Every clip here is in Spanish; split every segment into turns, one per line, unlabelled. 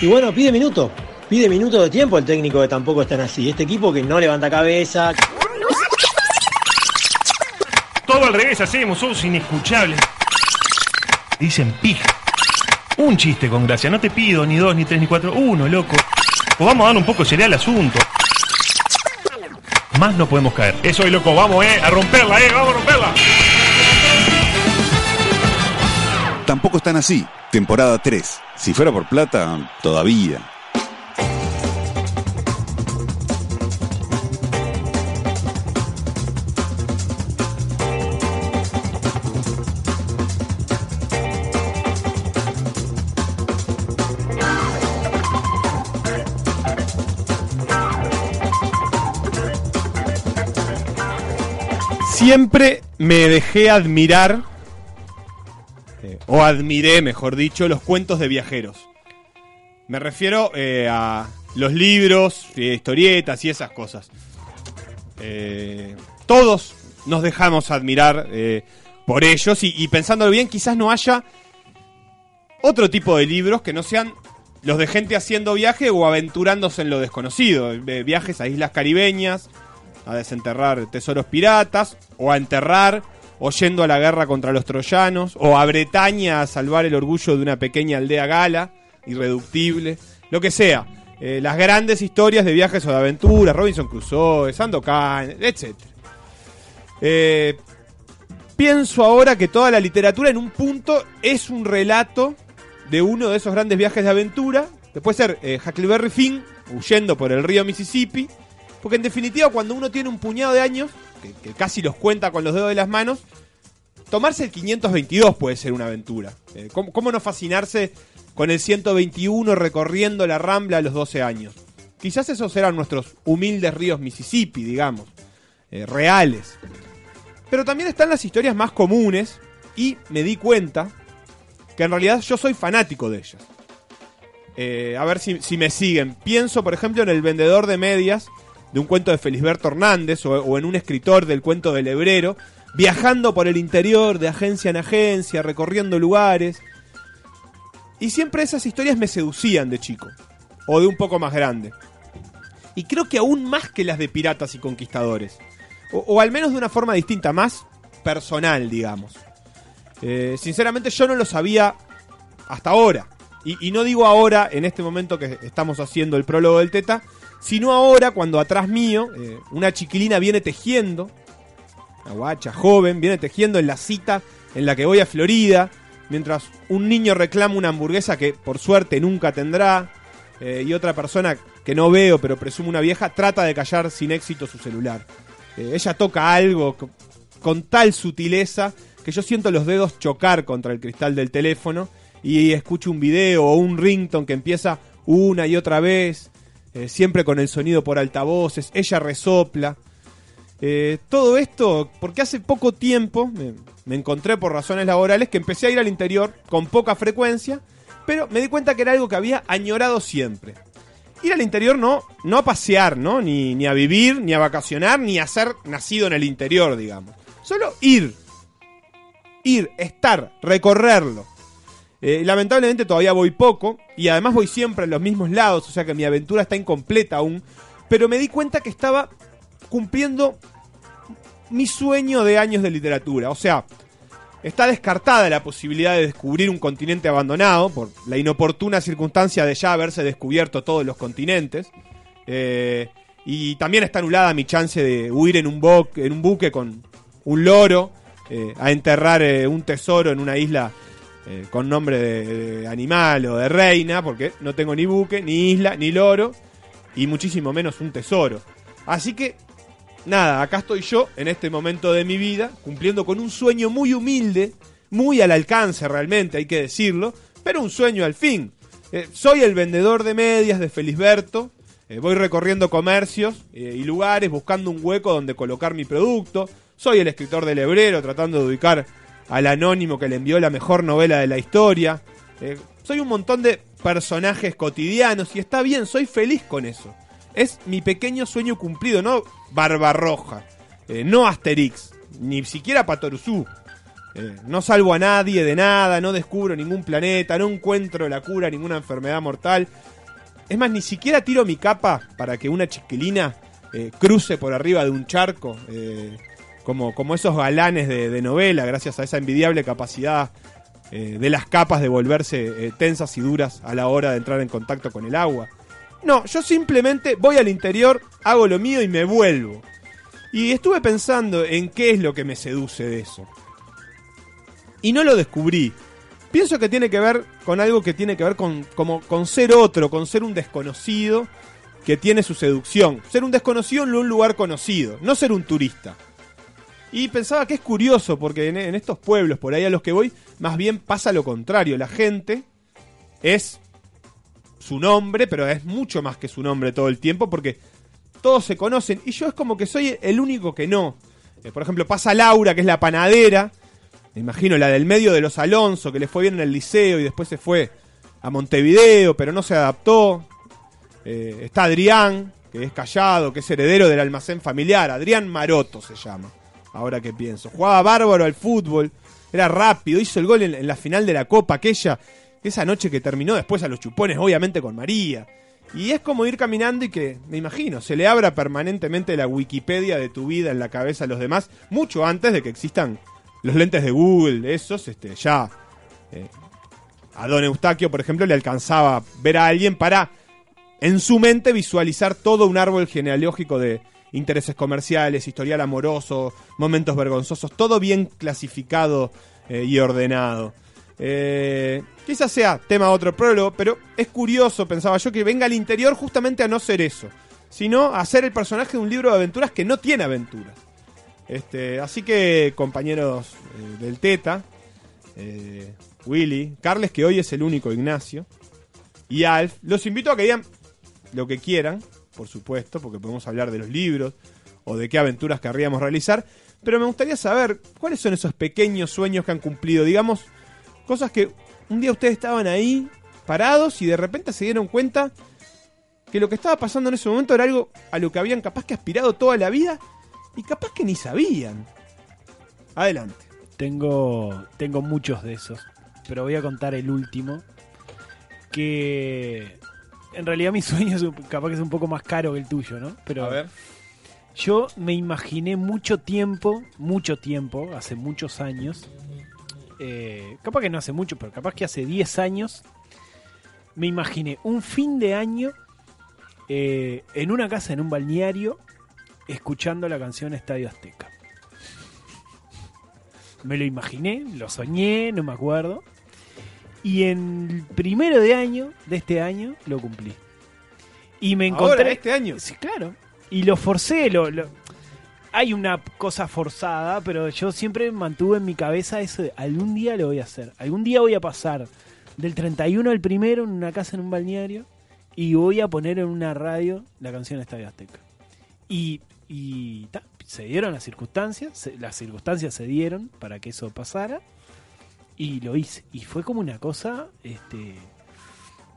Y bueno, pide minutos. Pide minutos de tiempo el técnico que tampoco están así. Este equipo que no levanta cabeza.
Todo al revés hacemos, somos inescuchables. Dicen pija. Un chiste con gracia. No te pido ni dos, ni tres, ni cuatro. Uno, loco. Pues vamos a dar un poco sería el asunto. Más no podemos caer. Eso es loco. Vamos, eh. A romperla, eh. Vamos a romperla.
Tampoco están así. Temporada 3. Si fuera por plata, todavía.
Siempre me dejé admirar, eh, o admiré, mejor dicho, los cuentos de viajeros. Me refiero eh, a los libros, eh, historietas y esas cosas. Eh, todos nos dejamos admirar eh, por ellos y, y pensándolo bien, quizás no haya otro tipo de libros que no sean los de gente haciendo viaje o aventurándose en lo desconocido. Eh, viajes a islas caribeñas, a desenterrar tesoros piratas o a enterrar o yendo a la guerra contra los troyanos o a Bretaña a salvar el orgullo de una pequeña aldea gala, irreductible, lo que sea. Eh, las grandes historias de viajes o de aventuras, Robinson Crusoe, Sandokan, etc. Eh, pienso ahora que toda la literatura en un punto es un relato de uno de esos grandes viajes de aventura, que puede ser eh, Huckleberry Finn huyendo por el río Mississippi, porque en definitiva cuando uno tiene un puñado de años, que, que casi los cuenta con los dedos de las manos, tomarse el 522 puede ser una aventura. Eh, ¿cómo, cómo no fascinarse con el 121 recorriendo la Rambla a los 12 años? Quizás esos eran nuestros humildes ríos Mississippi, digamos, eh, reales. Pero también están las historias más comunes y me di cuenta que en realidad yo soy fanático de ellas. Eh, a ver si, si me siguen. Pienso, por ejemplo, en el vendedor de medias de un cuento de Felisberto Hernández o, o en un escritor del cuento del hebrero, viajando por el interior de agencia en agencia, recorriendo lugares. Y siempre esas historias me seducían de chico, o de un poco más grande. Y creo que aún más que las de piratas y conquistadores. O, o al menos de una forma distinta, más personal, digamos. Eh, sinceramente yo no lo sabía hasta ahora. Y, y no digo ahora, en este momento que estamos haciendo el prólogo del Teta, sino ahora cuando atrás mío eh, una chiquilina viene tejiendo, una guacha joven, viene tejiendo en la cita en la que voy a Florida, mientras un niño reclama una hamburguesa que por suerte nunca tendrá, eh, y otra persona que no veo pero presumo una vieja trata de callar sin éxito su celular. Eh, ella toca algo co- con tal sutileza que yo siento los dedos chocar contra el cristal del teléfono y escucho un video o un rington que empieza una y otra vez, eh, siempre con el sonido por altavoces, ella resopla. Eh, todo esto porque hace poco tiempo me, me encontré por razones laborales que empecé a ir al interior con poca frecuencia, pero me di cuenta que era algo que había añorado siempre. Ir al interior no, no a pasear, ¿no? Ni, ni a vivir, ni a vacacionar, ni a ser nacido en el interior, digamos. Solo ir. Ir, estar, recorrerlo. Eh, lamentablemente todavía voy poco y además voy siempre en los mismos lados, o sea que mi aventura está incompleta aún. Pero me di cuenta que estaba cumpliendo mi sueño de años de literatura. O sea, está descartada la posibilidad de descubrir un continente abandonado por la inoportuna circunstancia de ya haberse descubierto todos los continentes. Eh, y también está anulada mi chance de huir en un, bo- en un buque con un loro eh, a enterrar eh, un tesoro en una isla eh, con nombre de, de animal o de reina, porque no tengo ni buque, ni isla, ni loro, y muchísimo menos un tesoro. Así que, nada, acá estoy yo en este momento de mi vida, cumpliendo con un sueño muy humilde, muy al alcance realmente, hay que decirlo, pero un sueño al fin. Eh, soy el vendedor de medias de Felisberto, eh, voy recorriendo comercios eh, y lugares buscando un hueco donde colocar mi producto, soy el escritor del hebrero tratando de ubicar al anónimo que le envió la mejor novela de la historia, Eh, soy un montón de personajes cotidianos y está bien, soy feliz con eso. Es mi pequeño sueño cumplido, no Barbarroja, eh, no Asterix, ni siquiera Patoruzú. Eh, no salvo a nadie de nada, no descubro ningún planeta, no encuentro la cura a ninguna enfermedad mortal. Es más, ni siquiera tiro mi capa para que una chiquilina eh, cruce por arriba de un charco, eh, como, como esos galanes de, de novela, gracias a esa envidiable capacidad eh, de las capas de volverse eh, tensas y duras a la hora de entrar en contacto con el agua. No, yo simplemente voy al interior, hago lo mío y me vuelvo. Y estuve pensando en qué es lo que me seduce de eso. Y no lo descubrí. Pienso que tiene que ver con algo que tiene que ver con, como, con ser otro, con ser un desconocido que tiene su seducción. Ser un desconocido en un lugar conocido, no ser un turista. Y pensaba que es curioso, porque en, en estos pueblos por ahí a los que voy, más bien pasa lo contrario. La gente es su nombre, pero es mucho más que su nombre todo el tiempo, porque todos se conocen. Y yo es como que soy el único que no. Eh, por ejemplo, pasa Laura, que es la panadera. Me imagino la del medio de los Alonso, que le fue bien en el liceo y después se fue a Montevideo, pero no se adaptó. Eh, está Adrián, que es callado, que es heredero del almacén familiar. Adrián Maroto se llama ahora que pienso. Jugaba bárbaro al fútbol, era rápido, hizo el gol en, en la final de la Copa aquella, esa noche que terminó después a los chupones, obviamente con María. Y es como ir caminando y que, me imagino, se le abra permanentemente la Wikipedia de tu vida en la cabeza a los demás, mucho antes de que existan los lentes de Google, esos, este, ya. eh, a Don Eustaquio, por ejemplo, le alcanzaba ver a alguien para en su mente visualizar todo un árbol genealógico de intereses comerciales, historial amoroso, momentos vergonzosos, todo bien clasificado eh, y ordenado. Eh, quizás sea tema de otro prólogo, pero es curioso, pensaba yo, que venga al interior justamente a no ser eso, sino a ser el personaje de un libro de aventuras que no tiene aventuras. Este, así que, compañeros eh, del Teta, eh, Willy, Carles, que hoy es el único Ignacio, y Alf, los invito a que digan lo que quieran, por supuesto, porque podemos hablar de los libros o de qué aventuras querríamos realizar, pero me gustaría saber cuáles son esos pequeños sueños que han cumplido, digamos, cosas que un día ustedes estaban ahí parados y de repente se dieron cuenta que lo que estaba pasando en ese momento era algo a lo que habían capaz que aspirado toda la vida y capaz que ni sabían. Adelante.
Tengo, tengo muchos de esos, pero voy a contar el último. Que en realidad mi sueño es un- capaz que es un poco más caro que el tuyo, ¿no? Pero yo me imaginé mucho tiempo, mucho tiempo, hace muchos años, eh, capaz que no hace mucho, pero capaz que hace 10 años, me imaginé un fin de año eh, en una casa, en un balneario, escuchando la canción Estadio Azteca. Me lo imaginé, lo soñé, no me acuerdo. Y en el primero de año, de este año, lo cumplí. Y me encontré...
Ahora, este año.
Sí, claro. Y lo forcé, lo, lo- Hay una cosa forzada, pero yo siempre mantuve en mi cabeza eso de algún día lo voy a hacer. Algún día voy a pasar del 31 al primero en una casa en un balneario y voy a poner en una radio la canción Estadio Azteca. Y, y ta, se dieron las circunstancias, se- las circunstancias se dieron para que eso pasara y lo hice. Y fue como una cosa, este,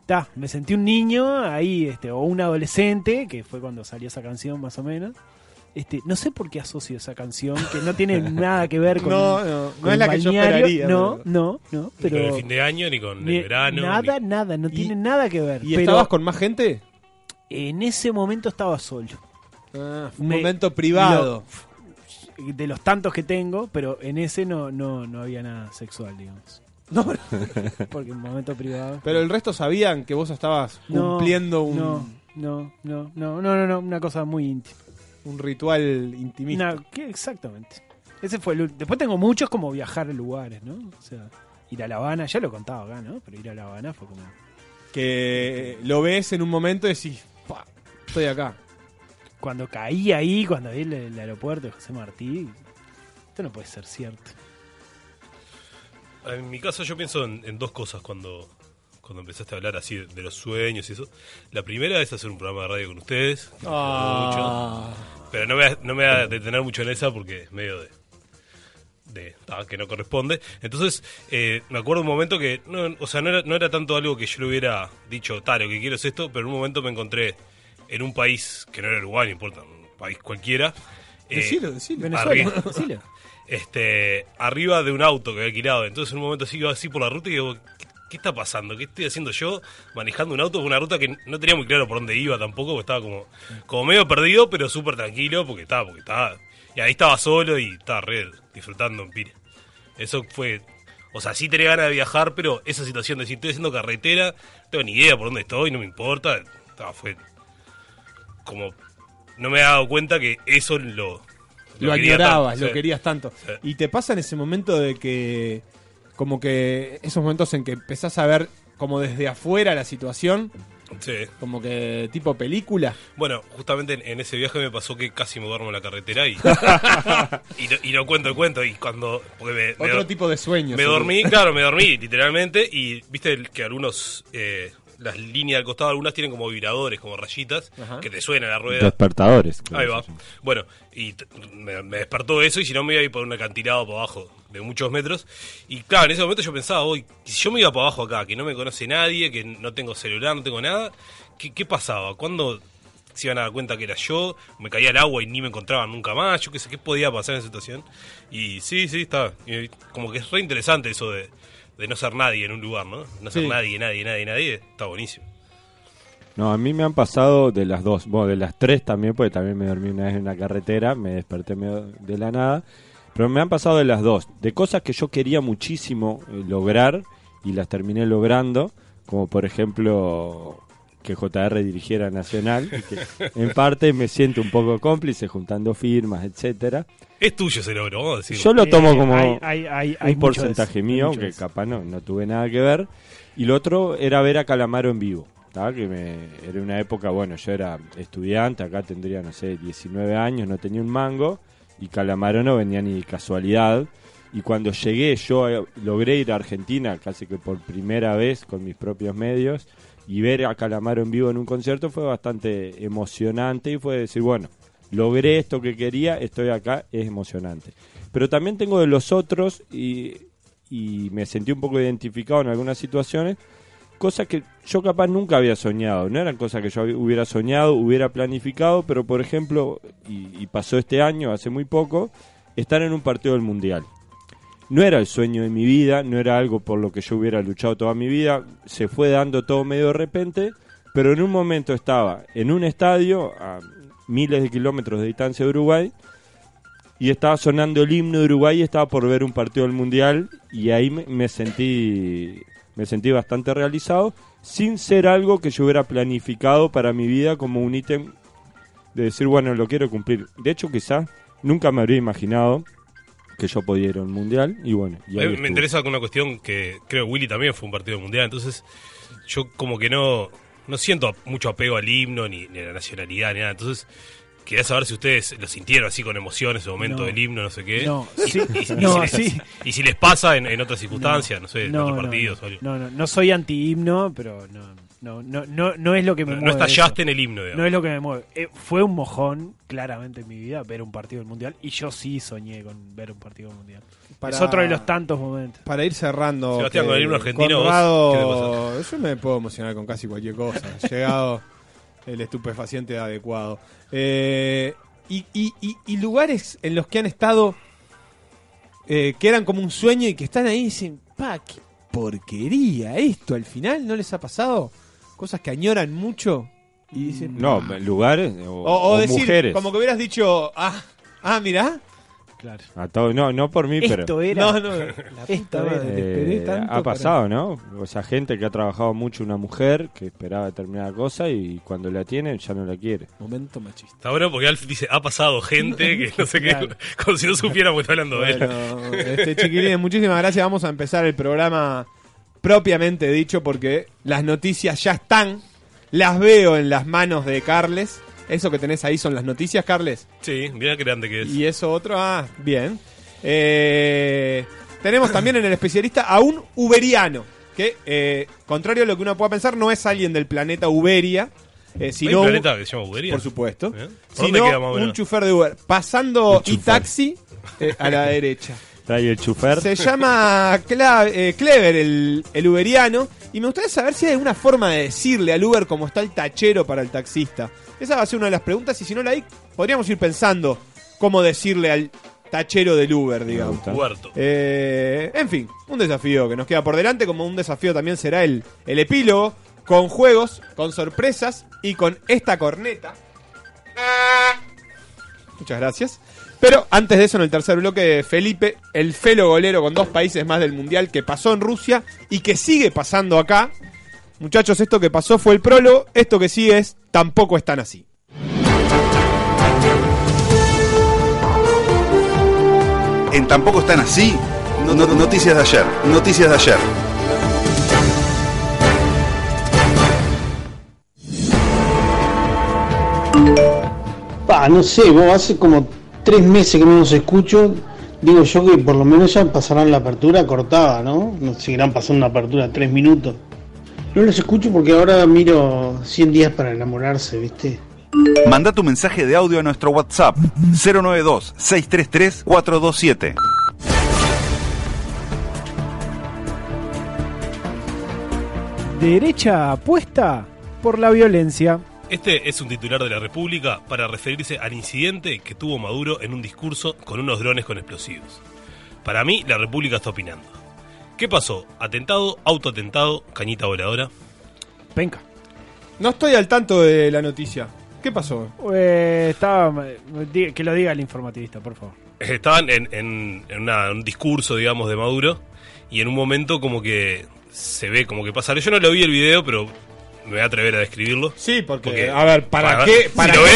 ta, me sentí un niño ahí, este, o un adolescente, que fue cuando salió esa canción más o menos. Este, no sé por qué asocio esa canción, que no tiene nada que ver con,
No, no, no
con
es
el
la que yo
balneario.
esperaría.
No,
pero-
no, no, pero...
Ni con el fin de año, ni con
ni-
el verano.
nada,
ni-
nada, no
Y-
tiene nada que ver.
¿Y
pero
estabas con más gente?
en ese momento estaba solo.
Ah, fue un
Me-
momento privado.
de los tantos que tengo, pero en ese no, no, no había nada sexual, digamos.
No, no,
Porque en momento privado.
pero el resto sabían que vos estabas
No,
cumpliendo un,
No, no, no, no, no, no, no, una cosa muy íntima.
un ritual intimista.
Una- ¿qué? exactamente. Ese fue el ul- Después tengo muchos como viajar a lugares, ¿no? O sea, ir a La Habana, ya lo he contado acá, ¿no? Pero ir a La Habana fue como.
Que lo ves en un momento y decís, "Pa, estoy acá.
Cuando caí ahí, cuando vi el, el aeropuerto de José Martí, esto no puede ser cierto.
En mi caso, yo pienso en, en dos cosas cuando, cuando empezaste a hablar así de, de los sueños y eso. La primera es hacer un programa de radio con ustedes. que me
Ah.
gusta mucho. Pero no me, voy a- no me voy a detener mucho en esa porque es medio de. de ah, que no corresponde. Entonces, eh, me acuerdo un momento que. No, o sea, no era, no era tanto algo que yo le hubiera dicho, tal, lo que quiero es esto, pero en un momento me encontré en un país que no era Uruguay, no importa, un país cualquiera. eh,
Decilo, decilo.
Venezuela,
Arriba.
decilo.
este, arriba de un auto que había alquilado. Entonces en un momento así iba así por la ruta y digo, ¿qué, qué está pasando? ¿Qué estoy haciendo yo manejando un auto por una ruta que no tenía muy claro por dónde iba tampoco? Porque estaba como, como medio perdido, pero súper tranquilo porque estaba, porque estaba. Y ahí estaba solo y estaba re disfrutando en Pire. Eso fue. O sea, sí tenía ganas de viajar, pero esa situación de si estoy haciendo carretera, no tengo ni idea por dónde estoy, no me importa. estaba fue. Como. No me he dado cuenta que eso lo.
Lo
quería tanto,
añorabas,
sí.
lo querías tanto.
Sí.
Y te pasa en ese momento de que, como que esos momentos en que empezás a ver como desde afuera la situación,
Sí.
como que tipo película.
Bueno, justamente en, en ese viaje me pasó que casi me duermo en la carretera y. y, no, y no cuento el cuento. Y cuando. porque me- me
Otro
do-
tipo de sueño.
Me
seguro.
dormí, claro, me dormí, literalmente. Y viste el- que algunos. eh, las líneas al costado, algunas tienen como vibradores, como rayitas, que te suenan la rueda.
Despertadores. creo
Ahí
que
va.
se llama.
Bueno, y t- me, me despertó eso y si no me iba a ir por un acantilado para abajo de muchos metros. Y claro, en ese momento yo pensaba, hoy, si yo me iba para abajo acá, que no me conoce nadie, que no tengo celular, no tengo nada, ¿qué, qué pasaba? ¿Cuándo se iban a dar cuenta que era yo? ¿Me caía al agua y ni me encontraban nunca más? Yo qué sé, ¿qué podía pasar en esa situación? Y sí, sí, está. Y como que es re interesante eso de, de no ser nadie en un lugar, ¿no? No ser
Sí.
nadie, nadie, nadie, nadie. Está buenísimo.
No, a mí me han pasado de las dos, bueno, de las tres también, porque también me dormí una vez en una carretera, me desperté medio de la nada, pero me han pasado de las dos, de cosas que yo quería muchísimo eh, lograr y las terminé logrando, como por ejemplo que JR dirigiera Nacional, y que en parte me siento un poco cómplice juntando firmas, etcétera.
Es tuyo ese logro, vamos a decirlo.
Yo lo tomo
Eh,
como
hay- hay- hay- hay
un
mucho de eso,
porcentaje
hay
mío,
mucho de
que
eso.
capaz no, no tuve nada que ver. Y lo otro era ver a Calamaro en vivo. ¿tá? Que me, era una época, bueno, yo era estudiante, acá tendría, no sé, 19 años, no tenía un mango. Y Calamaro no venía ni de casualidad. Y cuando llegué, yo eh, logré ir a Argentina casi que por primera vez con mis propios medios. Y ver a Calamaro en vivo en un concierto fue bastante emocionante y fue decir, bueno, logré esto que quería, estoy acá, es emocionante. Pero también tengo de los otros y, y me sentí un poco identificado en algunas situaciones, cosas que yo capaz nunca había soñado, no eran cosas que yo hab- hubiera soñado, hubiera planificado, pero por ejemplo, y, y pasó este año, hace muy poco, estar en un partido del Mundial. No era el sueño de mi vida, no era algo por lo que yo hubiera luchado toda mi vida, se fue dando todo medio de repente, pero en un momento estaba en un estadio a miles de kilómetros de distancia de Uruguay, y estaba sonando el himno de Uruguay y estaba por ver un partido del Mundial y ahí me, me sentí me sentí bastante realizado sin ser algo que yo hubiera planificado para mi vida como un ítem de decir, bueno, lo quiero cumplir. De hecho, quizás nunca me habría imaginado que yo podía ir a un Mundial y bueno, y
Eh,
ahí
me
estuvo.
interesa con una cuestión que creo que Willy también fue un partido mundial, entonces yo como que no, no siento ap- mucho apego al himno ni, ni a la nacionalidad ni nada, entonces quería saber si ustedes lo sintieron así con emoción en ese momento
No.
del himno, no sé qué.
No,
y,
sí.
y- y si
No,
les,
sí.
y si les pasa en, en otras circunstancias, no, sé, en otros partidos. o
no,
algo.
no, no, no soy anti-himno, pero no, no, no, no, no es lo que me
No- no
mueve.
estallaste
eso.
en el himno, digamos.
No es lo que me mueve. Eh, fue un mojón, claramente, en mi vida, ver un partido del mundial. Y yo sí soñé con ver un partido del mundial.
Para-
Es otro de los tantos momentos.
Para ir cerrando.
Sebastián,
que
con el himno argentino, vos, ¿qué te
Conrado, yo me puedo emocionar con casi cualquier cosa. Llegado el estupefaciente adecuado. Eh, y, y- y- y lugares en los que han estado eh, que eran como un sueño y que están ahí y dicen, pa, qué porquería esto. Al final no les ha pasado. Cosas que añoran mucho y dicen.
No, lugares o,
O, o
Mm. o
decir,
mujeres.
como que hubieras dicho, ah, ah, mirá.
Claro.
A todo- no, no por mí, pero...
Esto era.
No, no, la puta
Esta vez.
madre, te esperé
Eh,
tanto para-
ha pasado, ¿no? O sea, gente que ha trabajado mucho una mujer que esperaba determinada cosa y cuando la tiene ya no la quiere.
Momento machista.
Está bueno porque Alf dice, ha pasado gente que no sé qué,
Claro.
como si no supiéramos que está hablando de él.
Bueno, este, chiquilines, muchísimas gracias. Vamos a empezar el programa propiamente dicho porque las noticias ya están. Las veo en las manos de Carles. Eso que tenés ahí son las noticias, Carles.
Sí, mira qué grande que es.
Y eso otro, ah, bien. Eh, tenemos también en el especialista a un uberiano, que, eh, contrario a lo que uno pueda pensar, no es alguien del planeta Uberia, eh,
¿Hay
sino
un
un-
planeta que se llama Uberia?
por supuesto,
¿Eh? ¿Por dónde queda más
sino
o menos?
un chofer de Uber, pasando
Un
y
chofer.
taxi eh, a la derecha.
Trae el chufer.
Se llama Cla- eh, Clever, el, el uberiano, y me gustaría saber si hay alguna forma de decirle al Uber cómo está el tachero para el taxista. Esa va a ser una de las preguntas, y si no la hay, podríamos ir pensando cómo decirle al tachero del Uber, digamos.
gusta.
Huerto.
Eh, en fin, un desafío que nos queda por delante, como un desafío también será el, el epílogo, con juegos, con sorpresas y con esta corneta. Muchas gracias. Pero antes de eso, en el tercer bloque, Felipe, el felo golero con dos países más del Mundial que pasó en Rusia y que sigue pasando acá. Muchachos, esto que pasó fue el prólogo, esto que sigue es tampoco están así.
En Tampoco están así. No- no- noticias de ayer. Noticias de ayer.
Pa, no sé, vos hace como tres meses que no los escucho. Digo yo que por lo menos ya pasarán la apertura cortada, ¿no? No seguirán pasando la apertura tres minutos. No los escucho porque ahora miro 100 días para enamorarse, ¿viste?
Manda tu mensaje de audio a nuestro WhatsApp 092 633 427.
Derecha apuesta por la violencia.
Este es un titular de la República para referirse al incidente que tuvo Maduro en un discurso con unos drones con explosivos. Para mí, la República está opinando. ¿Qué pasó? Atentado, autoatentado, cañita voladora.
Penca.
No estoy al tanto de la noticia. ¿Qué pasó?
Eh, estaba, di- que lo diga el informativista, por favor.
Estaban en, en- en una- un discurso, digamos, de Maduro y en un momento como que se ve como que pasar. Yo no lo vi el video, pero me voy a atrever a describirlo.
Sí, porque,
Porque-
a ver, ¿para,
para-
qué?
si
¿Para
lo
qué?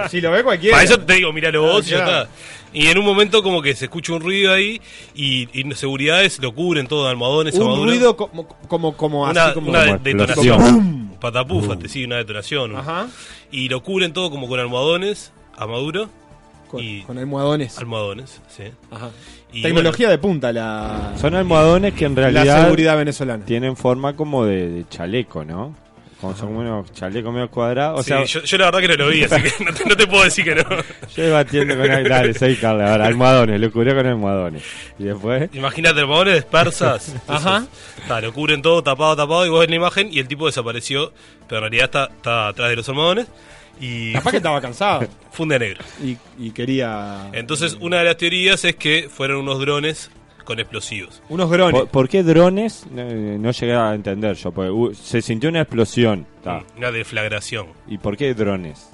ve-
si lo ve cualquiera.
Para eso te digo, míralo
Claro,
vos y ya
claro.
está. Y en un momento como que se escucha un ruido ahí y, y seguridades lo cubren todo de almohadones a
un
Maduro.
ruido como, como, como
una,
así como.
una
como
detonación.
explosión.
Un Patapúfate, sí, una detonación.
Ajá.
Y lo cubren todo como con almohadones a Maduro.
Con,
Y-
con almohadones.
Almohadones, sí.
Ajá.
Y
Tecnología de punta la,
Son almohadones que en
la
realidad
seguridad venezolana.
tienen forma como de, de chaleco, ¿no? Como son unos chalecos medio cuadrados. O
bueno, sí,
sea,
yo, yo la verdad que no lo vi, así que no te, no te puedo decir que no.
yo iba batiendo con. Dale, soy Carla, ahora, almohadones, lo cubrió con almohadones. Y después.
Imagínate, almohadones dispersas. Entonces,
Ajá.
está, lo cubren todo, tapado, tapado, y vos ves la imagen y el tipo desapareció, pero en realidad está, está atrás de los almohadones y
Capaz que estaba cansado
funde negro.
y, y quería.
Entonces, una de las teorías es que fueron unos drones con explosivos.
unos grones.
¿Por, por qué drones? No, eh, no llegué a entender yo. porque, uh, se sintió una explosión. ta.
Una deflagración.
¿Y por qué drones?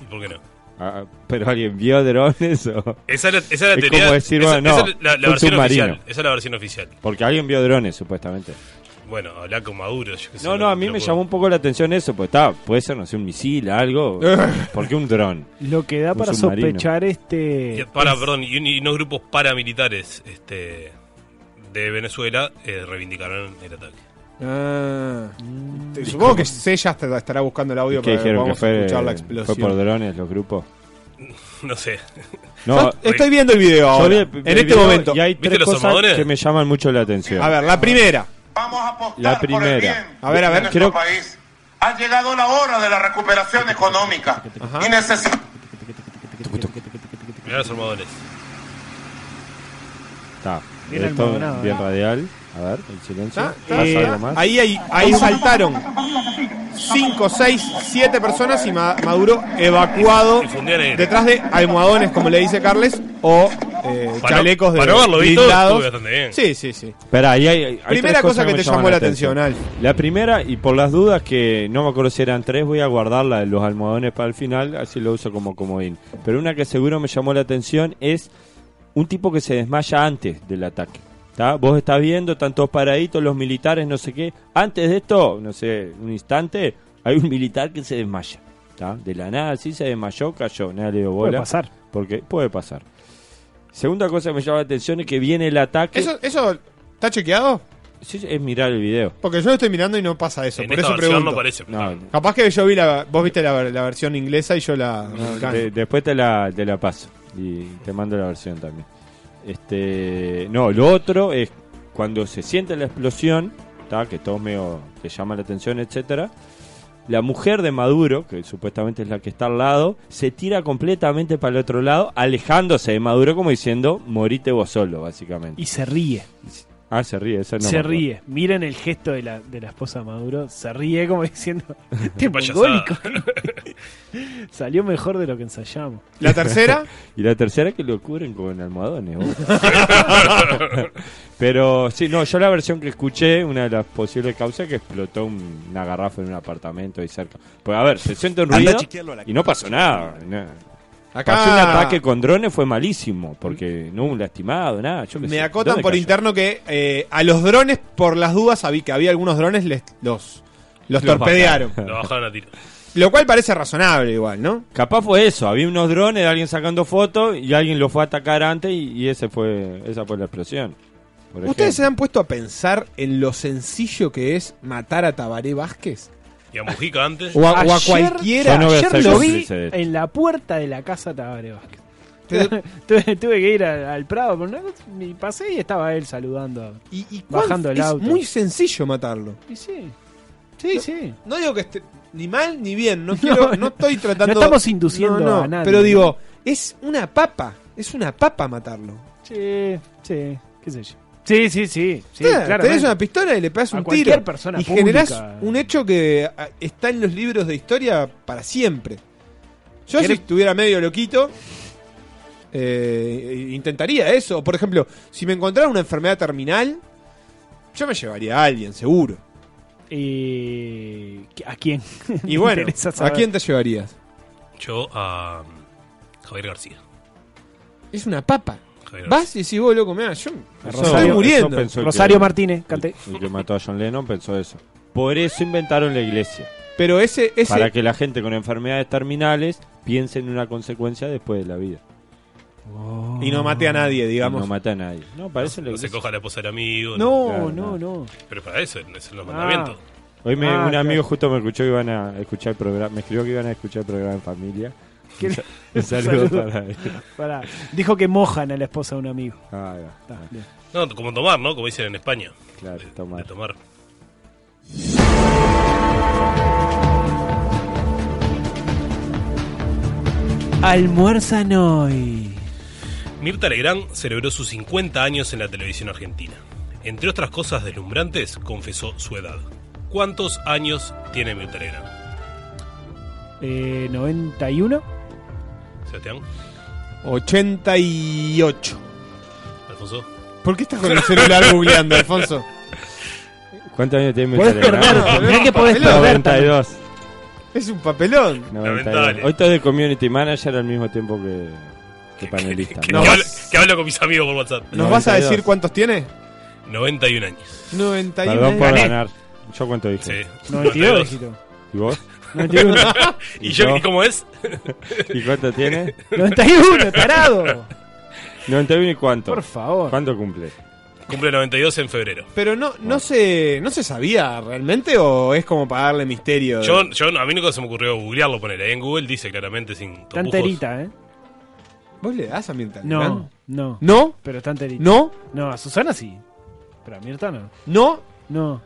¿Y por qué no?
Ah, ¿Pero alguien vio drones? o-
Esa es la, esa es la
Es
teoría.
como decir,
esa,
bueno,
esa
no,
es la, la
un
versión
submarino.
oficial. Esa es la versión oficial.
Porque alguien vio drones, supuestamente.
Bueno, hablar con Maduro. yo qué sé,
No, no, a mí
lo
me
puedo-
llamó un poco la atención eso. Pues está, puede ser, no sé, un misil, algo. ¿Por qué un dron?
Lo que da
Un
para
submarino.
sospechar este.
Eh,
Y, para, perdón, y, un- y unos grupos paramilitares este, de Venezuela eh, reivindicaron el ataque.
Ah. Te- Supongo que Sella hasta- estará buscando el audio
¿Qué
para que
dijeron que
podamos
fue,
escuchar la
fue por
explosión.
drones los grupos?
No sé.
No,
Yo estoy viendo el video
yo
ahora.
vi el-
en
el
este
video
momento.
Y hay
¿Viste
tres
los
cosas
armadores?
que me llaman mucho la atención.
A ver, la primera.
Vamos a apostar
La
por el
primera.
bien
A ver, a
de
ver,
nuestro
creo-
país. Ha llegado la hora de la recuperación económica y necesitamos
Mirá los armadores.
Está.
Bien
Esto
almohadonado,
bien
¿eh?
radial. A ver, el silencio.
¿Está?
¿Pasa
Eh,
algo más?
Ahí, ahí, ahí saltaron 5, 6, 7 personas y Ma- Maduro evacuado
Y fundían ahí.
detrás de almohadones, como le dice Carles, o eh,
Para-
chalecos de
para verlo, ¿viste?
blindados.
Estuvo bastante bien.
Sí, sí, sí.
Espera, ahí hay, hay
Primera
tres
cosa
cosas
que
me
te
llaman
llamó la atención,
La primera, y por las dudas que no me acuerdo si eran tres, voy a guardar la de los almohadones para el final, así lo uso como comodín. Pero una que seguro me llamó la atención es un tipo que se desmaya antes del ataque. ¿tá? Vos estás viendo, están todos paraditos, los militares, no sé qué. Antes de esto, no sé, un instante, hay un militar que se desmaya. ¿tá? De la nada, así se desmayó, cayó, nadie le dio bola.
Puede pasar.
Porque puede pasar. Segunda cosa que me llama la atención es que viene el ataque.
¿Eso, ¿Eso está chequeado?
Sí, sí, es mirar el video.
Porque yo lo estoy mirando y no pasa eso.
en
por
esta
eso
versión
pregunto.
no aparece.
No,
Capaz que yo vi la. Vos viste la, la versión inglesa y yo la.
de- después te la, te la paso y te mando la versión también. Este, no, lo otro es cuando se siente la explosión, ¿tá? que todos medio te llama la atención, etcétera. La mujer de Maduro, que supuestamente es la que está al lado, se tira completamente para el otro lado, alejándose de Maduro como diciendo, morite vos solo, básicamente.
Y se ríe.
Ah, se ríe, esa no. me
se
acuerdo.
ríe. Miren el gesto de la, de la esposa de Maduro. Se ríe como diciendo: ¡Qué
Payasada.
mongólico! Salió mejor de lo que ensayamos.
La tercera,
Y la tercera que lo cubren con almohadones. vos. Pero sí, no, yo la versión que escuché, una de las posibles causas que explotó un- una garrafa en un apartamento ahí cerca. Pues a ver, se siente un
Andá
ruido
a chequearlo a la
y no pasó nada. nada.
acá
Pasó un ataque con drones, fue malísimo, porque no hubo un lastimado, nada. Yo qué
me
sé.
acotan
¿Dónde
por
cayó?
interno que eh, a los drones, por las dudas, sabí que había algunos drones, les, los, los torpedearon.
Lo bajaron a tiro.
Lo cual parece razonable igual, ¿no?
Capaz fue eso, había unos drones de alguien sacando fotos y alguien lo fue a atacar antes y, y ese fue, esa fue la explosión. por
¿Ustedes se
ejemplo.
han puesto a pensar en lo sencillo que es matar a Tabaré Vázquez?
Y a Mujica antes.
O a, o a
Ayer-
cualquiera.
Yo no voy a
Ayer
ser
lo vi
cómplice de esto.
en la puerta de la casa Tabaré Vázquez.
Te-
tuve, tuve que ir al, al Prado, pero no, y pasé y estaba él saludando. a-
y, y cuán-
Bajando el
es
auto.
muy sencillo matarlo.
Y sí, sí, sí.
No digo que esté ni mal ni bien, no quiero, no, estoy tratando.
no estamos induciendo a nadie.
Pero digo, es una papa, es una papa matarlo.
Sí, sí, qué sé yo. Sí, sí, sí. sí
Claro, tenés
claramente.
una pistola y le pegas
A
un
cualquier
tiro.
persona
y generás
pública.
un hecho que ah, está en los libros de historia para siempre. Yo si
¿Querés-
estuviera medio loquito, eh, intentaría eso. Por ejemplo, si me encontrara una enfermedad terminal, yo me llevaría a alguien, seguro.
Eh, ¿A quién? Me
Y bueno,
interesa
¿a
saber.
quién te llevarías?
Yo a um, Javier García.
Es una papa.
Javier
Vas y decís, vos, loco, me yo
Eso-
estoy
eso
muriendo.
pensó el
Rosario
que-
Martínez, cante.
El que mató a John Lennon pensó eso. Por eso inventaron la iglesia.
Pero ese, ese
Para que la gente con enfermedades terminales piense en una consecuencia después de la vida.
Oh. y no mate a nadie,
Y
digamos.
No mata a nadie. No, para eso la
No se
iglesia.
coja la esposa del amigo.
No,
Claro,
no, no.
Pero para eso, es en los
Ah.
mandamientos.
Hoy me-
Ah,
un
claro.
amigo justo me escuchó que iban a escuchar el programa. Me escribió que iban a escuchar el programa en familia.
¿Qué-
Un saludo
Saludo.
para él.
Pará. Dijo que mojan a la esposa de un amigo.
Ah, ahí va.
Está, bien.
No, como tomar, ¿no? Como dicen en España.
Claro,
De-
tomar.
De tomar.
Almuerzan hoy.
Mirta Legrand celebró sus 50 años en la televisión argentina. Entre otras cosas deslumbrantes, confesó su edad. ¿Cuántos años tiene Mirta Legrand?
Eh, 91.
Sebastián,
88.
Alfonso.
¿Por qué estás con el celular googleando, Alfonso?
¿Cuántos años tiene mi
Podés
telegrama?
perder, mirá que podés
Papelón.
perder.
92.
Es un papelón.
92.
Lamentable.
Hoy estoy de community manager al mismo tiempo que, que panelista.
Que,
No,
que hablo, que hablo con mis amigos por WhatsApp.
¿Nos vas a
92.
decir cuántos tiene?
91 años.
91.
Perdón por
Gané.
ganar. ¿Yo cuánto
Sí.
dije?
92, dijiste.
¿Y vos?
91.
¿Y, yo,
yo?
¿y cómo es?
¿Y cuánto tiene?
91, tarado.
91 y cuánto.
Por favor.
¿Cuánto cumple?
Cumple 92 en febrero.
Pero no, no, se, no se sabía realmente o es como para darle misterio. de-
Yo, yo- a mí nunca se me ocurrió googlearlo, poner ahí en Google, dice claramente sin
Está
tapujos.
enterita, ¿eh?
¿Vos le das a Mirta?
No,
Legrand?
no.
¿No?
Pero está enterita.
¿No?
No, a Susana sí. Pero a Mirta no.
¿No?
No.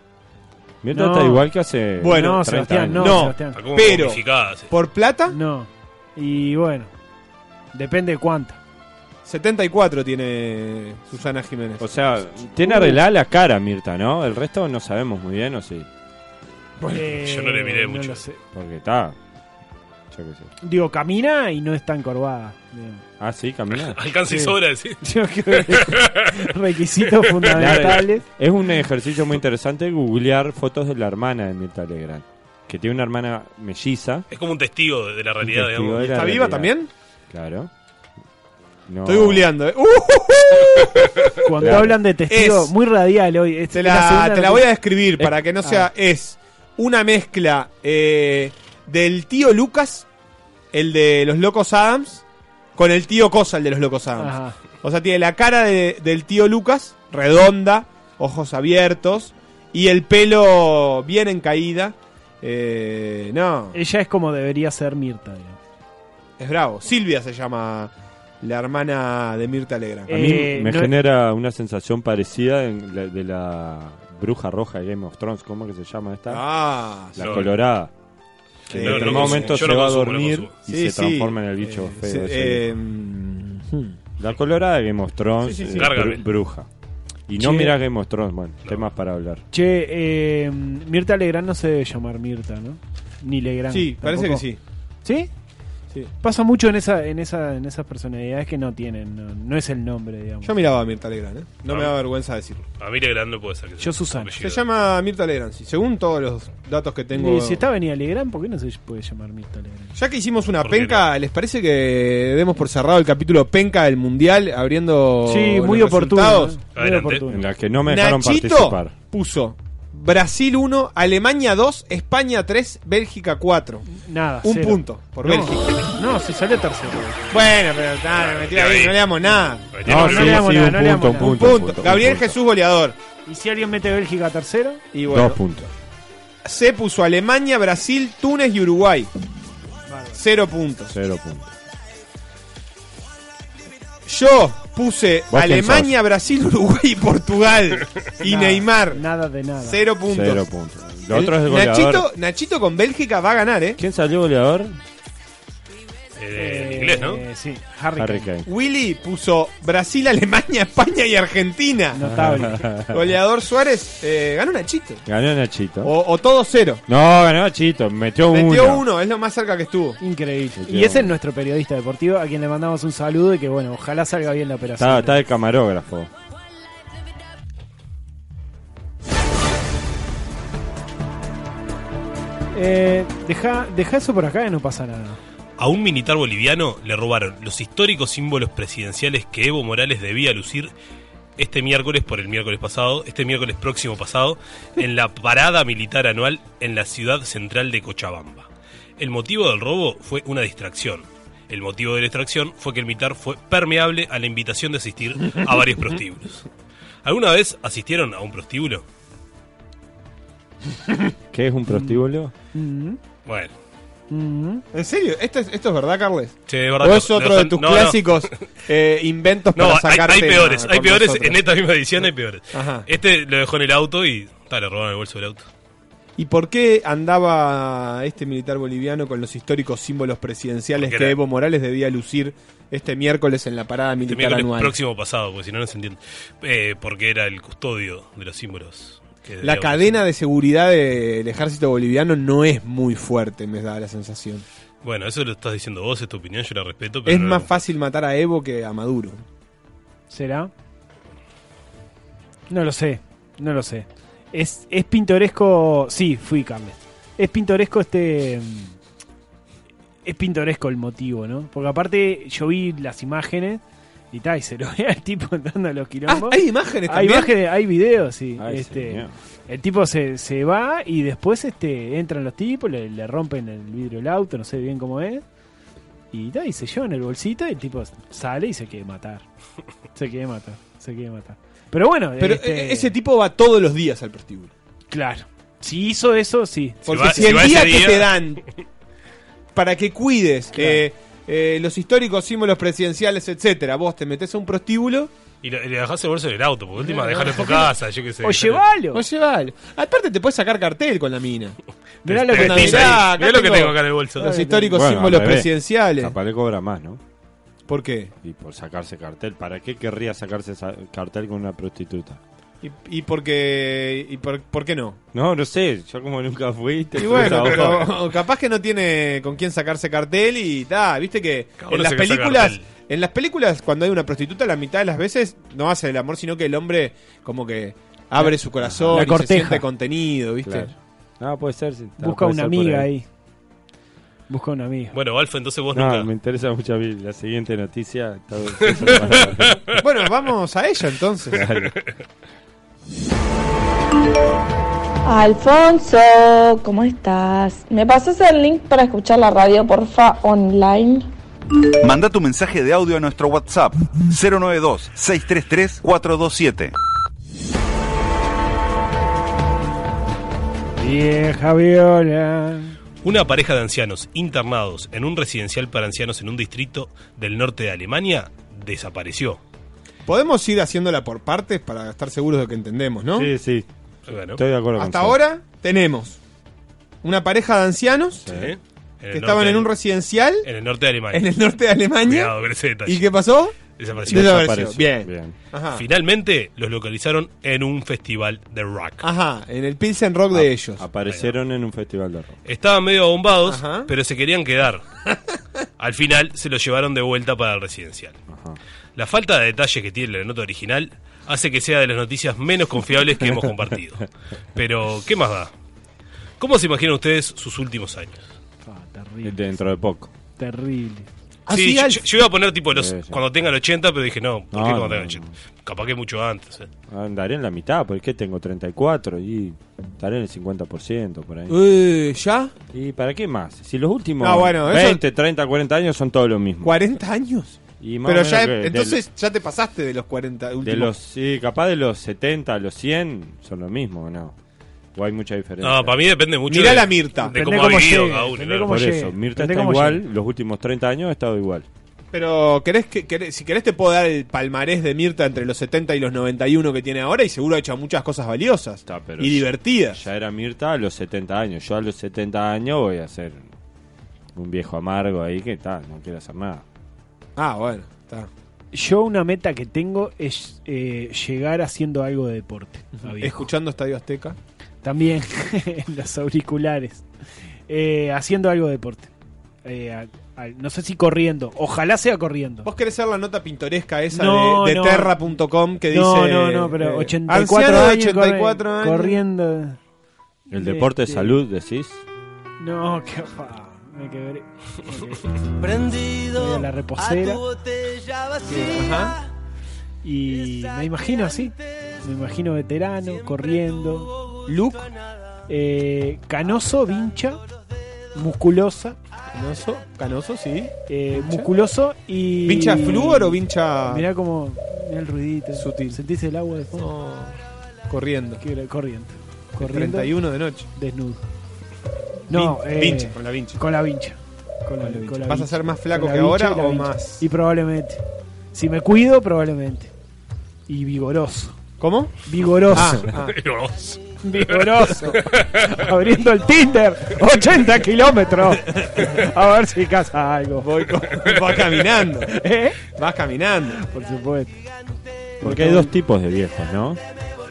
Mirta
No.
está igual que hace.
Bueno,
no,
30
Sebastián, no,
años.
No.
Sebastián.
Está como
Pero-
momificada, sí.
¿Por plata?
No. Y bueno, depende de cuánto.
74 tiene Susana Jiménez.
O sea, tiene
Uh.
arreglada la cara Mirta, ¿no? El resto no sabemos muy bien, ¿o sí?
Eh,
yo no le miré mucho.
lo sé.
Porque está. Yo qué sé.
Digo, camina y no está encorvada. digamos.
Ah, sí, camina.
Alcanza y
Sí.
sobra, sí.
Yo creo que requisitos fundamentales.
Es un ejercicio muy interesante googlear fotos de la hermana de Mirta Legrand. Que tiene una hermana melliza.
Es como un testigo de, de la
un
realidad,
testigo
digamos.
de la
¿Está viva
realidad.
también?
Claro. No.
Estoy googleando. eh. ¡Uh!
Cuando
Claro.
hablan de testigo,
Es-
muy radial hoy. es-
Te
es segunda
la, te la voy a
noticia. Ah.
describir para que no sea. Es una mezcla eh, del tío Lucas, el de los Locos Adams, con el tío Cosa, el de los Locos Adams.
Ajá.
O sea, tiene la cara de- del tío Lucas, redonda, ojos abiertos, y el pelo bien en caída. Eh, no,
Ella es como debería ser Mirta. digamos.
es bravo. Silvia se llama la hermana de Mirta Legrand.
A mí
Eh,
me
no-
genera una sensación parecida en la- de la bruja roja de Game of Thrones. ¿Cómo que se llama esta?
Ah,
la
no.
colorada.
sí.
en
no,
algún
no consumo,
momento
yo
se
no
va a
consumo, no
dormir
consumo.
y
Sí,
se
sí.
transforma en el bicho
Eh,
feo.
sí,
ese.
eh, mm,
la colorada de Game of Thrones,
Sí, sí, sí.
eh,
Gárgame.
bru- bruja. Y no
Sí.
mira Game of Thrones, man. Temas para hablar.
Che, eh, Mirta Legrand no se debe llamar Mirta, ¿no? Ni Legrand.
Sí, parece que
tampoco. ¿Sí?
sí.
Pasa mucho en esa, en esa, en esas personalidades que no tienen, no, no es el nombre, digamos.
Yo miraba a Mirta Legrand, ¿eh? No
Ah.
me da vergüenza decirlo.
A mí Legrand no puede ser. que sea
Yo, Susana.
su
Se
apellido.
llama Mirta Legrand, sí. Según todos los datos que tengo.
Y si está venida Legrand, ¿por qué no se puede llamar Mirta Legrand?
Ya que hicimos una
¿Por qué
penca, ¿les parece que demos por cerrado el capítulo penca del mundial abriendo
Sí, muy
Oh, los
oportuno.
resultados?
¿eh? Muy
Adelante.
oportuno.
En las que no me dejaron
Nachito
participar.
puso Brasil 1, Alemania 2, España 3, Bélgica 4.
Nada.
Un
cero.
punto por
No.
Bélgica.
No, se salió tercero.
Bueno, pero nada, me tira ahí, no le damos nada.
Ahí tiene
No,
un
sí,
no le damos
sí,
nada,
un
no le
punto,
damos
un
nada.
Un
punto.
punto.
un punto,
Gabriel
un punto.
Jesús goleador.
¿Y si alguien mete Bélgica tercero?
Y bueno,
Dos puntos.
se puso Alemania, Brasil, Túnez y Uruguay. Cero puntos.
Cero puntos.
Yo puse
¿Vos
Alemania, Brasil, Uruguay y Portugal. y
Nada,
Neymar.
Nada de nada.
Cero puntos.
Cero puntos. Lo otro es
El-
goleador.
Nachito, Nachito con Bélgica va a ganar, ¿eh?
¿Quién salió goleador?
Eh, en inglés, ¿no?
Eh, Sí, Harry.
Harry
Kane.
Kane.
Willy puso Brasil, Alemania, España y Argentina.
Notable.
Goleador Suárez, eh, ganó Nachito.
Ganó Nachito.
O, o todo cero.
No, ganó Nachito. Metió,
Oh. Metió
uno.
uno, es lo más cerca que estuvo.
Increíble.
Sí,
Y ese
bueno.
es nuestro periodista deportivo, a quien le mandamos un saludo y que, bueno, ojalá salga bien la operación.
Está, está de camarógrafo.
Eh, deja, deja eso por acá y no pasa nada.
A un militar boliviano le robaron los históricos símbolos presidenciales que Evo Morales debía lucir este miércoles por el miércoles pasado, este miércoles próximo pasado, en la parada militar anual en la ciudad central de Cochabamba. El motivo del robo fue una distracción. El motivo de la distracción fue que el militar fue permeable a la invitación de asistir a varios prostíbulos. ¿Alguna vez asistieron a un prostíbulo?
¿Qué es un prostíbulo?
Mm,
Bueno,
¿En serio? ¿Esto es, esto es verdad, Carles?
che, de verdad
¿O
que
es
no-
otro
no
de
están-
tus
no, no.
clásicos eh, inventos
No,
para
hay,
sacar
hay
tema
peores, hay
con
peores.
nosotros?
En esta misma edición hay peores.
Ajá.
Este lo dejó en el auto y ta, le robaron el bolso del auto.
¿Y por qué andaba este militar boliviano con los históricos símbolos presidenciales
Porque
que
era-
Evo Morales debía lucir este miércoles en la parada
Este
militar
miércoles
anual?
próximo pasado, porque si no, no se entiende. Eh, porque era el custodio de los símbolos. que
La
debíamos-
cadena de seguridad del ejército boliviano no es muy fuerte, me da la sensación.
Bueno, eso lo estás diciendo vos, es tu opinión, yo la respeto. Pero
es
no-
más fácil matar a Evo que a Maduro.
¿Será? No lo sé, no lo sé. Es, es pintoresco. Sí, fui Carles. Es pintoresco este. mm, Es pintoresco el motivo, ¿no? Porque aparte yo vi las imágenes y tal, y se lo ve al tipo entrando a los
Ah,
quilombos.
hay imágenes
hay
también.
imágenes, hay videos, sí.
Ay,
este,
señor.
el tipo se, se va y después este entran los tipos, le, le rompen el vidrio del auto, no sé bien cómo es. Y da, y se llevan el bolsito y el tipo sale y se quiere matar. Se quiere matar, se quiere matar. Pero bueno,
Pero
este,
eh, ese tipo va todos los días al prostíbulo.
claro. Si hizo eso, sí.
Porque
va-
si,
si
el
va
día
ese
que
día-
te dan para que cuides eh, eh, los históricos símbolos presidenciales, etcétera, vos te metes a un prostíbulo,
Y, lo- y le dejás el bolso del auto, porque última, dejarlo en tu casa, yo qué sé.
O llevalo.
oye, vale. Aparte te puedes sacar cartel con la mina.
Mirá lo que
Mirá,
tenés.
acá
Este, Mirá lo que
tengo.
tengo acá en el bolso.
Los históricos
Bueno,
símbolos
al revés.
presidenciales.
Capaz le cobra más, ¿no?
¿Por qué?
Y por sacarse cartel. ¿Para qué querría sacarse esa- cartel con una prostituta?
¿Y, y porque y por, por qué no?
No, no sé. Yo como nunca fui, te
Y
cruzo
bueno,
a vos.
pero capaz que no tiene con quién sacarse cartel y ta, viste que
Cada uno
en las
se saca
películas,
cartel.
en las películas cuando hay una prostituta la mitad de las veces no hace el amor, sino que el hombre como que abre su corazón
La
y se
corteja.
siente contenido, ¿viste?
Claro. No, puede ser. sí. No,
Busca
puede
una
ser por
amiga ahí. Busca una amiga.
Bueno, Alfa, entonces vos
No,
nunca.
me interesa mucho a mí la siguiente noticia. Está- está-
Bueno, vamos a ella entonces.
Claro.
Alfonso, ¿cómo estás? ¿Me pasas el link para escuchar la radio, porfa, online?
Manda tu mensaje de audio a nuestro WhatsApp 092-633-427.
Vieja viola.
Una pareja de ancianos internados en un residencial para ancianos en un distrito del norte de Alemania desapareció.
Podemos ir haciéndola por partes para estar seguros de que entendemos, ¿no?
Sí, sí.
Bueno,
Estoy de acuerdo con
Hasta
Sol.
ahora tenemos una pareja de ancianos
¿eh? En el
que
norte
estaban en
de-
un residencial
en el norte de Alemania.
en el norte de Alemania
Cuidado con ese detalle.
y qué pasó?
Desapareció.
Desapareció. Bien.
Bien.
Ajá.
Finalmente los localizaron en un festival de rock.
Ajá, en el Pilsen Rock de ellos.
Aparecieron en un festival de rock.
Estaban medio abombados,
Ajá.
pero se querían quedar. Al final se los llevaron de vuelta para el residencial. La falta de detalle que tiene la nota original hace que sea de las noticias menos confiables que hemos compartido. Pero, ¿qué más da? ¿Cómo se imaginan ustedes sus últimos años?
Ah, terrible.
Dentro de poco.
Terrible.
Sí,
Así
yo,
al-
yo- yo iba a poner tipo los,
Sí, sí.
cuando tengan 80, pero dije no, ¿por
No,
qué cuando
no,
tengan
no.
80? Capaz que mucho antes. eh.
Andaré en la mitad, porque tengo 34 y estaré en el 50% por ahí.
Eh, ¿Ya?
¿Y para qué más? Si los últimos
Ah, bueno, eso-
20, 30, 40 años son todos los mismos.
¿40 años?
Y más o
Pero
menos
ya,
que del-
entonces ya te pasaste de los 40 últimos.
De los, sí, capaz de los 70 a los 100 son lo mismo, ¿o ¿no? O hay mucha diferencia.
No, para mí depende mucho
Mirá
de,
la Mirta.
de
Depende
cómo ha
cómo
vivido
llegue,
cada uno.
depende
claro.
cómo
Por
llegue.
eso, Mirta
Depende
está
cómo
igual,
llegue.
los últimos 30 años ha estado igual.
Pero querés que, querés- si querés te puedo dar el palmarés de Mirta entre los 70 y los 91 que tiene ahora y seguro ha hecho muchas cosas valiosas
Está, pero
y
ya-
divertidas.
Ya era Mirta a los 70 años. Yo a los 70 años voy a ser un viejo amargo ahí que está, no quiere hacer nada.
Ah, bueno, está.
Yo una meta que tengo es eh, llegar haciendo algo de deporte. a viejo.
Escuchando Estadio Azteca.
También en los auriculares. Eh, haciendo algo de deporte. Eh, al- al- no sé si corriendo. Ojalá sea corriendo.
¿Vos querés ser la nota pintoresca esa
No,
de, de
no.
terra.com que dice.
no, no, no, pero
eh,
84
anciano de
años,
84
corre-
años.
corriendo.
El deporte de
Este,
salud, decís.
No, qué fa, me quebré. Prendido la reposera
Ajá.
y me imagino así. Me imagino veterano corriendo,
Luke,
eh, canoso, vincha, musculosa,
Canoso, Canoso, sí.
eh, musculoso y
¿Vincha flúor o vincha
Mirá como mirá el ruidito.
Sutil.
Sentís el agua de fondo.
No, corriendo?
Qué gra- corriente. Corriendo
31 de noche.
desnudo. No,
Vin-
eh,
vincha, con la vincha.
Con la vincha. Con la,
Con la vincha.
con la
¿Vas a
vincha.
ser más flaco
Con la
que
vincha
ahora
y la
o
vincha.
más?
Y probablemente. Si me cuido, probablemente. Y vigoroso.
¿Cómo?
Vigoroso.
Ah, ah.
Vigoroso. Abriendo el Tinder. 80 kilómetros. A ver si casa algo.
Voy con- va caminando.
¿Eh?
Vas caminando.
Por supuesto.
Porque hay dos tipos de viejos, ¿no?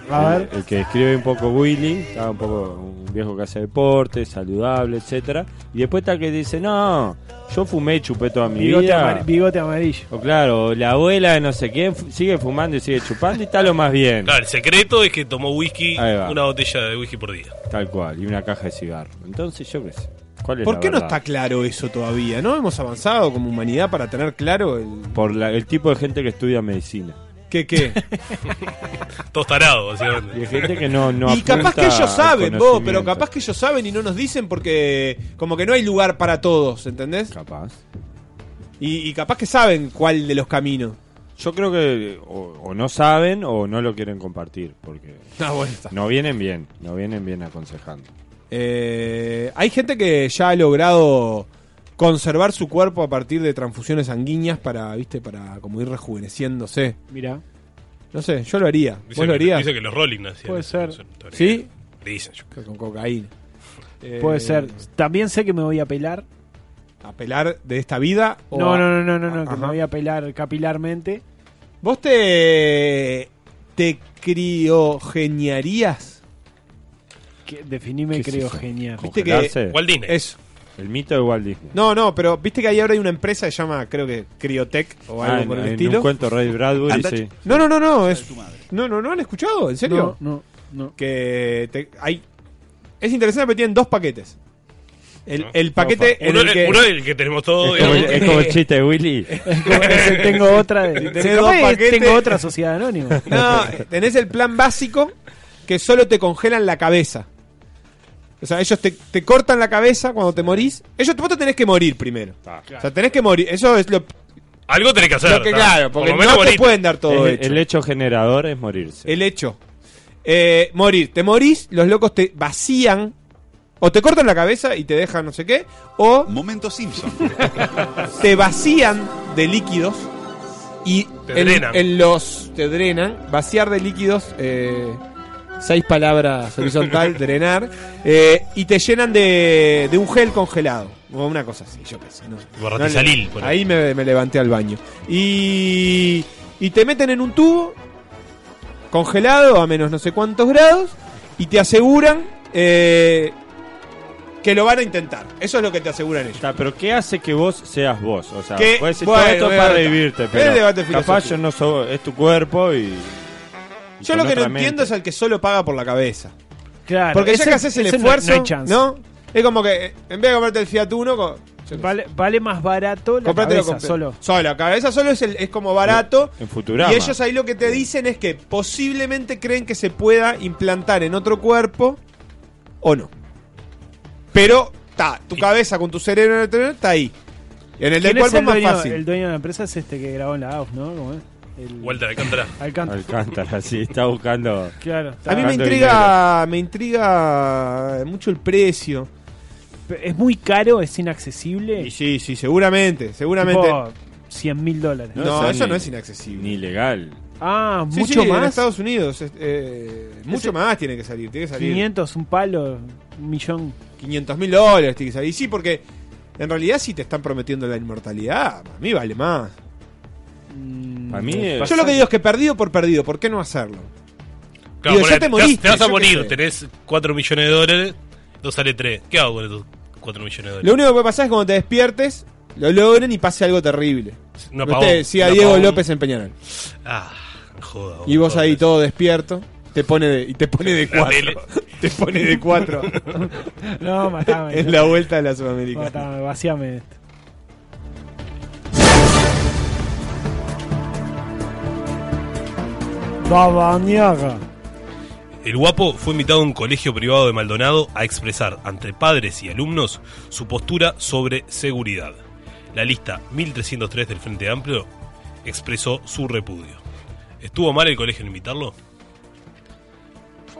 A ver.
El, el que escribe un poco Willy, está un poco un viejo que hace deporte, saludable, etcétera, y después está el que dice, "No, yo fumé y chupé toda mi
Bigote,
vida."
amar- bigote amarillo.
O claro, la abuela de no sé quién fu- sigue fumando y sigue chupando y está lo más bien.
Claro, el secreto es que tomó whisky,
Ahí va.
una botella de whisky por día.
Tal cual, y una caja de cigarro. Entonces, yo qué sé. ¿Cuál es
¿Por
la
qué no
verdad?
está claro eso todavía? ¿No hemos avanzado como humanidad para tener claro el.
Por la- el tipo de gente que estudia medicina.
¿Qué qué?
Todos tarados,
Y hay
básicamente.
gente que no, no
y capaz
apunta
que ellos
al
saben, vos, pero
conocimiento.
capaz que ellos saben y no nos dicen porque como que no hay lugar para todos, ¿entendés?
Capaz.
Y, y capaz que saben cuál de los caminos.
Yo creo que o, o no saben o no lo quieren compartir, porque
Ah, bueno, está.
no vienen bien, no vienen bien aconsejando.
Eh, hay gente que ya ha logrado conservar su cuerpo a partir de transfusiones sanguíneas para, viste, para como ir rejuveneciéndose.
Mirá.
No sé, yo lo haría. ¿Vos
Dicen
lo
que,
harías?
dicen que los Rolling nacían.
Puede ser.
¿Sí?
Dicen, yo creo.
Con cocaína. Eh,
Puede ser. También sé que me voy a pelar.
¿Apelar de esta vida? o
No,
a-
no, no, no, no, no, que
Ajá.
me voy a pelar capilarmente.
¿Vos te, te criogeniarías?
Que, definime
¿Qué es eso?
criogenia.
¿Viste que-
Congelarse,
Walt Disney.
Eso.
el mito de Walt Disney.
No, no, pero viste que ahí ahora hay una empresa que se llama, creo que Criotech o
Ah,
algo
en,
por el
en
estilo.
un cuento Ray Bradbury,
Anda,
sí.
No, no, no, no. Es,
tu madre.
no, no, no han escuchado, ¿en serio?
No, no, no.
que te- hay es interesante porque tienen dos paquetes
Ah,
el, el paquete en
Uno,
el que
uno es el que tenemos todos.
Es como,
digamos.
el- es como el chiste de Willy.
tengo otra. de-
Tenés
capaz
dos
que
paquetes.
tengo otra sociedad anónima.
no, tenés el plan básico que solo te congelan la cabeza o sea ellos te, te cortan la cabeza cuando te morís ellos vos te tenés que morir primero
Ah,
o sea tenés que morir eso es lo,
Algo tenés que hacer.
lo que
¿tá?
claro
Por
porque
lo
no
menos
te
moriste.
pueden dar todo
el,
hecho
el hecho generador es morirse.
El hecho. Eh, morir. Te morís, los locos te vacían. O te cortan la cabeza y te dejan no sé qué. O
Momento Simpson.
te vacían de líquidos. Y
Te
en,
drenan.
en los. Te drenan. Vaciar de líquidos. eh, seis palabras horizontal, drenar. eh, y te llenan de, de un gel congelado. O una cosa así, yo qué sé. No, sé.
Barratisalil,
No,
por
ahí me, me levanté al baño. Y, y te meten en un tubo congelado a menos no sé cuántos grados y te aseguran eh, que lo van a intentar. Eso es lo que te aseguran ellos.
Está, pero ¿qué hace que vos seas vos? O sea,
¿Qué?
puedes decir
Bueno,
todo esto
bueno,
para
está.
vivirte,
Es
pero
debate
capaz
filosófico.
yo no soy, es tu cuerpo y... y
Yo
con
lo que no
otra
entiendo
mente.
es al que solo paga por la cabeza.
Claro,
Porque ya
ese-
que haces el
ese no-
esfuerzo,
No, hay
no,
chance.
Es como que eh, en vez de comprarte el Fiat Uno, co- yo qué sé,
Vale, vale más barato la
comprátelo
cabeza solo.
completo. Solo, cabeza solo es, el- es como barato.
En Futurama.
Y ellos ahí lo que te dicen es que posiblemente creen que se pueda implantar en otro cuerpo o no. Pero, ta, tu cabeza con tu cerebro en el cerebro está ahí. Y en el del
¿Quién es
cuerpo es
el
más
dueño,
fácil.
el dueño de la empresa es este que grabó en la AUF, ¿no? ¿Cómo es? El-
Walter Alcántara.
Alcántara.
Alcántara, sí, está buscando...
Claro.
A mí me
Pagando
intriga, me intriga mucho el precio.
Es muy caro, es inaccesible.
Y sí, sí, seguramente, seguramente.
Tipo, 100 mil dólares.
No,
o sea,
eso
ni-
no es inaccesible.
Ni legal.
Ah,
Sí,
mucho
sí, En
más.
Estados Unidos, es- eh, mucho
Ese-
más tiene que salir. Tiene que salir
500, un palo, un millón.
500 mil dólares. Tiene que salir. Y sí, porque en realidad, si te están prometiendo la inmortalidad, a mí vale más. este-
A mí es-
Mm. Yo lo que digo es que perdido por perdido, ¿por qué no hacerlo? Digo, ya te
ponele, vas-
moriste,
te vas a
yo qué
morir,
sé.
tenés 4 millones de dólares, no sale 3. ¿Qué hago con esos 4 millones de dólares?
Lo único que puede pasar es cuando te despiertes, lo logren y pase algo terrible.
Un
Usted
apagón,
decía
un
Diego
apagón.
López en Peñarol.
Ah, joda.
Y vos ahí
joda.
todo despierto, te pone de, y te pone de
La tele.
cuatro. te pone de cuatro
No, matame.
en la vuelta de la Sudamérica.
Matame, vaciame esto. Babaniaga.
El guapo fue invitado a un colegio privado de Maldonado a expresar ante padres y alumnos su postura sobre seguridad. La lista 1303 del Frente Amplio expresó su repudio. ¿Estuvo mal el colegio en invitarlo?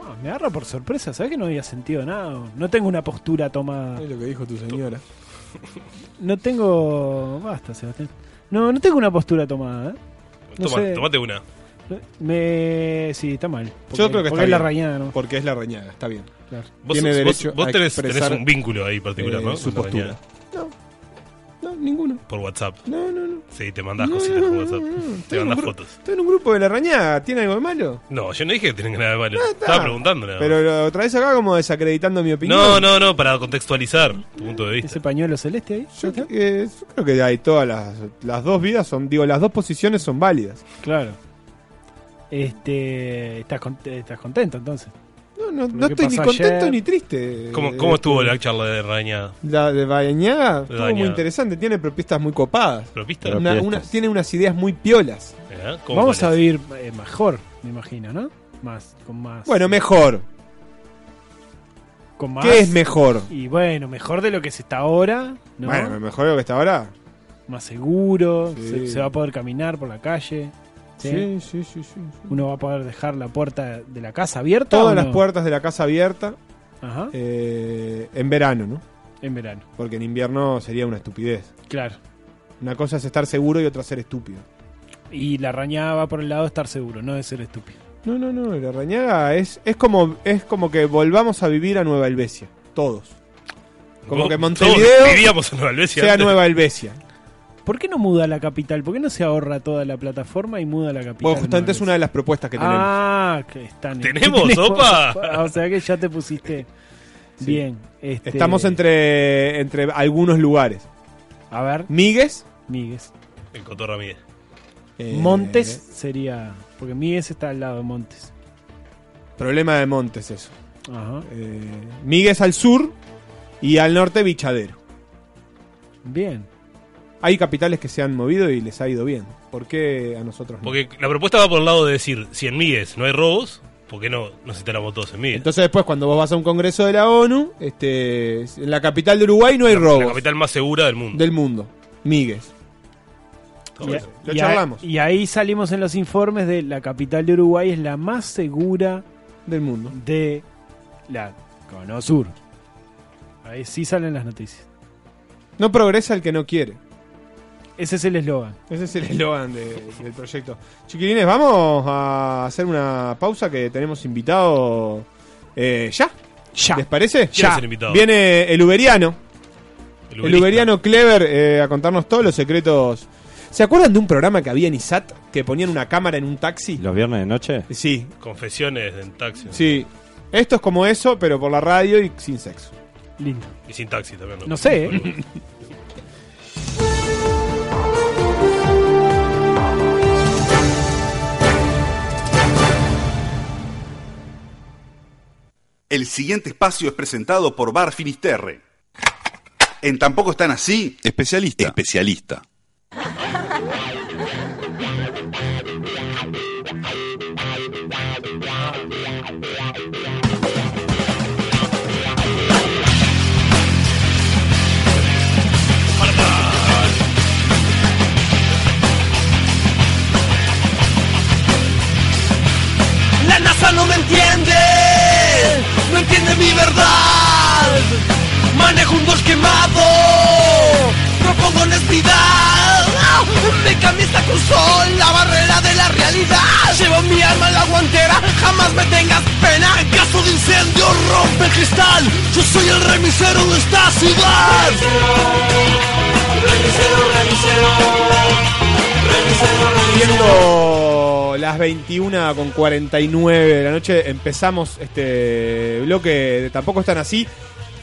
Ah, me agarra por sorpresa, ¿sabes que no había sentido nada? No tengo una postura tomada.
lo que dijo tu señora.
No tengo. Basta, Sebastián. No, no tengo una postura tomada, ¿eh? No
Toma-
sé.
Tomate una.
Me. Sí, está mal. Porque-
Yo creo que
porque
está
es la
bien.
rañada, ¿no?
Porque es la reñada, está bien.
Claro.
Vos,
Tiene
vos-
derecho
vos
a
tenés, tenés
expresar,
un vínculo ahí particular,
eh,
¿no?
su
Con la
postura.
mañana.
No, ninguno.
Por WhatsApp.
No, no, no.
Sí, te mandás cositas por WhatsApp.
Estoy
Te
en un
mandás
gru-
fotos.
Estoy en un grupo de la reñada, ¿tiene algo de malo?
No, yo no dije que tenés nada de malo.
Ah, está.
Estaba preguntando nada. más.
Pero lo traes acá como desacreditando mi opinión.
no, no, no, para contextualizar tu punto de
Ese
vista.
pañuelo celeste ahí.
Yo, eh, yo creo que hay todas las, las dos vidas, son digo, las dos posiciones son válidas.
Claro. Este. Estás, con- estás contento entonces.
No,
Lo
no, no
que
estoy ni
pasó
contento
ayer.
ni triste.
¿Cómo,
Eh,
cómo estuvo la charla de rañada?
La de Bañaga estuvo muy
Bañaga.
interesante, tiene propuestas muy copadas.
¿Propista?
Pero-
Una-
Propuestas.
una- tiene unas ideas muy piolas.
¿Eh? ¿Cómo
Vamos a
cuál es?
vivir eh, mejor, me imagino, ¿no? Más, con más.
Bueno, mejor.
con más.
¿Qué es mejor?
Y bueno, mejor de lo que se está ahora, ¿no?
Bueno, mejor de lo que está ahora.
más seguro,
Sí.
se, se va a poder caminar por la calle. ¿sí?
sí, sí. sí, sí.
Uno va a poder dejar la puerta de la casa abierta.
Todas
¿o
las
no?
puertas de la casa abierta
Ajá,
eh, en verano, ¿no?
en verano,
Porque en invierno sería una estupidez.
claro.
Una cosa es estar seguro y otra ser estúpido.
Y la rañada va por el lado de estar seguro, no de ser estúpido.
No, no, no, la rañaga es, es, como, es como que volvamos a vivir a Nueva Helvecia. Todos. Como
Vos-
que
todos
Montevideo
Vivíamos en Nueva Albesia
sea
antes.
Nueva Helvecia.
¿Por qué no muda la capital? ¿Por qué no se ahorra toda la plataforma y muda la capital?
Porque justamente es una de las propuestas que tenemos.
Ah, que están.
¿Tenemos, opa?
O sea que ya te pusiste.
Sí.
Bien. este,
Estamos entre, entre algunos lugares.
A ver,
Migues.
Migues.
El Cotorra Miguel.
eh,
Montes sería. Porque Migues está al lado de Montes.
Problema de Montes eso.
Ajá.
Eh, Migues al sur y al norte Bichadero.
Bien.
Hay capitales que se han movido y les ha ido bien. ¿Por qué a nosotros no?
Porque la propuesta va por el lado de decir, si en Migues no hay robos, ¿por qué no nos instalamos todos en Migues?
Entonces después cuando vos vas a un congreso de la ONU, este, en la capital de Uruguay no hay
La
robos
capital más segura del mundo.
del mundo. Migues.
Todo eso.
Lo
y
charlamos.
ahí- y ahí salimos en los informes de la capital de Uruguay es la más segura
Del mundo.
de la Cono Sur. Ahí sí salen las noticias.
No progresa el que no quiere.
Ese es el eslogan.
Ese es el eslogan de- del eh, proyecto. Chiquilines, vamos a hacer una pausa que tenemos invitado eh, ya.
Ya.
¿Les parece?
¿Quién es el invitado?
Viene el uberiano.
El
El uberiano Clever eh, a contarnos todos los secretos. ¿Se acuerdan de un programa que había en ISAT que ponían una cámara en un taxi?
¿Los viernes de noche?
Sí,
Confesiones en taxi.
sí. Esto es como eso, pero por la radio y sin sexo.
Lindo.
Y sin taxi también.
No sé, ¿eh?
El siguiente espacio es presentado por Bar Finisterre. En Tampoco están así, especialista. Especialista.
La NASA no me entiende, no entiende mi verdad. Manejo un dos quemado, propongo honestidad. Ah, Me camisa cruzó la barrera de la realidad. Llevo mi alma en la guantera, jamás me tengas pena. En caso de incendio rompe el cristal. Yo soy el remisero de esta ciudad.
Siendo las 21 con 49 de la noche, empezamos este bloque de Tampoco Están Así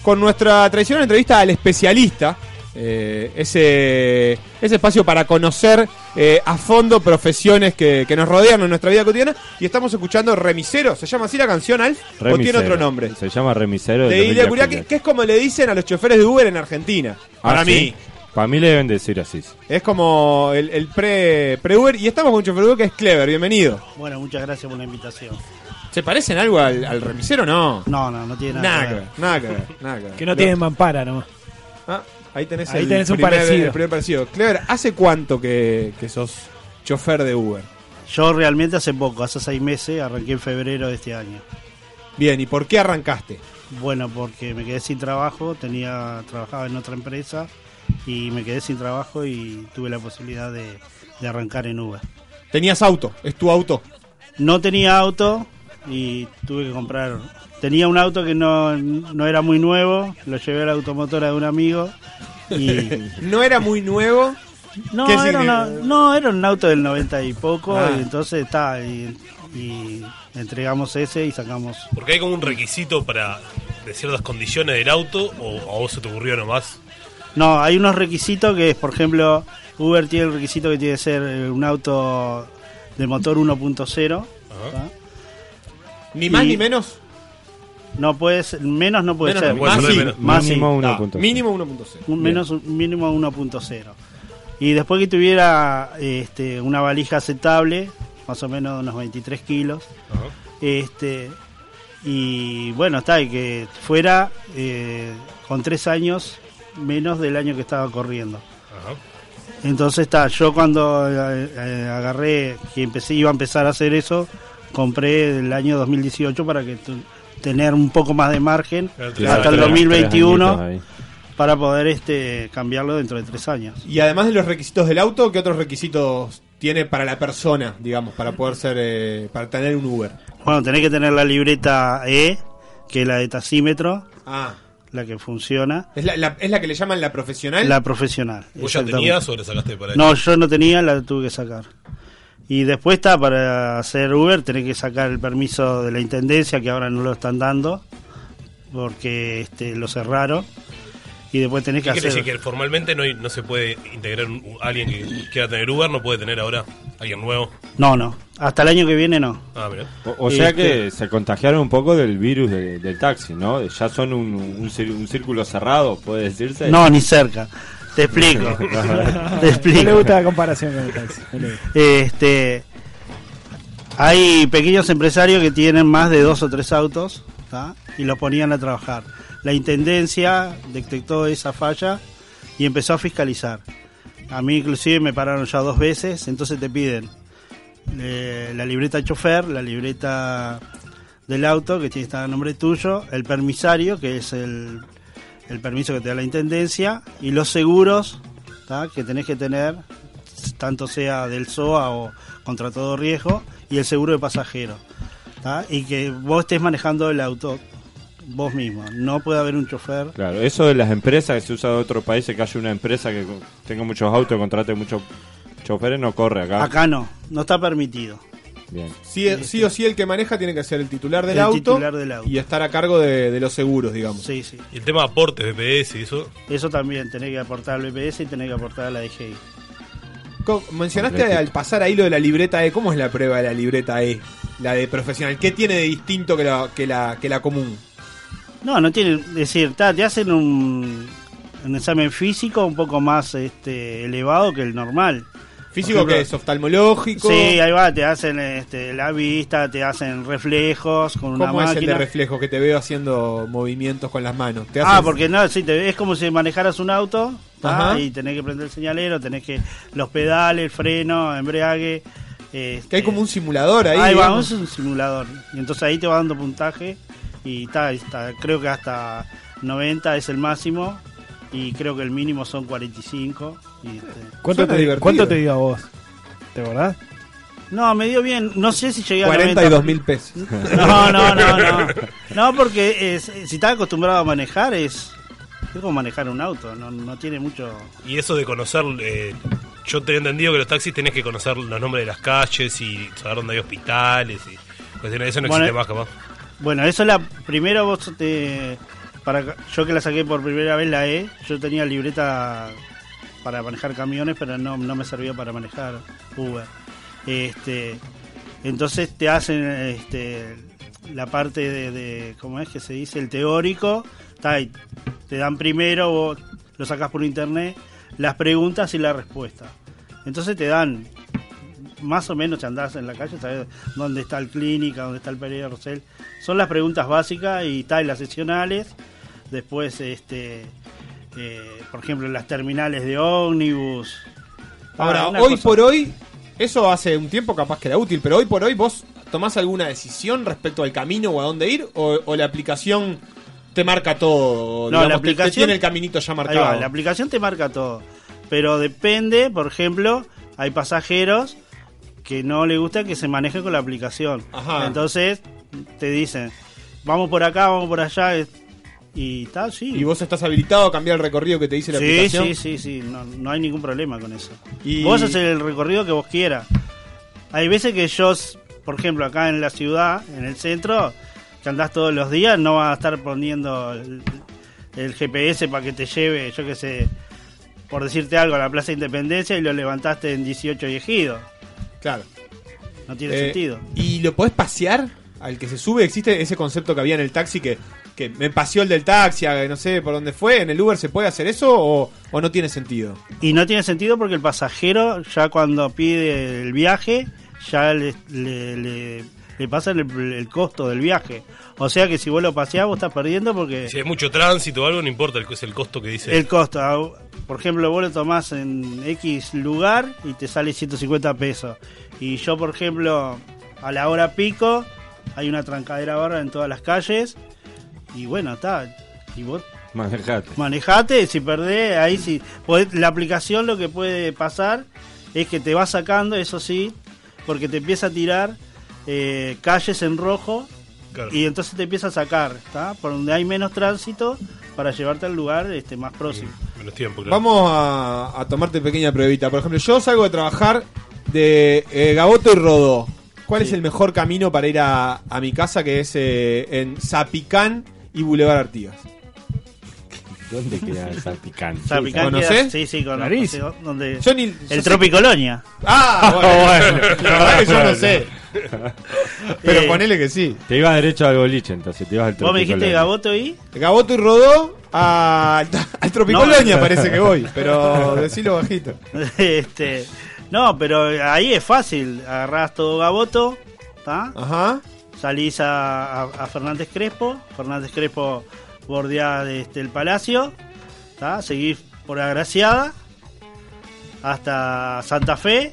con nuestra tradicional entrevista al especialista. eh, ese, ese espacio para conocer eh, a fondo profesiones que, que nos rodean en nuestra vida cotidiana. Y estamos escuchando Remisero. ¿Se llama así la canción, Alf? ¿O tiene
Remisero.
otro nombre?
Se llama remisero.
De Ilya Curiaki,
Julián.
que es como le dicen a los choferes de Uber en Argentina.
Ah,
para
¿sí?
mí.
Para mí le deben decir así.
Es como el, el pre, pre-Uber. Y estamos con un chofer de Uber que es Clever. Bienvenido.
Bueno, muchas gracias por la invitación.
¿Se parecen algo al, al remisero o no?
No, no, no tiene
Nada
nada.
que ver, nada que ver, nada que ver.
Que no tienen mampara nomás.
Ah, ahí tenés,
Ahí
el
tenés un
primer-
parecido.
el primer parecido. Clever, ¿hace cuánto que, que sos chofer de Uber?
Yo realmente hace poco, hace seis meses, arranqué en febrero de este año.
Bien, ¿y por qué arrancaste?
Bueno, porque me quedé sin trabajo, tenía trabajaba en otra empresa y me quedé sin trabajo y tuve la posibilidad de, de arrancar en Uber.
¿Tenías auto? ¿Es tu auto?
No tenía auto y tuve que comprar. Tenía un auto que no, no era muy nuevo, lo llevé a la automotora de un amigo y
¿No era muy nuevo?
No,
¿Qué
era,
significa?
una- no, era un auto del 90 y poco,
Ah.
y entonces está, y, y entregamos ese y sacamos.
Porque hay como un requisito para de ciertas condiciones del auto o a vos se te ocurrió nomás.
No, hay unos requisitos que es, por ejemplo, Uber tiene el requisito que tiene que ser eh, un auto de motor 1.0. ¿tá?
¿Ni más
Y
ni menos?
No puedes, menos no puede
Menos
ser.
no puede
más
ser,
sí,
menos.
más sí.
Mínimo
Ah,
1.0.
mínimo 1.0.
Un menos un mínimo 1.0. Y después que tuviera este, una valija aceptable, más o menos unos 23 kilos, este y bueno, está, y que fuera eh, con tres años menos del año que estaba corriendo.
Ah.
Entonces está, yo cuando eh, eh, agarré, que empecé, iba a empezar a hacer eso, compré el año 2018 para que tu- tener un poco más de margen hasta el 2021 para poder este cambiarlo dentro de tres años.
Y además de los requisitos del auto, ¿qué otros requisitos tiene para la persona, digamos, para poder ser, eh, para tener un Uber?
Bueno, tenés que tener la libreta E, que es la de taxímetro,
Ah,
la que funciona,
¿es la, la- es la que le llaman la profesional?
la profesional.
¿Eh? ¿Vos ya
exactamente.
tenías o le sacaste para
No, yo no tenía, la tuve que sacar. Y después está, para hacer Uber tenés que sacar el permiso de la Intendencia, que ahora no lo están dando, porque este, lo cerraron. Y después tenés
¿Qué
que
quiere
hacer...
decir? Que formalmente no, hay- no se puede integrar un- alguien que quiera tener Uber, no puede tener ahora alguien nuevo.
No, no, hasta el año que viene no.
Ah, mirá.
O, o sea
Este-
que se contagiaron un poco del virus de- del taxi, ¿no? Ya son un, un cir- un círculo cerrado, puede decirse.
No, ni cerca. Te explico. Te
No le
explico.
gusta la comparación con el taxi. no le gusta.
Este, hay pequeños empresarios que tienen más de dos o tres autos ¿tá? y los ponían a trabajar. La intendencia detectó esa falla y empezó a fiscalizar. A mí inclusive me pararon ya dos veces, entonces te piden eh, la libreta de chofer, la libreta del auto que tiene está a nombre tuyo, el permisario que es el, el permiso que te da la intendencia y los seguros ¿tá? que tenés que tener tanto sea del SOA o contra todo riesgo, y el seguro de pasajero. ¿tá? Y que vos estés manejando el auto vos mismo. No puede haber un chofer.
Claro, eso de las empresas que se usa de otro país, que haya una empresa que co- tenga muchos autos, contrate muchos choferes, no corre acá.
Acá no, no está permitido.
Bien.
Ah. Sí, eh, sí o sí el que maneja tiene que ser el titular del,
El
auto,
titular del auto.
y estar a cargo de, de los seguros, digamos.
Sí, sí.
Y el tema de aportes, BPS y eso.
Eso también, tenés que aportar al BPS y tenés que aportar a la DGI.
Co- Mencionaste al pasar ahí lo de la libreta E. ¿Cómo es la prueba de la libreta E? La de profesional. ¿Qué tiene de distinto que la, que la, que la común?
No, no tiene, es decir, ta, te hacen un, un examen físico un poco más este, elevado que el normal.
Físico
Por ejemplo,
que es oftalmológico.
Sí, ahí va, te hacen este, la vista, te hacen reflejos con una
¿Cómo es el de
máquina.
reflejo que te veo haciendo movimientos con las manos? ¿Te
ah,
haces-
porque no, sí, te- es como si manejaras un auto ta,
Ajá.
y tenés que prender el señalero, tenés que los pedales, freno, embrague. este,
Que hay como un simulador ahí.
Ahí va,
digamos.
es un simulador. Y entonces ahí te va dando puntaje y ta, está, creo que hasta 90 es el máximo y creo que el mínimo son 45. Y este,
¿Cuánto
Suena
te,
divertido.
¿Cuánto te dio a vos? ¿Te acordás?
No, me dio bien. No sé si llegué a
42
92
mil pesos.
No, no, no, no. No, porque eh, si estás acostumbrado a manejar es... Es como manejar un auto, no, no tiene mucho...
Y eso de conocer. eh, yo tenía entendido que los taxis tenés que conocer los nombres de las calles y saber dónde hay hospitales. Y cuestiones de eso no
Bueno,
existe más, capaz.
Bueno, eso es la primera vos te para yo que la saqué por primera vez la E, yo tenía libreta para manejar camiones, pero no, no me servía para manejar Uber. Este, entonces te hacen este, la parte de, de- cómo es que se dice el teórico, ta, y te dan primero vos lo sacás por internet las preguntas y la respuesta. Entonces te dan más o menos si andás en la calle, sabes dónde está el clínica, dónde está el Pereira Rosell. Son las preguntas básicas y tal, las seccionales. Después, este eh, por ejemplo, las terminales de ómnibus.
Ahora,
Ah, una
hoy
cosa-
por hoy, eso hace un tiempo capaz que era útil, pero hoy por hoy vos tomás alguna decisión respecto al camino o a dónde ir, o, o la aplicación te marca todo,
No,
digamos,
la
te- te
aplicación
tiene el caminito ya
Ahí va,
marcado.
la aplicación te marca todo. Pero depende, por ejemplo, hay pasajeros que no le gusta que se maneje con la aplicación.
Ajá.
Entonces te dicen, vamos por acá, vamos por allá. es- Y tal, sí.
Y vos estás habilitado a cambiar el recorrido que te dice la
sí,
aplicación.
Sí, sí, sí, no, no hay ningún problema con eso.
Y-
Vos haces el recorrido que vos quieras. Hay veces que yo, s- por ejemplo, acá en la ciudad, en el centro, que andás todos los días, no vas a estar poniendo el, el GPS para que te lleve, yo qué sé, por decirte algo, a la Plaza Independencia y lo levantaste en 18 y ejido.
Claro.
No tiene
Eh,
sentido.
¿Y lo podés pasear al que se sube? ¿Existe ese concepto que había en el taxi que, que me paseó el del taxi, a- no sé por dónde fue? ¿En el Uber se puede hacer eso o, o no tiene sentido?
Y no tiene sentido porque el pasajero ya cuando pide el viaje, ya le, le, le- le pasan el, el costo del viaje. O sea que si vos lo paseás, vos estás perdiendo porque
Si hay mucho tránsito o algo, no importa, el, es el costo que dice.
eh, el costo. ah, Por ejemplo, vos lo tomás en X lugar y te sale 150 pesos. Y yo, por ejemplo, a la hora pico, hay una trancadera barra en todas las calles. Y bueno, está. Y vos
Manejate.
manejate, si perdés, ahí sí. Podés- la aplicación lo que puede pasar es que te va sacando, eso sí, porque te empieza a tirar eh, calles en rojo
Claro.
y entonces te empieza a sacar, ¿está? Por donde hay menos tránsito para llevarte al lugar este más próximo.
Menos tiempo, claro.
Vamos a, a tomarte pequeña pruebita. Por ejemplo, yo salgo de trabajar de eh, Gaboto y Rodó. ¿Cuál es el mejor camino para ir a, a mi casa que es eh, en Zapicán y Boulevard Artigas?
¿Dónde queda el salpicán?
Zapicán queda-
¿Conocés?
sí, sí, conozco,
Clarísimo.
sí, donde-
Yo ni- yo sé-
el Tropicolonia.
Ah, bueno. La verdad que yo Ah, no sé. Pero
Eh,
ponele que sí.
Te ibas derecho al boliche, entonces te ibas al
Vos me dijiste
Tropicolonia.
Gaboto y
Gaboto y Rodó al, al Tropicolonia parece que voy, pero decilo bajito.
este, no, pero ahí es fácil. Agarrás todo Gaboto, ¿tá? Salís a, a- a Fernández Crespo. Fernández Crespo bordea este, el Palacio, ¿tá? Seguís por Agraciada hasta Santa Fe.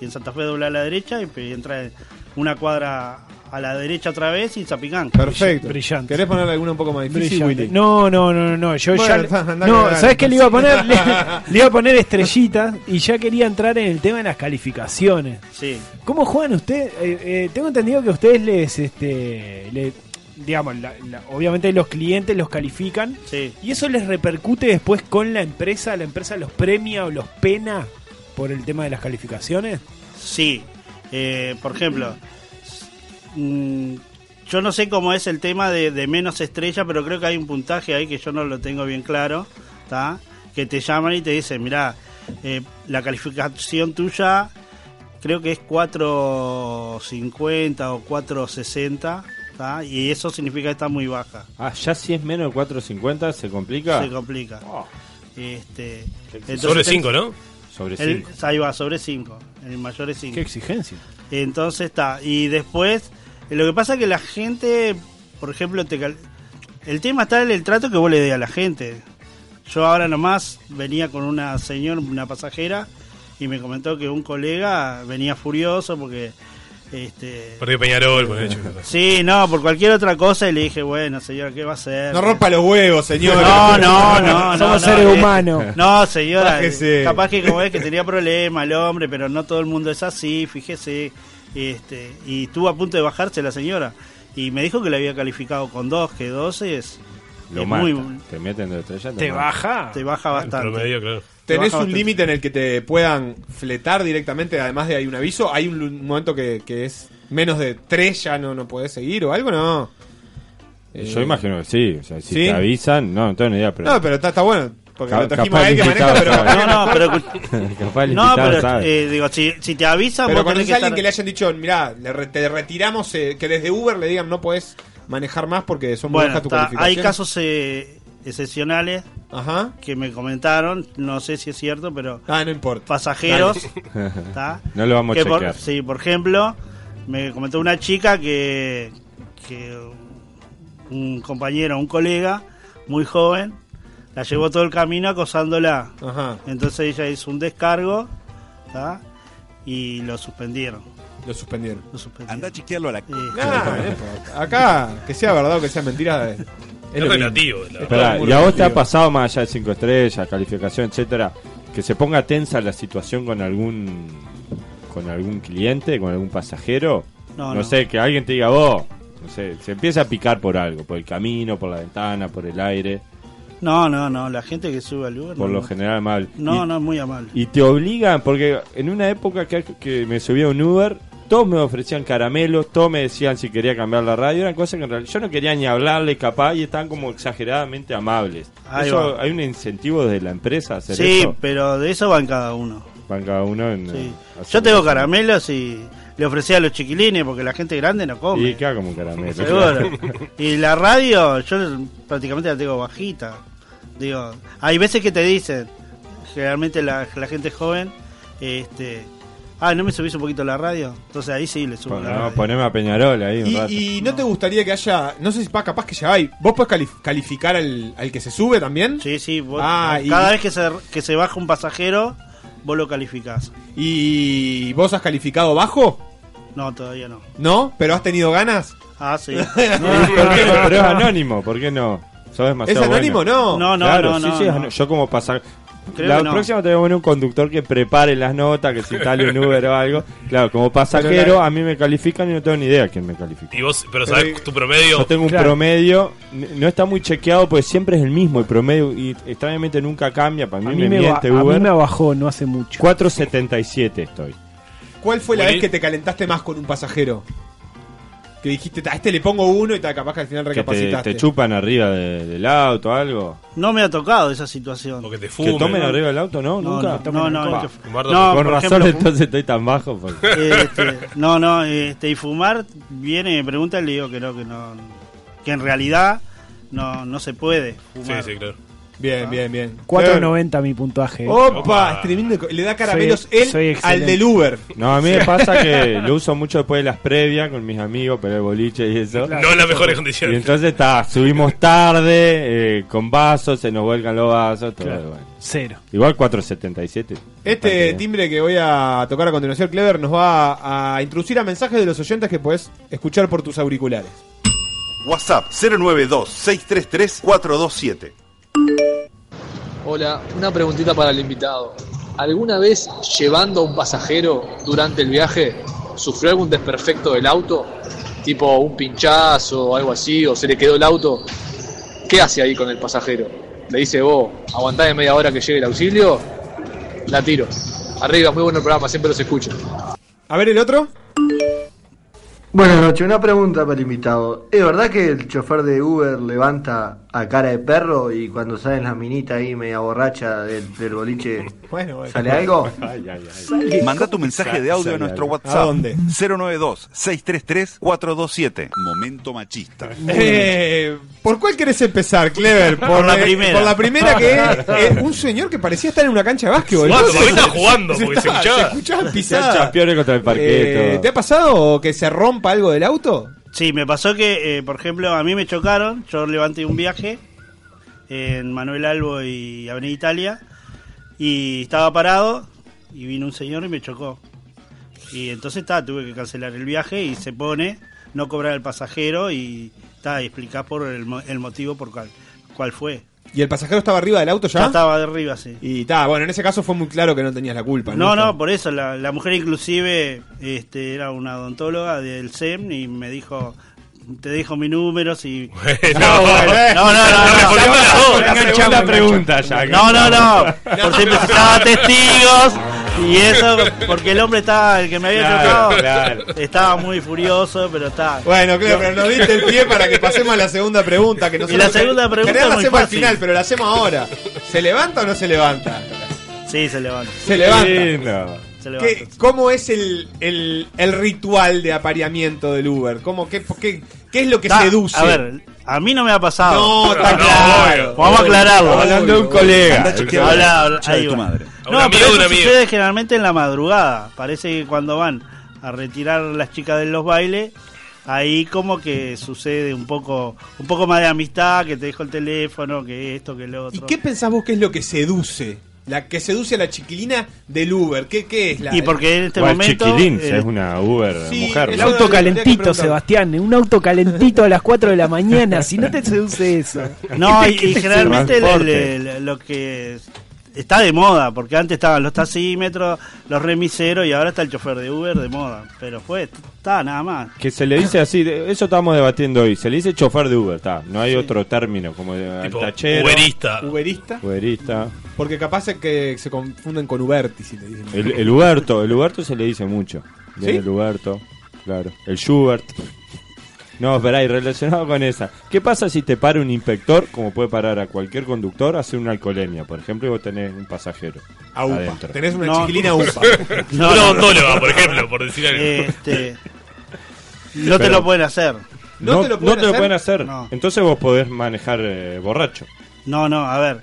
Y en Santa Fe dobla a la derecha y pe- entra una cuadra a la derecha otra vez y Zapicán.
Perfecto. ¿Querés ponerle alguna un poco más difícil,
Brillante.
Willy?
No, no, no, no, no, yo
Bueno,
ya
está, andá a
No,
cagar,
¿sabes qué le iba a poner? Le,
entonces.
le iba a poner estrellitas y ya quería entrar en el tema de las calificaciones.
Sí.
¿Cómo juegan ustedes? Eh, eh, tengo entendido que a ustedes les este le- digamos, la- la- obviamente los clientes los califican y eso les repercute después con la empresa, la empresa los premia o los pena por el tema de las calificaciones.
Sí, eh, por ejemplo, s- mm, yo no sé cómo es el tema de, de menos estrella, pero creo que hay un puntaje ahí que yo no lo tengo bien claro, ¿tá? que te llaman y te dicen, mirá, eh, la calificación tuya creo que es 4.50 o 4.60, ¿tá? y eso significa que está muy baja,
Ah, ya si es menos de 4.50 se complica. Ah.
se complica. Este,
Sobre
te-
cinco, ¿no? Sobre
el-
cinco.
Ahí va, sobre 5, el mayor es 5.
Qué exigencia.
Entonces está. Y después, eh, lo que pasa es que la gente, por ejemplo, te cal- el tema está en el trato que vos le des a la gente. Yo ahora nomás venía con una señora, una pasajera, y me comentó que un colega venía furioso porque... Este,
Perdió Peñarol, por hecho.
Sí, no, por cualquier otra cosa y le dije, bueno, señora, ¿qué va a hacer?
No rompa los huevos, señor.
No, no, no. no,
Somos
no,
seres
eh,
humanos.
No, señora.
Bájese.
Capaz que como es que tenía problemas el hombre, pero no todo el mundo es así, fíjese. Este, y estuvo a punto de bajarse la señora. Y me dijo que la había calificado con dos, que dos es...
Lo
es
mata.
muy-
Te meten de estrella.
Te
matan.
baja. Te baja bastante. El promedio, claro. Te
¿Tenés
baja
un
bastante.
límite en el que te puedan fletar directamente? Además de hay un aviso, ¿hay un lu- un momento que, que es menos de 3 ya no, no podés seguir o algo? No. Eh,
Yo imagino que sí. O sea, si
¿Sí?
te avisan, no, no tengo ni idea. Pero
No, pero está, está bueno. Porque
Ca-
lo trajimos
capaz
a él que
el
maneja, pero.
invitado sabe.
No, no, pero...
Capaz el
no,
invitado
pero
sabe.
eh, digo, si, si te avisan...
Pero
vos
cuando
tenés
es
que
alguien
estar-
que le hayan dicho, mirá, le re- te retiramos, eh, que desde Uber le digan no podés manejar más porque son muy
Bueno,
bajas tu
está-
calificación.
hay casos eh, excepcionales que me comentaron, no sé si es cierto, pero
ah, no importa.
pasajeros.
Dale.
¿está?
No lo vamos a
Que por-
chequear.
sí, por ejemplo, me comentó una chica que, que un compañero, un colega, muy joven, la llevó todo el camino acosándola. Entonces ella hizo un descargo ¿está? y lo suspendieron.
Lo suspendieron.
Lo
Anda a chequearlo a la.
Ah, no importa. Acá, que sea verdad o que sea mentira. eh,
Es
lo mismo.
relativo, la
Es
Esperá,
todo muy
¿y a vos te ha
relativo.
pasado más allá de 5 estrellas, calificación, etcétera, que se ponga tensa la situación con algún con algún cliente, con algún pasajero?
No,
No,
no.
sé, que alguien te diga vos, no sé, se empieza a picar por algo, por el camino, por la ventana, por el aire,
No, no, no, la gente que sube al Uber.
por
no,
lo general mal.
no,
y,
no, muy amable.
y te obligan, porque en una época que, que me subía a un Uber, todos me ofrecían caramelos, todos me decían si quería cambiar la radio, eran cosas que en realidad yo no quería ni hablarle capaz y estaban como exageradamente amables.
Ahí
Eso,
va.
¿Hay un incentivo de la empresa a hacer
Sí,
eso?
pero de eso van cada uno.
Van cada uno en... eh, hacer
Yo tengo
eso.
caramelos y le ofrecí a los chiquilines porque la gente grande no come.
Y queda como un caramelo.
Seguro. y la radio, yo prácticamente la tengo bajita. Digo, hay veces que te dicen, generalmente la, la gente joven, este, ah, ¿no me subís un poquito la radio? Entonces ahí sí le subo la
No,
radio.
poneme a Peñarol ahí un rato.
Y, y no, te gustaría que haya, no sé si pa- capaz que ya hay, ¿vos podés cali- calificar al, al que se sube también?
Sí, sí, vos-
Ah, y-
cada vez que se, que se baja un pasajero, vos lo calificás.
¿Y vos has calificado bajo?
No, todavía no.
¿No? ¿Pero has tenido ganas?
Ah, sí.
¿Por qué no? Pero es anónimo, ¿por qué no? ¿Sabes demasiado
¿Es anónimo? No.
bueno.
No, no,
Claro,
no,
sí,
no,
sí, es
no.
anó- Yo como pasar...
Creo
la
que no.
próxima tenemos que poner un conductor que prepare las notas, que se instale un Uber o algo. Claro, como pasajero
Pero la-
a mí me califican y no tengo ni idea quién me califica.
Y vos, pero sabés tu promedio.
Yo tengo un promedio, n- no está muy chequeado porque siempre es el mismo el promedio y extrañamente nunca cambia. Para mí,
A mí,
me,
me, ba-
miente
a mí
Uber.
me bajó no hace mucho.
4.77 estoy.
¿Cuál fue la vez que te calentaste más con un pasajero? Que dijiste, "Ta, a este le pongo uno y ta, capaz que al final
Que te,
recapacitaste.
te chupan arriba de- del auto o algo.
No me ha tocado esa situación.
Porque te
que tomen arriba del auto, ¿no? Nunca.
No, no,
Pa.
que-
Con
no, por
razón
ejemplo,
entonces estoy tan bajo. porque-
Este, no, no, este, y fumar viene, me pregunta y le digo que no, que no, que en realidad no, no se puede fumar. Ah.
Sí, sí, claro.
Bien, bien, bien.
4.90 mi puntaje.
Opa, es tremendo. Le da caramelos
Soy-
él
soy
al
excelente.
del Uber.
No, a mí me pasa que lo uso mucho después de las previas con mis amigos, pero el boliche y eso.
No en las mejores condiciones.
Y entonces está, subimos tarde, eh, con vasos, se nos vuelcan los vasos, todo
Claro.
bueno.
Cero.
Igual 477. Bastante
Este
bien.
timbre que voy a tocar a continuación, Clever, nos va a introducir a mensajes de los oyentes que podés escuchar por tus auriculares.
WhatsApp 092-633-427.
Hola, una preguntita para el invitado. ¿Alguna vez llevando a un pasajero durante el viaje sufrió algún desperfecto del auto? tipo un pinchazo o algo así, o se le quedó el auto, ¿qué hace ahí con el pasajero? Le dice, vos, aguantá de media hora que llegue el auxilio, la tiro. Arriba, muy bueno el programa, siempre los escucho.
A ver el otro.
Buenas noches, una pregunta para el invitado. ¿Es verdad que el chofer de Uber levanta a cara de perro y cuando salen las minitas ahí media borracha del, del boliche
Bueno,
sale algo?
Manda tu mensaje de audio a nuestro WhatsApp. 092-633-427. Momento machista.
Eh, ¿Por cuál querés empezar, Clever? Por,
Por la
eh,
primera.
por la primera que es eh, un señor que parecía estar en una cancha de básquetbol.
Sí,
Entonces,
todavía está jugando,
se
porque se
está-
escuchaba.
escuchaba
Se
pisada.
Campeones contra el parqueto.
Ah, Eh, ¿Te ha pasado que se rompa algo del auto?
Sí, me pasó que, eh, por ejemplo, a mí me chocaron. Yo levanté un viaje en Manuel Albo y Avenida Italia y estaba parado y vino un señor y me chocó. Y entonces ta, tuve que cancelar el viaje y se pone no cobrar al pasajero y ta, y explicás por el, mo- el motivo por cuál, cuál fue.
¿Y el pasajero estaba arriba del auto ya?
Ya estaba de arriba, sí.
Y ta, bueno, en ese caso fue muy claro que no tenías la culpa.
No, no, por eso. La, la mujer inclusive este, era una odontóloga del SEM y me dijo, te dejo mi número si...
No, bueno, eh.
no, no,
No
no.
respondió las dos.
La
Enganchamos,
segunda No,
enganchamos.
no, no. Por si necesitaba testigos y eso, porque el hombre estaba, el que me había
Claro,
chocado,
claro.
estaba muy furioso, pero está...
Bueno, claro, pero nos diste el pie para que pasemos a la segunda pregunta. Que nosotros
la segunda pregunta
en realidad la
muy
hacemos al
fácil.
final, pero la hacemos ahora. ¿Se levanta o no se levanta?
Sí, se levanta.
Se levanta.
Se
¿Qué-
levanta.
¿Cómo es el, el, el ritual de apareamiento del Uber? ¿Cómo, qué, qué, qué es lo que
Ta,
seduce?
A ver, a mí no me ha pasado.
No, está claro.
Vamos a aclararlo.
Estamos hablando de un colega. Anda a chequear
Habla-
la
habla-
concha de
ahí
tu
va.
madre.
No,
A un amigo
pero
de un
eso
amigo.
sucede generalmente en la madrugada. Parece que cuando van a retirar las chicas de los bailes, ahí como que sucede un poco un poco más de amistad, que te dejo el teléfono, que esto, que lo otro.
¿Qué pensás vos que es lo que seduce? La que seduce a la chiquilina del Uber. ¿Qué, qué es la.?
Y porque en este
Igual
momento,
Chiquilín,
eh,
es una Uber mujer.
El
¿no?
auto calentito, Sebastián, un auto calentito a las 4 de la mañana, si no te seduce eso.
No, y, y generalmente el- el-
Transporte.
el- lo que está de moda, porque antes estaban los taxímetros, los remiseros y ahora está el chofer de Uber de moda. Pero fue, está nada más.
Que se le dice así, de- eso estábamos debatiendo hoy. Se le dice chofer de Uber, está. No hay otro término como de- al tachero.
Uberista.
Uberista.
Porque capaz es que se confunden con Uberti si te dicen.
El, el Uberto, el Uberto se le dice mucho. Viene
¿Sí?
El Uberto, claro. El Schubert. No, esperá, y relacionado con esa. ¿Qué pasa si te para un inspector, como puede parar a cualquier conductor, a hacer una alcoholemia? Por ejemplo, y vos tenés un pasajero.
A UPA.
adentro.
Tenés una
No.
chiquilina UPA.
No,
Una
no,
odontóloga,
no.
por ejemplo, por decir algo.
Este, no te
Pero-
lo pueden hacer.
No, no te lo pueden hacer.
No.
Entonces vos podés manejar eh, borracho.
no, no, a ver.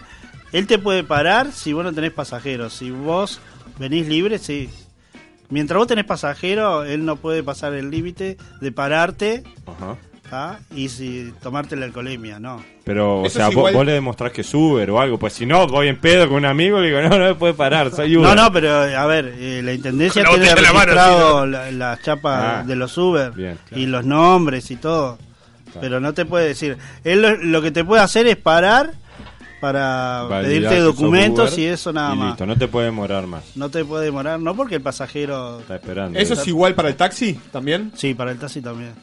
Él te puede parar si vos no tenés pasajeros. Si vos venís libre, sí. Mientras vos tenés pasajero, él no puede pasar el límite de pararte ¿tá? y si tomarte la alcoholemia, no.
Pero, o
Eso
sea,
es
vos,
igual-
vos le demostrás que es Uber o algo. Pues si no, voy en pedo con un amigo y le digo, no, no me puede parar, soy Uber.
No, no, pero eh, a ver, eh, la intendencia
Con la
tiene
botella en la mano,
registrado
sí,
la- las chapas
Ah,
de los Uber
bien,
y los nombres y todo. Pero no te puede decir. Él lo, lo que te puede hacer es parar para
Validar que
pedirte
sos
documentos
Uber
y eso nada
y
más.
Listo, no te puede demorar más.
No te puede demorar, no porque el pasajero.
Está esperando.
¿Eso es igual para el taxi también?
Sí, para el taxi también.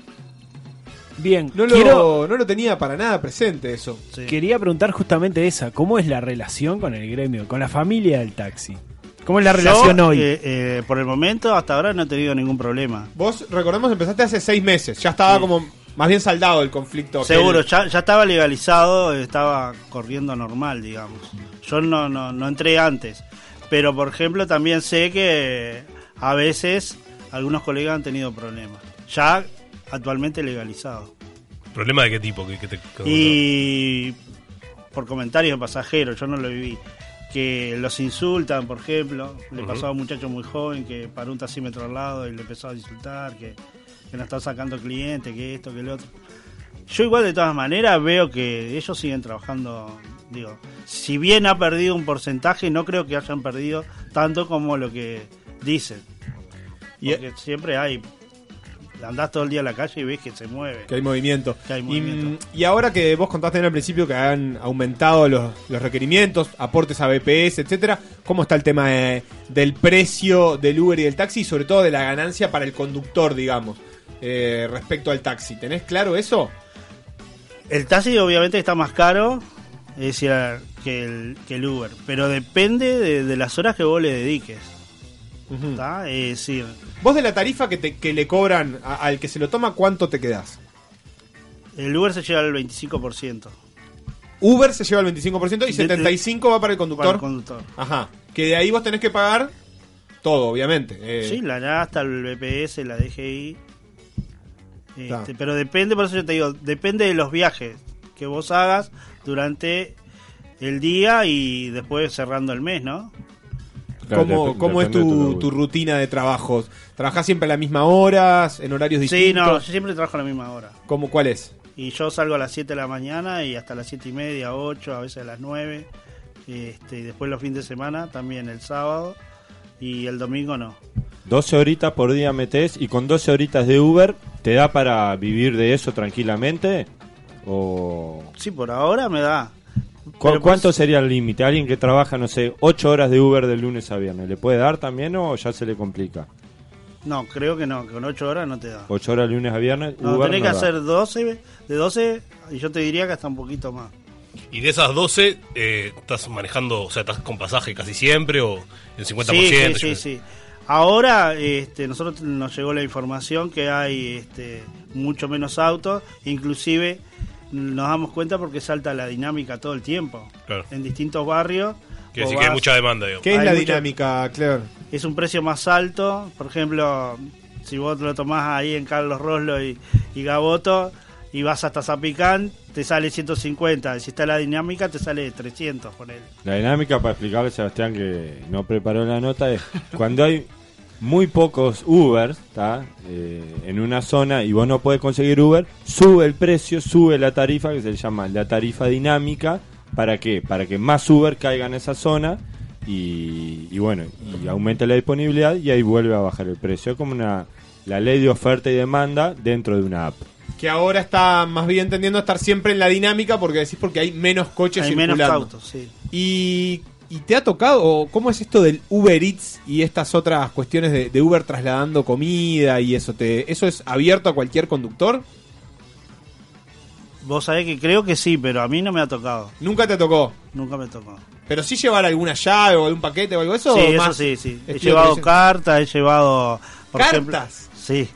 Bien,
No lo,
quiero,
no lo tenía para nada presente eso.
quería preguntar justamente esa, ¿cómo es la relación con el gremio, con la familia del taxi? ¿Cómo es la relación
Yo,
hoy?
eh, eh, por el momento, hasta ahora no he tenido ningún problema.
Vos, recordemos, empezaste hace seis meses. Ya estaba como más bien saldado el conflicto. aquel.
Seguro, ya, ya estaba legalizado, estaba corriendo normal, digamos. Yo no, no, no entré antes. Pero, por ejemplo, también sé que a veces algunos colegas han tenido problemas. Ya actualmente legalizado.
¿Problema de qué tipo? ¿Qué- qué te- qué-
Y por comentarios de pasajeros, yo no lo viví. Que los insultan, por ejemplo. Le
Ujú.
pasó a un muchacho muy joven que paró un taxímetro al lado y le empezó a insultar, que, que no está sacando cliente, que esto, que lo otro. Yo igual de todas maneras veo que ellos siguen trabajando, digo, si bien ha perdido un porcentaje, no creo que hayan perdido tanto como lo que dicen.
eh,
Porque siempre hay, andás todo el día a la calle y ves que se mueve.
Que hay movimiento.
Que hay
Y,
movimiento.
mm, y ahora que vos contaste al principio que han aumentado los, los requerimientos, aportes a BPS, etcétera, ¿cómo está el tema eh, del precio del Uber y del taxi y sobre todo de la ganancia para el conductor, digamos? eh, respecto al taxi. ¿Tenés claro eso?
El taxi obviamente está más caro es decir, que, el, que el Uber, pero depende de, de las horas que vos le dediques. ¿tá? Es decir,
Vos de la tarifa que, te- que le cobran a- al que se lo toma, ¿cuánto te quedás?
el Uber se lleva el 25%.
Uber se lleva el 25% y
De- de-
75% va para el conductor.
para el conductor.
Ajá. Que de ahí vos tenés que pagar todo, obviamente. Eh,
Sí, la NASTA, el BPS, la DGI. Este,
Está.
pero depende, por eso yo te digo, depende de los viajes que vos hagas durante el día y después cerrando el mes, ¿no?
¿Cómo,
dep-
cómo es
depende de tu
tu,
laburo.
tu rutina de trabajos? ¿Trabajás siempre a las mismas horas, en horarios
Sí, no, yo
distintos?
siempre trabajo a la misma hora.
¿Cómo, ¿Cuál es?
Y yo salgo a las 7 de la mañana y hasta las 7 y media, 8, a veces a las 9. Este, y después los fines de semana, también el sábado. Y el domingo no.
12 horitas por día metes y con 12 horitas de Uber, ¿te da para vivir de eso tranquilamente? ¿O
Sí, por ahora me da. pues
¿Cu- ¿Cuánto sería el límite? Alguien que trabaja, no sé, 8 horas de Uber de lunes a viernes, ¿le puede dar también o ya se le complica?
No, creo que no, que con 8 horas no te da.
8 horas lunes a viernes,
No,
Uber
tenés
no
que
da.
hacer 12, de 12, y yo te diría que hasta un poquito más.
Y de esas 12, eh, ¿estás manejando, o sea, estás con pasaje casi siempre o en 50%?
Sí, sí,
yo-
sí, sí. Ahora este, nosotros nos llegó la información que hay este, mucho menos autos, inclusive nos damos cuenta porque salta la dinámica todo el tiempo.
Claro.
En distintos barrios.
Quiere
vos
decir que hay
vas-
mucha demanda, digamos.
¿Qué es
Hay
la
mucha-
dinámica, Claire?
Es un precio más alto, por ejemplo, si vos lo tomás ahí en Carlos Roslo y, y Gaboto y vas hasta Zapicán, te sale 150. Si está la dinámica, te sale 300 por él.
La dinámica, para explicarle a Sebastián que no preparó la nota, es cuando hay muy pocos Uber ¿tá? Eh, en una zona y vos no podés conseguir Uber, sube el precio, sube la tarifa, que se le llama la tarifa dinámica. ¿Para qué? Para que más Uber caiga en esa zona y, y bueno, y aumente la disponibilidad y ahí vuelve a bajar el precio. Es como una, la ley de oferta y demanda dentro de una app.
Que ahora está más bien tendiendo a estar siempre en la dinámica porque decís porque hay menos coches
Hay
circulando.
menos autos, sí.
¿Y, y te ha tocado? o ¿Cómo es esto del Uber Eats y estas otras cuestiones de, de Uber trasladando comida y eso? Te, ¿Eso es abierto a cualquier conductor?
Vos sabés que creo que sí, pero a mí no me ha tocado.
¿Nunca te tocó?
Nunca me tocó.
¿Pero sí llevar alguna llave o algún paquete o algo de eso?
sí,
o
eso
más Este,
sí, sí. He
estilo
llevado
televisión?
cartas, he llevado... por
¿Cartas?
ejemplo- sí.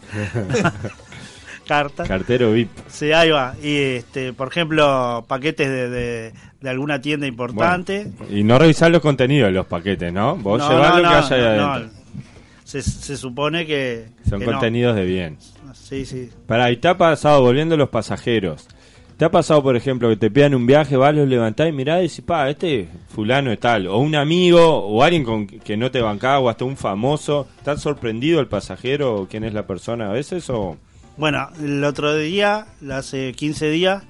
cartas.
Cartero VIP.
Sí, ahí va. Y, este, por ejemplo, paquetes de, de- de alguna tienda importante.
Y no revisar los contenidos de los paquetes, ¿no? Vos
No,
llevás
no,
lo que
no,
haya ahí
no,
adentro.
no. Se, se supone que...
Son
que no.
contenidos de bien.
Sí, sí.
Pará, y te ha pasado, volviendo a los pasajeros. ¿Te ha pasado, por ejemplo, que te pidan un viaje, vas, los levantás y mirás y decís, pa, este fulano es tal, o un amigo, o alguien con que no te bancaba, o hasta un famoso? ¿Estás sorprendido el pasajero o quién es la persona a veces? O...
Bueno, el otro día, hace 15 días,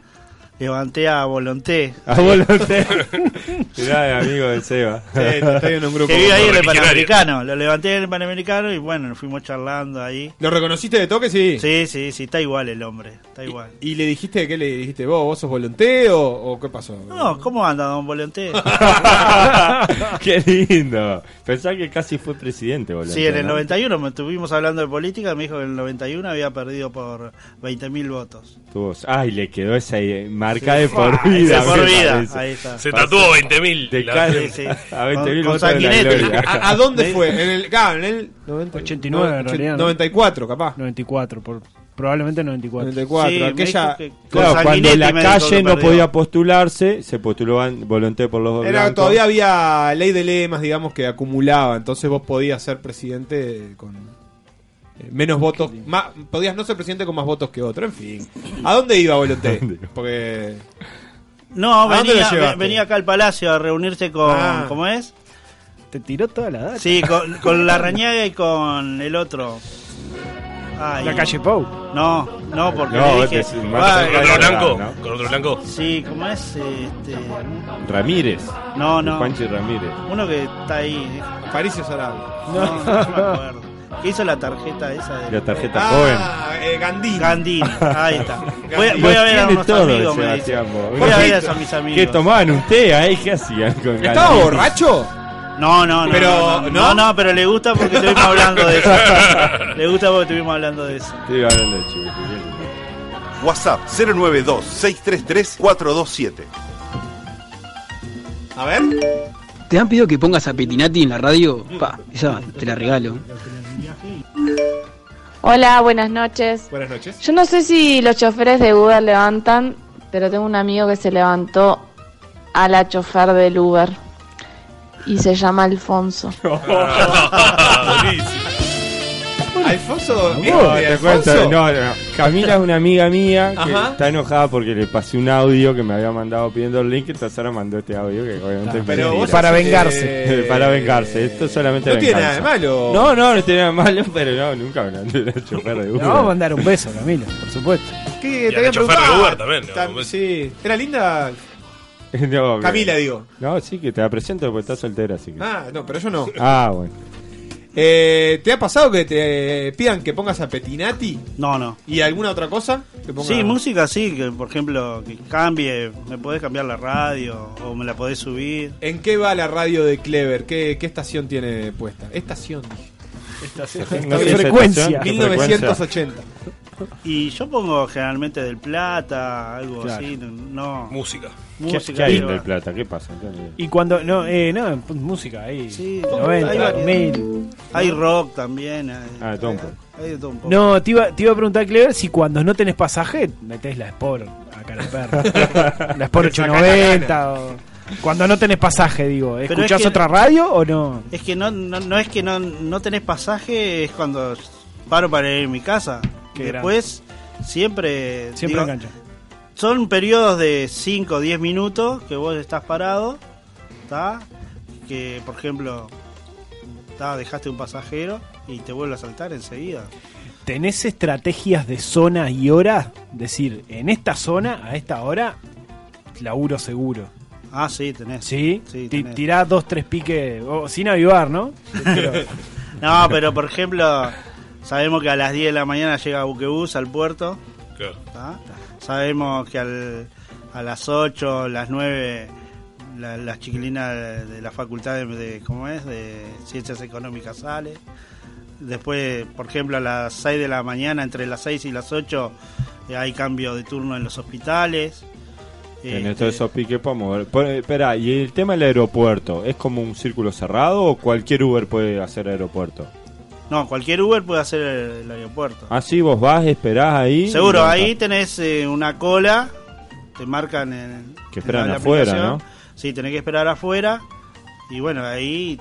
levanté a Volonté.
A Volonté. Mirá, amigo de Seba. Sí, está ahí en un grupo
Que vive ahí en el
religionario.
Panamericano. Lo levanté en el Panamericano y bueno, nos fuimos charlando ahí.
¿Lo reconociste de toque? Sí.
Sí, sí, sí. Está igual el hombre. Está igual.
¿Y le dijiste qué le dijiste vos? ¿Vos sos volunté o, o qué pasó?
No, ¿cómo anda don Volonté?
Qué lindo. Pensá que casi fue presidente, boludo.
Sí, en el
¿no?
91 me estuvimos hablando de política. Me dijo que en el 91 había perdido por 20.000 votos.
Tuvo- Ay, le quedó esa eh, marca de
Sí.
por
Ah,
vida.
esa por
me
vida,
parece.
ahí está.
Se tatuó 20.000.
De
La-
cara-
Sí, sí.
A 20.000
Con
votos de la
Sanguinetti.
gloria.
¿A, a dónde fue? En el, claro, en el 90,
89 en realidad. ¿no?
94, capaz.
94, por, probablemente 94.
94, Sí, aquella- me dijo que-
Claro, cuando la calle no
perdió.
podía postularse, se postuló an- Volonté por los
Era,
blancos.
todavía había ley de lemas, digamos, que acumulaba. Entonces vos podías ser presidente con eh, menos votos. ma- podías no ser presidente con más votos que otro. En fin. ¿A dónde iba Volonté? Porque.
No,
¿A dónde lo
venía,
llevaste?
ve- venía acá al palacio a reunirse con.
Ah.
¿Cómo es?
Te tiró toda la data.
Sí, con, con la Rañaga y con el otro. Ay.
La calle Pou.
No, no, porque
No,
le dije.
este es más
"Ay,
cerca de
¿Con otro blanco?
¿no?
¿Con otro blanco?
Sí, ¿cómo es? Este,
Ramírez.
No, no.
Panchi Ramírez.
uno que está ahí. eh,
Aparicio Sarabia.
No, no me acuerdo. ¿Qué hizo la tarjeta esa? De...
La tarjeta
Ah, eh, Gandini.
Gandini, ahí está. Voy, a-
joven.
voy a ver a
Tiene
unos
todo,
amigos, me dice.
Sebastián, vos.
Voy a ver a mis amigos.
Que tomaban un té ahí, ¿qué hacían? Con
¿Estaba
Gandini?
borracho?
No, no, no.
Pero,
no, no,
¿no?
no, no, pero le gusta porque estuvimos hablando de eso. Le gusta porque estuvimos hablando de eso.
WhatsApp 092-633-427.
A ver.
¿Te han pedido que pongas a Petinati en la radio? Pa, esa te la regalo.
Hola, buenas noches.
Buenas noches.
Yo no sé si los choferes de Uber levantan, pero tengo un amigo que se levantó a la chofer del Uber y se llama Alfonso.
Alfonso,
No,
eh,
te
Alfonso.
cuento, no, no, no. Camila es una amiga mía que
Ajá.
está enojada porque le pasé un audio que me había mandado pidiendo el link. Entonces ahora mandó este audio que obviamente
Ah,
es
pero
mentira.
vos Para sos, vengarse. eh,
para vengarse. Esto es solamente
no tiene
venganza.
nada de malo.
No, no, no tiene nada de malo, pero no, nunca me mandé el chofer de Uber.
Le vamos a mandar un beso, Camila, por supuesto.
¿Qué
Y
te
al
habían
chofer
preguntado?
de Uber también,
Tam- sí. ¿Era linda?
No, que-
Camila, digo.
No, sí, que te la presento porque estás soltera, así que.
Ah, no, pero yo no.
Ah, bueno.
Eh, ¿Te ha pasado que te pidan que pongas a Petinati?
No, no.
¿Y alguna otra cosa? Que ponga-
Sí, música sí, que por ejemplo, que cambie, me podés cambiar la radio o me la podés subir.
¿En qué va la radio de Clever? ¿Qué, qué estación tiene puesta? Estación, dije.
Estación.
No sé, frecuencia. estación, ¿qué 1980.
Y yo pongo generalmente del plata, algo
Claro.
así, no.
Música.
Música.
¿Qué hay
ahí
en
va.
Del Plata? ¿Qué pasa?
Y cuando. No, eh, no, pon música ahí.
Sí, hay
90,
variedad.
2000.
Hay rock también. Hay,
Ah, Tompo.
hay de todo un poco.
No, te iba, te iba a preguntar, Clever, si cuando no tenés pasaje, metés la Sport acá en el perro. la Sport
Te sacás la
890. o- Cuando no tenés pasaje, digo,
Pero
¿escuchás
es que-
otra radio o no?
Es que no, no, no es que no, no tenés pasaje, es cuando paro para ir a mi casa.
Qué
Después siempre...
Siempre
digo,
engancha.
Son periodos de 5 o 10 minutos que vos estás parado, ¿está? Que, por ejemplo, ¿tá? dejaste un pasajero y te vuelve a saltar enseguida.
¿Tenés estrategias de zonas y horas? Decir, en esta zona, a esta hora, laburo seguro.
Ah, sí, tenés.
¿Sí? Ti-
tenés.
Tirá dos, tres piques, o- sin avivar, ¿no?
No, pero por ejemplo, sabemos que a las 10 de la mañana llega Buquebus al puerto.
Claro.
¿tá? Sabemos que al- a las 8, las 9, la- las chiquilinas de, de la facultad de, de- ¿cómo es? de Ciencias Económicas sale. Después, por ejemplo, a las 6 de la mañana, entre las 6 y las 8, eh, hay cambio de turno en los hospitales.
En
Este,
esto de esos piques podemos ver. Por- espera, ¿y el tema del aeropuerto? ¿Es como un círculo cerrado o cualquier Uber puede hacer aeropuerto?
no, cualquier Uber puede hacer el- el aeropuerto.
Así vos vas, esperás ahí.
Seguro,
y ya
ahí
está.
tenés eh, una cola, te marcan en.
Que esperan
en la
afuera,
aplicación.
¿no?
Sí, tenés que esperar afuera. Y bueno, ahí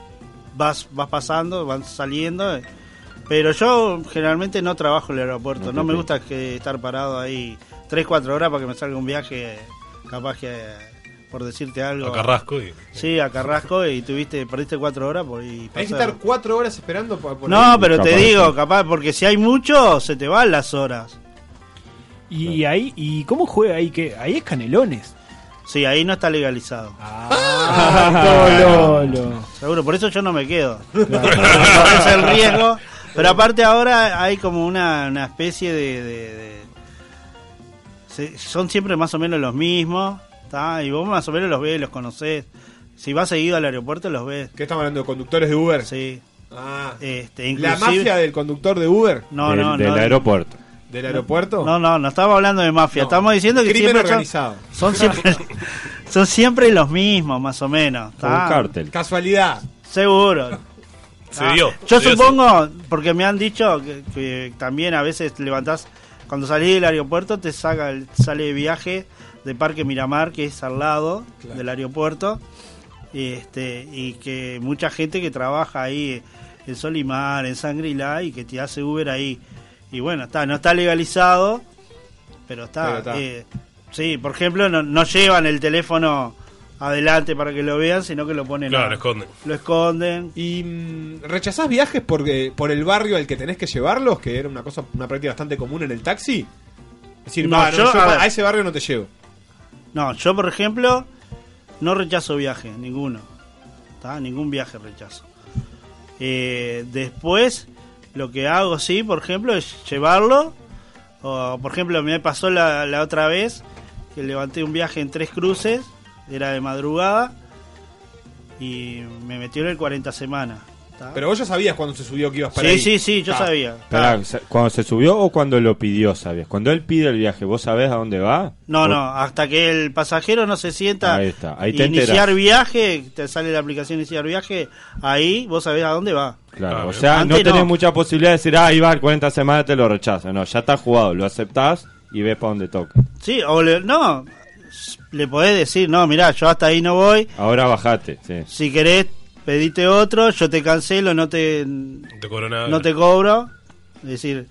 vas, vas pasando, van saliendo. eh. Pero yo generalmente no trabajo en el aeropuerto.
No
No,
te
me
pi-
gusta que estar parado ahí 3, 4 horas para que me salga un viaje, capaz que eh, por decirte algo.
A Carrasco y-
Sí, a Carrasco y tuviste, perdiste 4 horas por y
Hay que
pasar-
estar cuatro horas esperando para poner-
No, pero te digo, capaz, porque si hay mucho, se te van las horas.
Y ahí, ¿y cómo juega ahí? que Ahí es canelones.
Sí, ahí no está legalizado.
Ah, Lolo.
Seguro, por eso yo no me quedo. es el riesgo. Pero aparte ahora hay como una, una especie de... de- de- se- son siempre más o menos los mismos, ¿tá? Y vos más o menos los ves, los conocés. Si vas seguido al aeropuerto los ves.
¿Qué estamos hablando? ¿Conductores de Uber?
Sí.
Ah.
Este,
¿La
inclusive-
mafia del conductor de Uber?
No, Del- no, del no.
aeropuerto.
¿Del aeropuerto?
No, no, no estamos hablando de mafia.
No.
Estamos diciendo que
Crimen
siempre son-
organizado.
Son, siempre, son siempre los mismos, más o menos.
Como
¿tá?
un cártel.
Casualidad.
Seguro.
Se
Ah,
dio,
Yo
se dio,
supongo, porque me han dicho que, que también a veces te levantás, cuando salís del aeropuerto te saca el- sale de viaje de Parque Miramar, que es al lado del aeropuerto, y, este, y que mucha gente que trabaja ahí en Solimar, en Sangrilá, y que te hace Uber ahí. Y bueno, está, no está legalizado, pero está.
Pero está.
eh, sí, por ejemplo, no, no llevan el teléfono adelante para que lo vean, sino que lo ponen
Claro,
a-
lo esconden.
lo esconden.
¿Y mm, rechazás viajes por, eh, por el barrio al que tenés que llevarlos? Que era una cosa, una práctica bastante común en el taxi. Es decir,
No,
"Va, no,
yo-
yo
a
pa-
ver.
a ese barrio no te llevo.
No, yo por ejemplo no rechazo viajes, ninguno. ¿tá? Ningún viaje rechazo. Eh, después, lo que hago, sí, por ejemplo, es llevarlo. O, por ejemplo, me pasó la, la otra vez que levanté un viaje en tres cruces, era de madrugada. Y me metió en el 40 semanas. ¿tá?
Pero vos ya sabías cuando se subió que ibas para
Sí,
ahí.
sí, sí, yo sabía.
Pará, sa- ¿Cuando se subió o cuando lo pidió, sabías? Cuando él pide el viaje, ¿vos sabés a dónde va?
No,
¿O-
no, hasta que el pasajero no se sienta
Ahí está, ahí te
iniciar
enterás.
viaje, te sale la aplicación iniciar viaje, ahí vos sabés a dónde va.
Claro, o sea, no
Antes
tenés
no.
mucha posibilidad de decir, ah, ahí va, 40 semanas te lo rechazo. No, ya está jugado, lo aceptás y ves para dónde toca.
Sí, o le, no, le podés decir, no, mirá, yo hasta ahí no voy,
Ahora bajate, sí.
si querés pedite otro, yo te cancelo, no te,
Te cobro nada.
no te cobro. Es decir,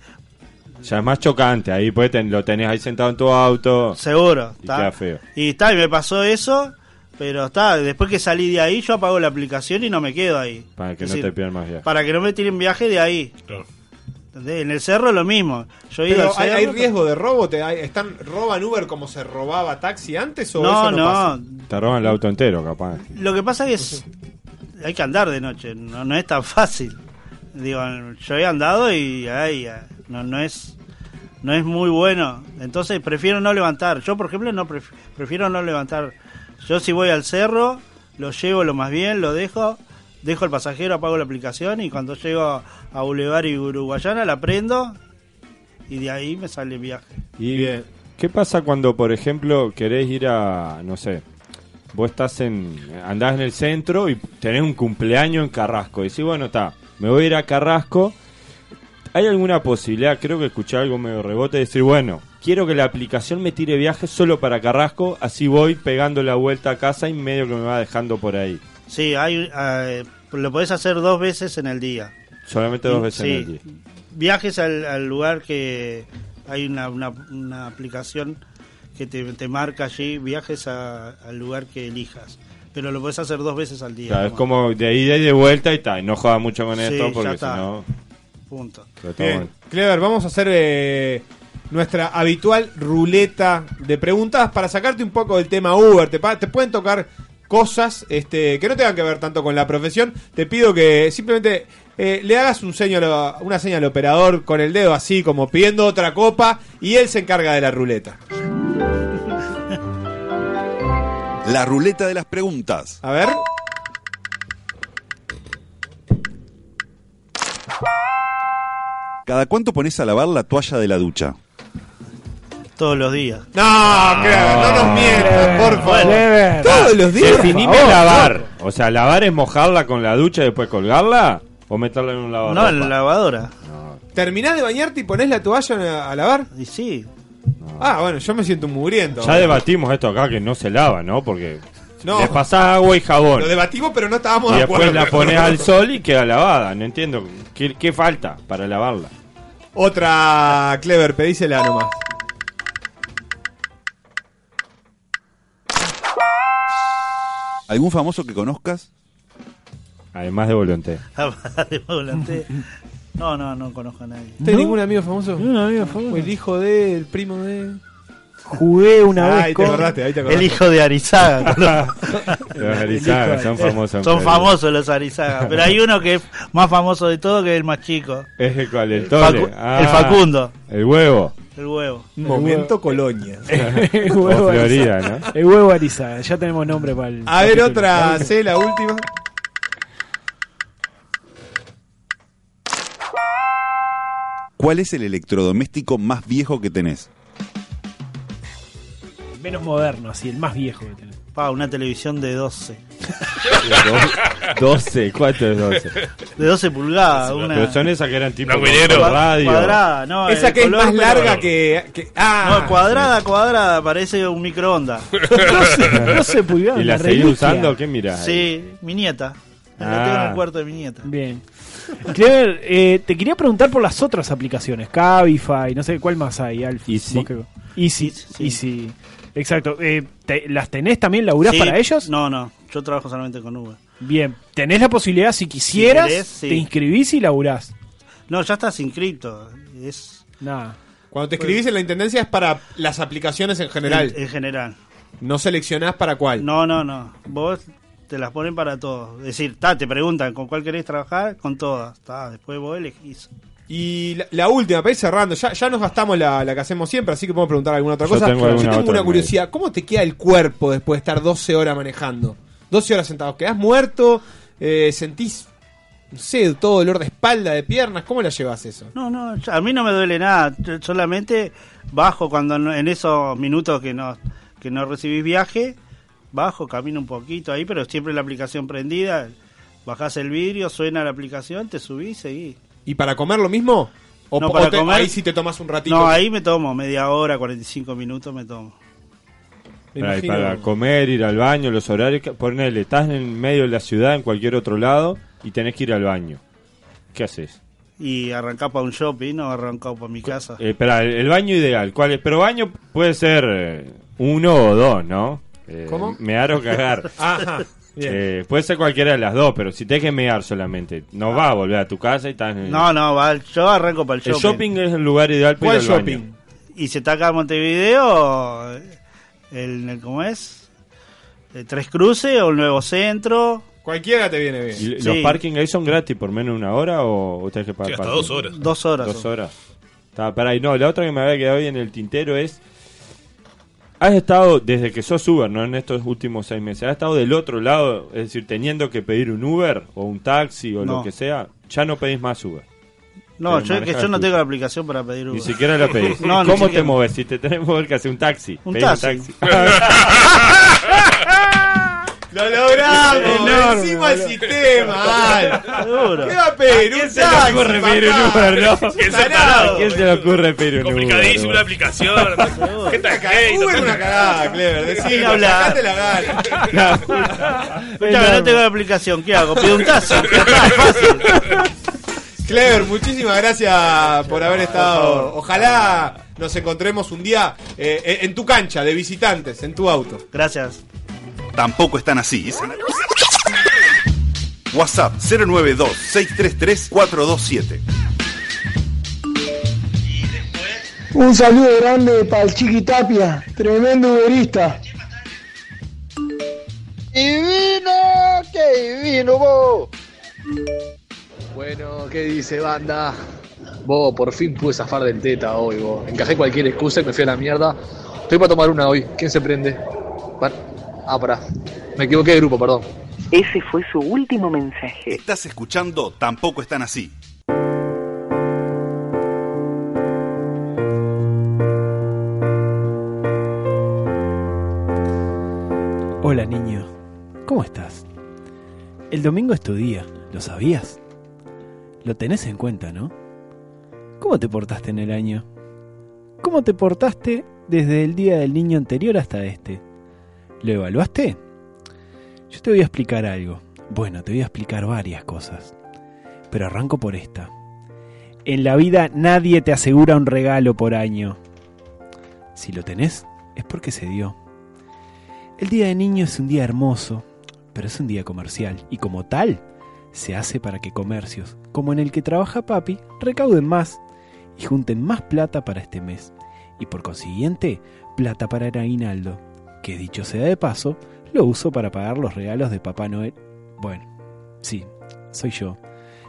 Ya es más chocante, ahí pues ten- lo tenés ahí sentado en tu auto.
Seguro,
Y
está.
queda feo.
y está, y me pasó eso, pero está, después que salí de ahí yo apago la aplicación y no me quedo ahí.
Para que
Es
no
decir,
te pierdas más viaje.
Para que no me tiren viaje de ahí. ¿Entendés? En el cerro lo mismo. Yo he ido
Pero
al
¿hay,
cerro-
hay riesgo de robo? ¿Te, hay- están, ¿Roban Uber como se robaba taxi antes o
No,
eso no,
no.
pasa?
Te roban el auto entero, capaz.
Lo que pasa es que es- hay que andar de noche, no, no es tan fácil. Digo, yo he andado y ay, ay, no, no es no es muy bueno. Entonces prefiero no levantar. Yo, por ejemplo, no pref- prefiero no levantar. Yo si voy al cerro, lo llevo lo más bien, lo dejo, dejo el pasajero, apago la aplicación y cuando llego a Boulevard y Uruguayana la prendo y de ahí me sale el viaje.
Y ¿Qué pasa cuando, por ejemplo, querés ir a, no sé, vos estás en, andás en el centro y tenés un cumpleaños en Carrasco? Y decís, bueno, está, me voy a ir a Carrasco. ¿Hay alguna posibilidad, creo que escuché algo medio rebote, de decir, bueno, quiero que la aplicación me tire viajes solo para Carrasco, así voy pegando la vuelta a casa y medio que me va dejando por ahí?
Sí, hay, eh, lo podés hacer dos veces en el día.
Solamente dos veces
Sí.
en el día.
viajes al, al lugar que hay una, una- una aplicación que te, te marca allí, viajes a- al lugar que elijas. Pero lo puedes hacer dos veces al día.
Claro, es
nomás.
como de ida y de vuelta y está, y no jodas mucho con
Sí,
esto
ya
porque si
está.
no...
Punto.
pero está
Bien,
bueno.
Clever, vamos a hacer eh, nuestra habitual ruleta de preguntas para sacarte un poco del tema Uber. Te, pa- te pueden tocar cosas este, que no tengan que ver tanto con la profesión. Te pido que simplemente eh, le hagas un seño, a la- una señal al operador con el dedo así, como pidiendo otra copa, y él se encarga de la ruleta.
La ruleta de las preguntas.
A ver.
¿Cada cuánto pones a lavar la toalla de la ducha?
Todos los días.
No, Clever, no nos mientas, por favor.
Ah,
Todos los días.
Definime
por favor.
lavar. O sea, lavar es mojarla con la ducha y después colgarla. O meterla en un lavador.
No, en la lavadora.
¿Terminás de bañarte y ponés la toalla a- a lavar?
Y sí.
Ah, bueno, yo me siento un mugriento.
Ya debatimos esto acá que no se lava, ¿no? Porque
No.
le pasás agua y jabón.
Lo debatimos, pero no estábamos
Y
de
después
acuerdo.
la pones al sol y queda lavada. No entiendo. ¿Qué, qué falta para lavarla?
Otra Clever, pedísela nomás.
¿Algún famoso que conozcas?
Además de volonté.
De volante. No, no, no conozco a nadie.
¿Tenés ningún amigo famoso?
un amigo famoso.
El hijo de, el primo de.
Jugué una
Ah,
vez
ahí te
con
acordaste, ahí te acordaste.
El hijo de Arizaga.
Los Arizaga son famosos.
Son famosos los Arizaga. Pero hay uno que es más famoso de todo que es el más chico.
Es el cual, el
Facu-
tole. Ah,
el Facundo.
El huevo.
El huevo.
Momento Colonia.
el
O
huevo
Florida,
Arizaga.
¿no?
El huevo Arizaga. Ya tenemos nombre para el.
A ver,
capítulo.
otra C, la última.
¿Cuál es el electrodoméstico más viejo que tenés?
Menos moderno, así, el más viejo que tenemos.
Pa, una televisión de 12.
12, ¿cuánto es 12?
De 12 pulgadas. Una...
Pero son esas que eran tipo
Blanco y negro.
con radio.
Cuadrada, no.
Esa
el
que es
color,
más
pero-
larga que, que- Ah,
No, cuadrada, cuadrada, parece un microondas.
12 pulgadas.
¿Y la
una
seguís
reliquia.
usando? ¿Qué mirás?
Sí, mi nieta. La
Ah.
tengo en el cuarto de mi nieta.
Bien. Clever, eh, te quería preguntar por las otras aplicaciones, Cabify, no sé cuál más hay, Alf.
Easy.
vos que- Easy, Easy. Exacto. Eh, te- ¿Las tenés también, laburás
Sí,
para ellos?
No, no, yo trabajo solamente con Uber.
Bien, tenés la posibilidad, si quisieras,
querés, sí.
te inscribís y laburás.
No, ya estás inscripto. Es
Nada.
Cuando te escribís en la intendencia es para las aplicaciones en general.
En, en general.
No seleccionás para cuál.
No, no, no. Vos te las ponen para todos. Es decir, ta, te preguntan con cuál querés trabajar, con todas. Ta, después vos elegís.
Y la, la última, para ir cerrando, ya, ya nos gastamos la, la que hacemos siempre, así que podemos preguntar alguna otra
Yo
cosa.
tengo alguna
Yo tengo
otra,
una
me
curiosidad, ¿cómo te queda el cuerpo después de estar 12 horas manejando?
12 horas sentado, quedás muerto, eh, sentís, no sé, todo dolor de espalda, de piernas, ¿cómo la llevas eso?
No, no, a mí no me duele nada, yo solamente bajo cuando no- en esos minutos que no, que no recibís viaje, bajo, camino un poquito ahí, pero siempre la aplicación prendida, bajás el vidrio, suena la aplicación, te subís, seguís.
¿Y para comer lo mismo? ¿O,
No,
po-
para
o te-
comer-
ahí sí te tomas un ratito?
No, ahí me tomo media hora, 45 minutos me tomo.
Me
Para,
imagino-
para comer, ir al baño, los horarios. que- Ponele, estás en el medio de la ciudad, en cualquier otro lado, y tenés que ir al baño. ¿Qué haces?
Y arrancá para un shopping, no arrancá para mi casa.
Eh, espera, el, el baño ideal, ¿cuál es? Pero baño puede ser eh, uno o dos, ¿no? Eh,
¿Cómo?
Mear o cagar.
Ah,
Ajá, bien.
Eh, puede ser cualquiera de las dos, pero si tenés que mear solamente, no va a volver a tu casa y estás en-
No, no, va, yo arranco para el
El
shopping.
shopping es el lugar ideal para ir al baño.
Y se está acá en Montevideo, el, el- ¿cómo es? Eh, Tres Cruces o el Nuevo Centro.
Cualquiera te viene bien.
¿Y ¿Los parking ahí son gratis por menos de una hora o ustedes que pagan?
Sí, hasta
parking?
dos horas. Dos horas
Dos
son.
horas. Está, pará, y no, la otra que me había quedado hoy en el tintero es. Has estado, desde que sos Uber, ¿no? En estos últimos seis meses, ¿has estado del otro lado? Es decir, teniendo que pedir un Uber o un taxi o lo
No.
que sea, ya no pedís más Uber.
No,
Te
yo, que
manejas
yo no
tú.
tengo la aplicación para pedir Uber.
Ni siquiera lo pedís.
No, ni
¿Cómo te
siquiera.
moves? Si te tenés que mover que hace un taxi.
Un
pedís
taxi.
¡Lo logramos!
Enorme,
¡Encima el
boludo.
sistema! mal.
Seguro.
¿Qué va a pedir? ¿Un
se le
taxi,
ocurre
papá?
pedir un Uber, no?
¿Quién se
¿A quién se le ocurre pedir un Uber?
Complicadísimo la
boludo?
aplicación. ¿Qué tal, Clay?
Uber una cagada, Clever.
Ni
Decilo,
hablar.
sacate la gana.
Escúchame, no tengo la aplicación, ¿qué hago? Pido un taxi. ya está, es fácil.
Clever, muchísimas gracias por haber estado. Ojalá nos encontremos un día eh, eh, en tu cancha de visitantes, en tu auto.
Gracias.
Tampoco están así. WhatsApp 092-633-427.
Un saludo grande para el Chiqui Tapia, tremendo uberista.
¡Divino! ¡Qué divino vos!
Bueno, ¿qué dice banda? Vos, por fin pude zafar del teta hoy, vos. Encajé cualquier excusa y me fui a la mierda. Estoy para tomar una hoy. ¿Quién se prende? Pa- Ah, pará. Me equivoqué de grupo, perdón.
Ese fue su último mensaje. Estás escuchando Tampoco están así.
Hola niño, ¿cómo estás? El domingo es tu día, ¿lo sabías? Lo tenés en cuenta, ¿no? ¿Cómo te portaste en el año? ¿Cómo te portaste desde el día del niño anterior hasta este? ¿Lo evaluaste? Yo te voy a explicar algo. Bueno, te voy a explicar varias cosas. Pero arranco por esta. En la vida nadie te asegura un regalo por año. Si lo tenés, es porque se dio. El Día de Niño es un día hermoso, pero es un día comercial y como tal, se hace para que comercios, como en el que trabaja papi, recauden más y junten más plata para este mes y por consiguiente plata para el aguinaldo, que dicho sea de paso, lo uso para pagar los regalos de Papá Noel. Bueno, sí, soy yo.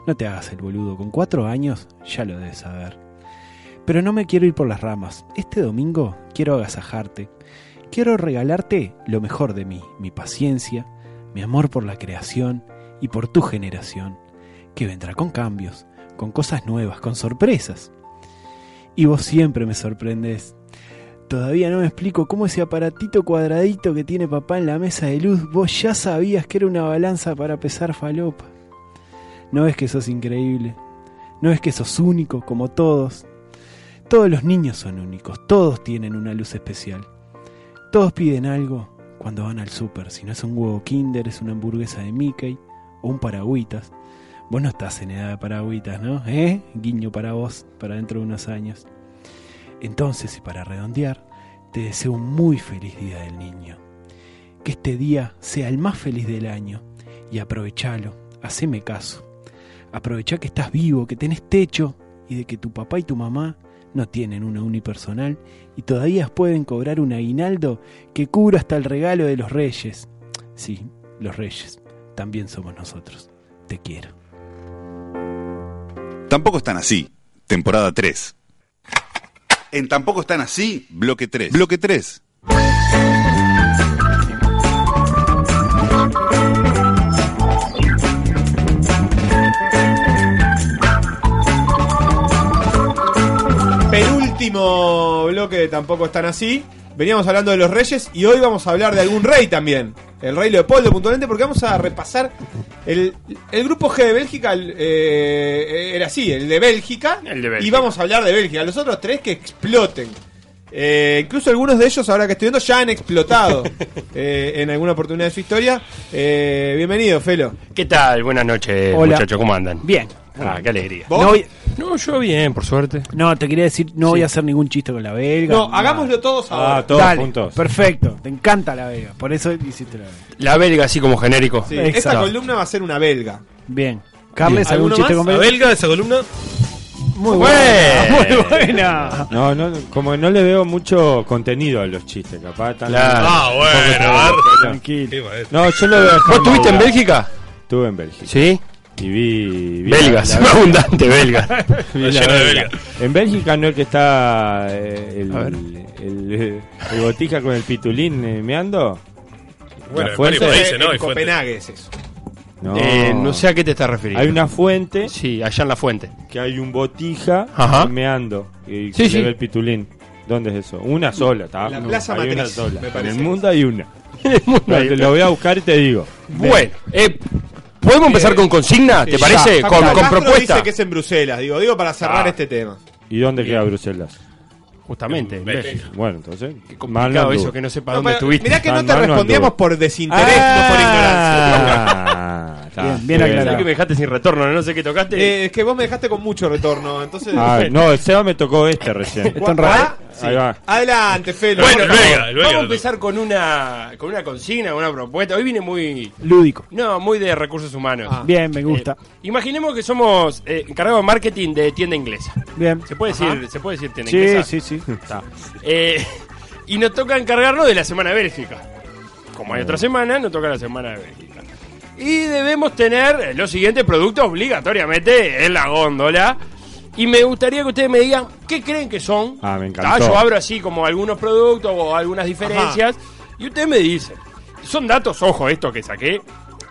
No te hagas el boludo, con cuatro años ya lo debes saber. Pero no me quiero ir por las ramas. Este domingo quiero agasajarte. Quiero regalarte lo mejor de mí, mi paciencia, mi amor por la creación y por tu generación, que vendrá con cambios, con cosas nuevas, con sorpresas. Y vos siempre me sorprendes. Todavía no me explico cómo ese aparatito cuadradito que tiene papá en la mesa de luz, vos ya sabías que era una balanza para pesar falopa. No es que sos increíble, no es que sos único como todos. Todos los niños son únicos, todos tienen una luz especial. Todos piden algo cuando van al súper. Si no es un huevo Kinder, es una hamburguesa de Mickey o un paragüitas. Vos no estás en edad de paragüitas, ¿no? ¿Eh? Guiño para vos, para dentro de unos años. Entonces, y para redondear, te deseo un muy feliz día del niño. Que este día sea el más feliz del año y aprovechalo, haceme caso. Aprovechá que estás vivo, que tenés techo y de que tu papá y tu mamá no tienen una unipersonal y todavía pueden cobrar un aguinaldo que cubra hasta el regalo de los reyes. Sí, los reyes. También somos nosotros. Te quiero.
Tampoco están así. Temporada 3. En Tampoco están así, bloque 3. Bloque 3.
Último bloque de Tampoco Están Así. Veníamos hablando de los reyes y hoy vamos a hablar de algún rey también. El rey Leopoldo, puntualmente, porque vamos a repasar. El, el grupo G de Bélgica el, eh, era así, el de Bélgica.
El de Bélgica.
Y vamos a hablar de Bélgica. Los otros tres que exploten. Eh, incluso algunos de ellos, ahora que estoy viendo, ya han explotado eh, en alguna oportunidad de su historia. Eh, bienvenido, Felo.
¿Qué tal? Buenas noches,
Hola.
muchachos. ¿Cómo andan?
Bien.
Ah, qué alegría.
¿Vos? No,
No, yo bien, por suerte.
No, te quería decir, no voy a hacer ningún chiste con la belga.
No,
nada.
hagámoslo
Ah,
todos ahora.
Dale, Perfecto, te encanta la belga. Por eso hiciste la belga.
La belga, así como genérico.
Sí, esta columna va a ser una belga.
Bien. Carles,
Bien.
¿algún
¿Alguno
chiste
más?
con belga?
A ver.
Belga, esa columna.
Muy
Bueno.
buena, muy buena.
No, no, como no le veo mucho contenido a los chistes, capaz. tan-
Claro. Ah, bueno,
un poco
a ver.
todo.
Tranquilo. Qué maestro.
No, yo lo veo.
¿Vos estuviste en Bélgica?
Estuve en Bélgica.
¿Sí?
Y vi. vi
Belgas,
la- la-
abundante belgas.
Vi la
Lleno de
belga.
belgas.
En Bélgica no es que está eh, el, el- eh, el botija con el pitulín eh, meando.
Bueno,
La
en
fuente.
varios países, ¿no? Eh, En Hay fuentes. Copenhague es eso.
No.
Eh, no sé a qué te estás refiriendo.
Hay una fuente.
Sí, allá en la fuente.
Que hay un botija
Ajá.
meando. Y
Sí,
se
sí.
le ve el pitulín. ¿Dónde es eso? Una sola, ¿está?
La Plaza
hay una
Matriz,
sola.
me
En
parece.
el mundo hay una.
mundo hay
Lo-
una.
Lo voy a buscar y te digo.
Bueno, eh, ¿podemos empezar con consigna? ¿Te
sí, ya.
parece? Con,
Facundo
con
Castro
propuesta.
Dice que es en Bruselas, digo, digo para cerrar
Ah.
este tema.
¿Y dónde queda Bruselas?
Justamente, en Bélgica.
Bueno, entonces. Qué
complicado eso, que no sepa dónde estuviste.
Mirá que no
Tan
te
mal no
respondíamos
anduvo.
por desinterés,
Ah,
no por ignorancia.
está. Bien, bien aclarado.
Pensé que me dejaste sin retorno, no sé qué tocaste.
Eh, es que vos me dejaste con mucho retorno, entonces.
Ah, no, el Seba me tocó este recién.
¿Está en radio?
Ahí va.
Adelante, Felo.
Bueno,
por favor.
luego, vamos a empezar con una, con una consigna, una propuesta. Hoy viene muy...
Lúdico.
No, muy de recursos humanos.
Ah.
Bien,
eh,
me gusta.
Imaginemos que somos eh, encargados de marketing de tienda inglesa.
Bien.
¿Se puede decir, ¿se puede decir tienda
Sí,
inglesa?
sí, sí.
Eh, y nos toca encargarnos de la Semana de Bélgica. Como
Mm.
hay otra semana, nos toca la Semana de Bélgica. Y debemos tener eh, los siguientes productos obligatoriamente en la góndola. Y me gustaría que ustedes me digan qué creen que son.
Ah, me
Ah,
encantó.
yo abro así como algunos productos o algunas diferencias. Y ustedes me dicen. Son datos, ojo, esto que saqué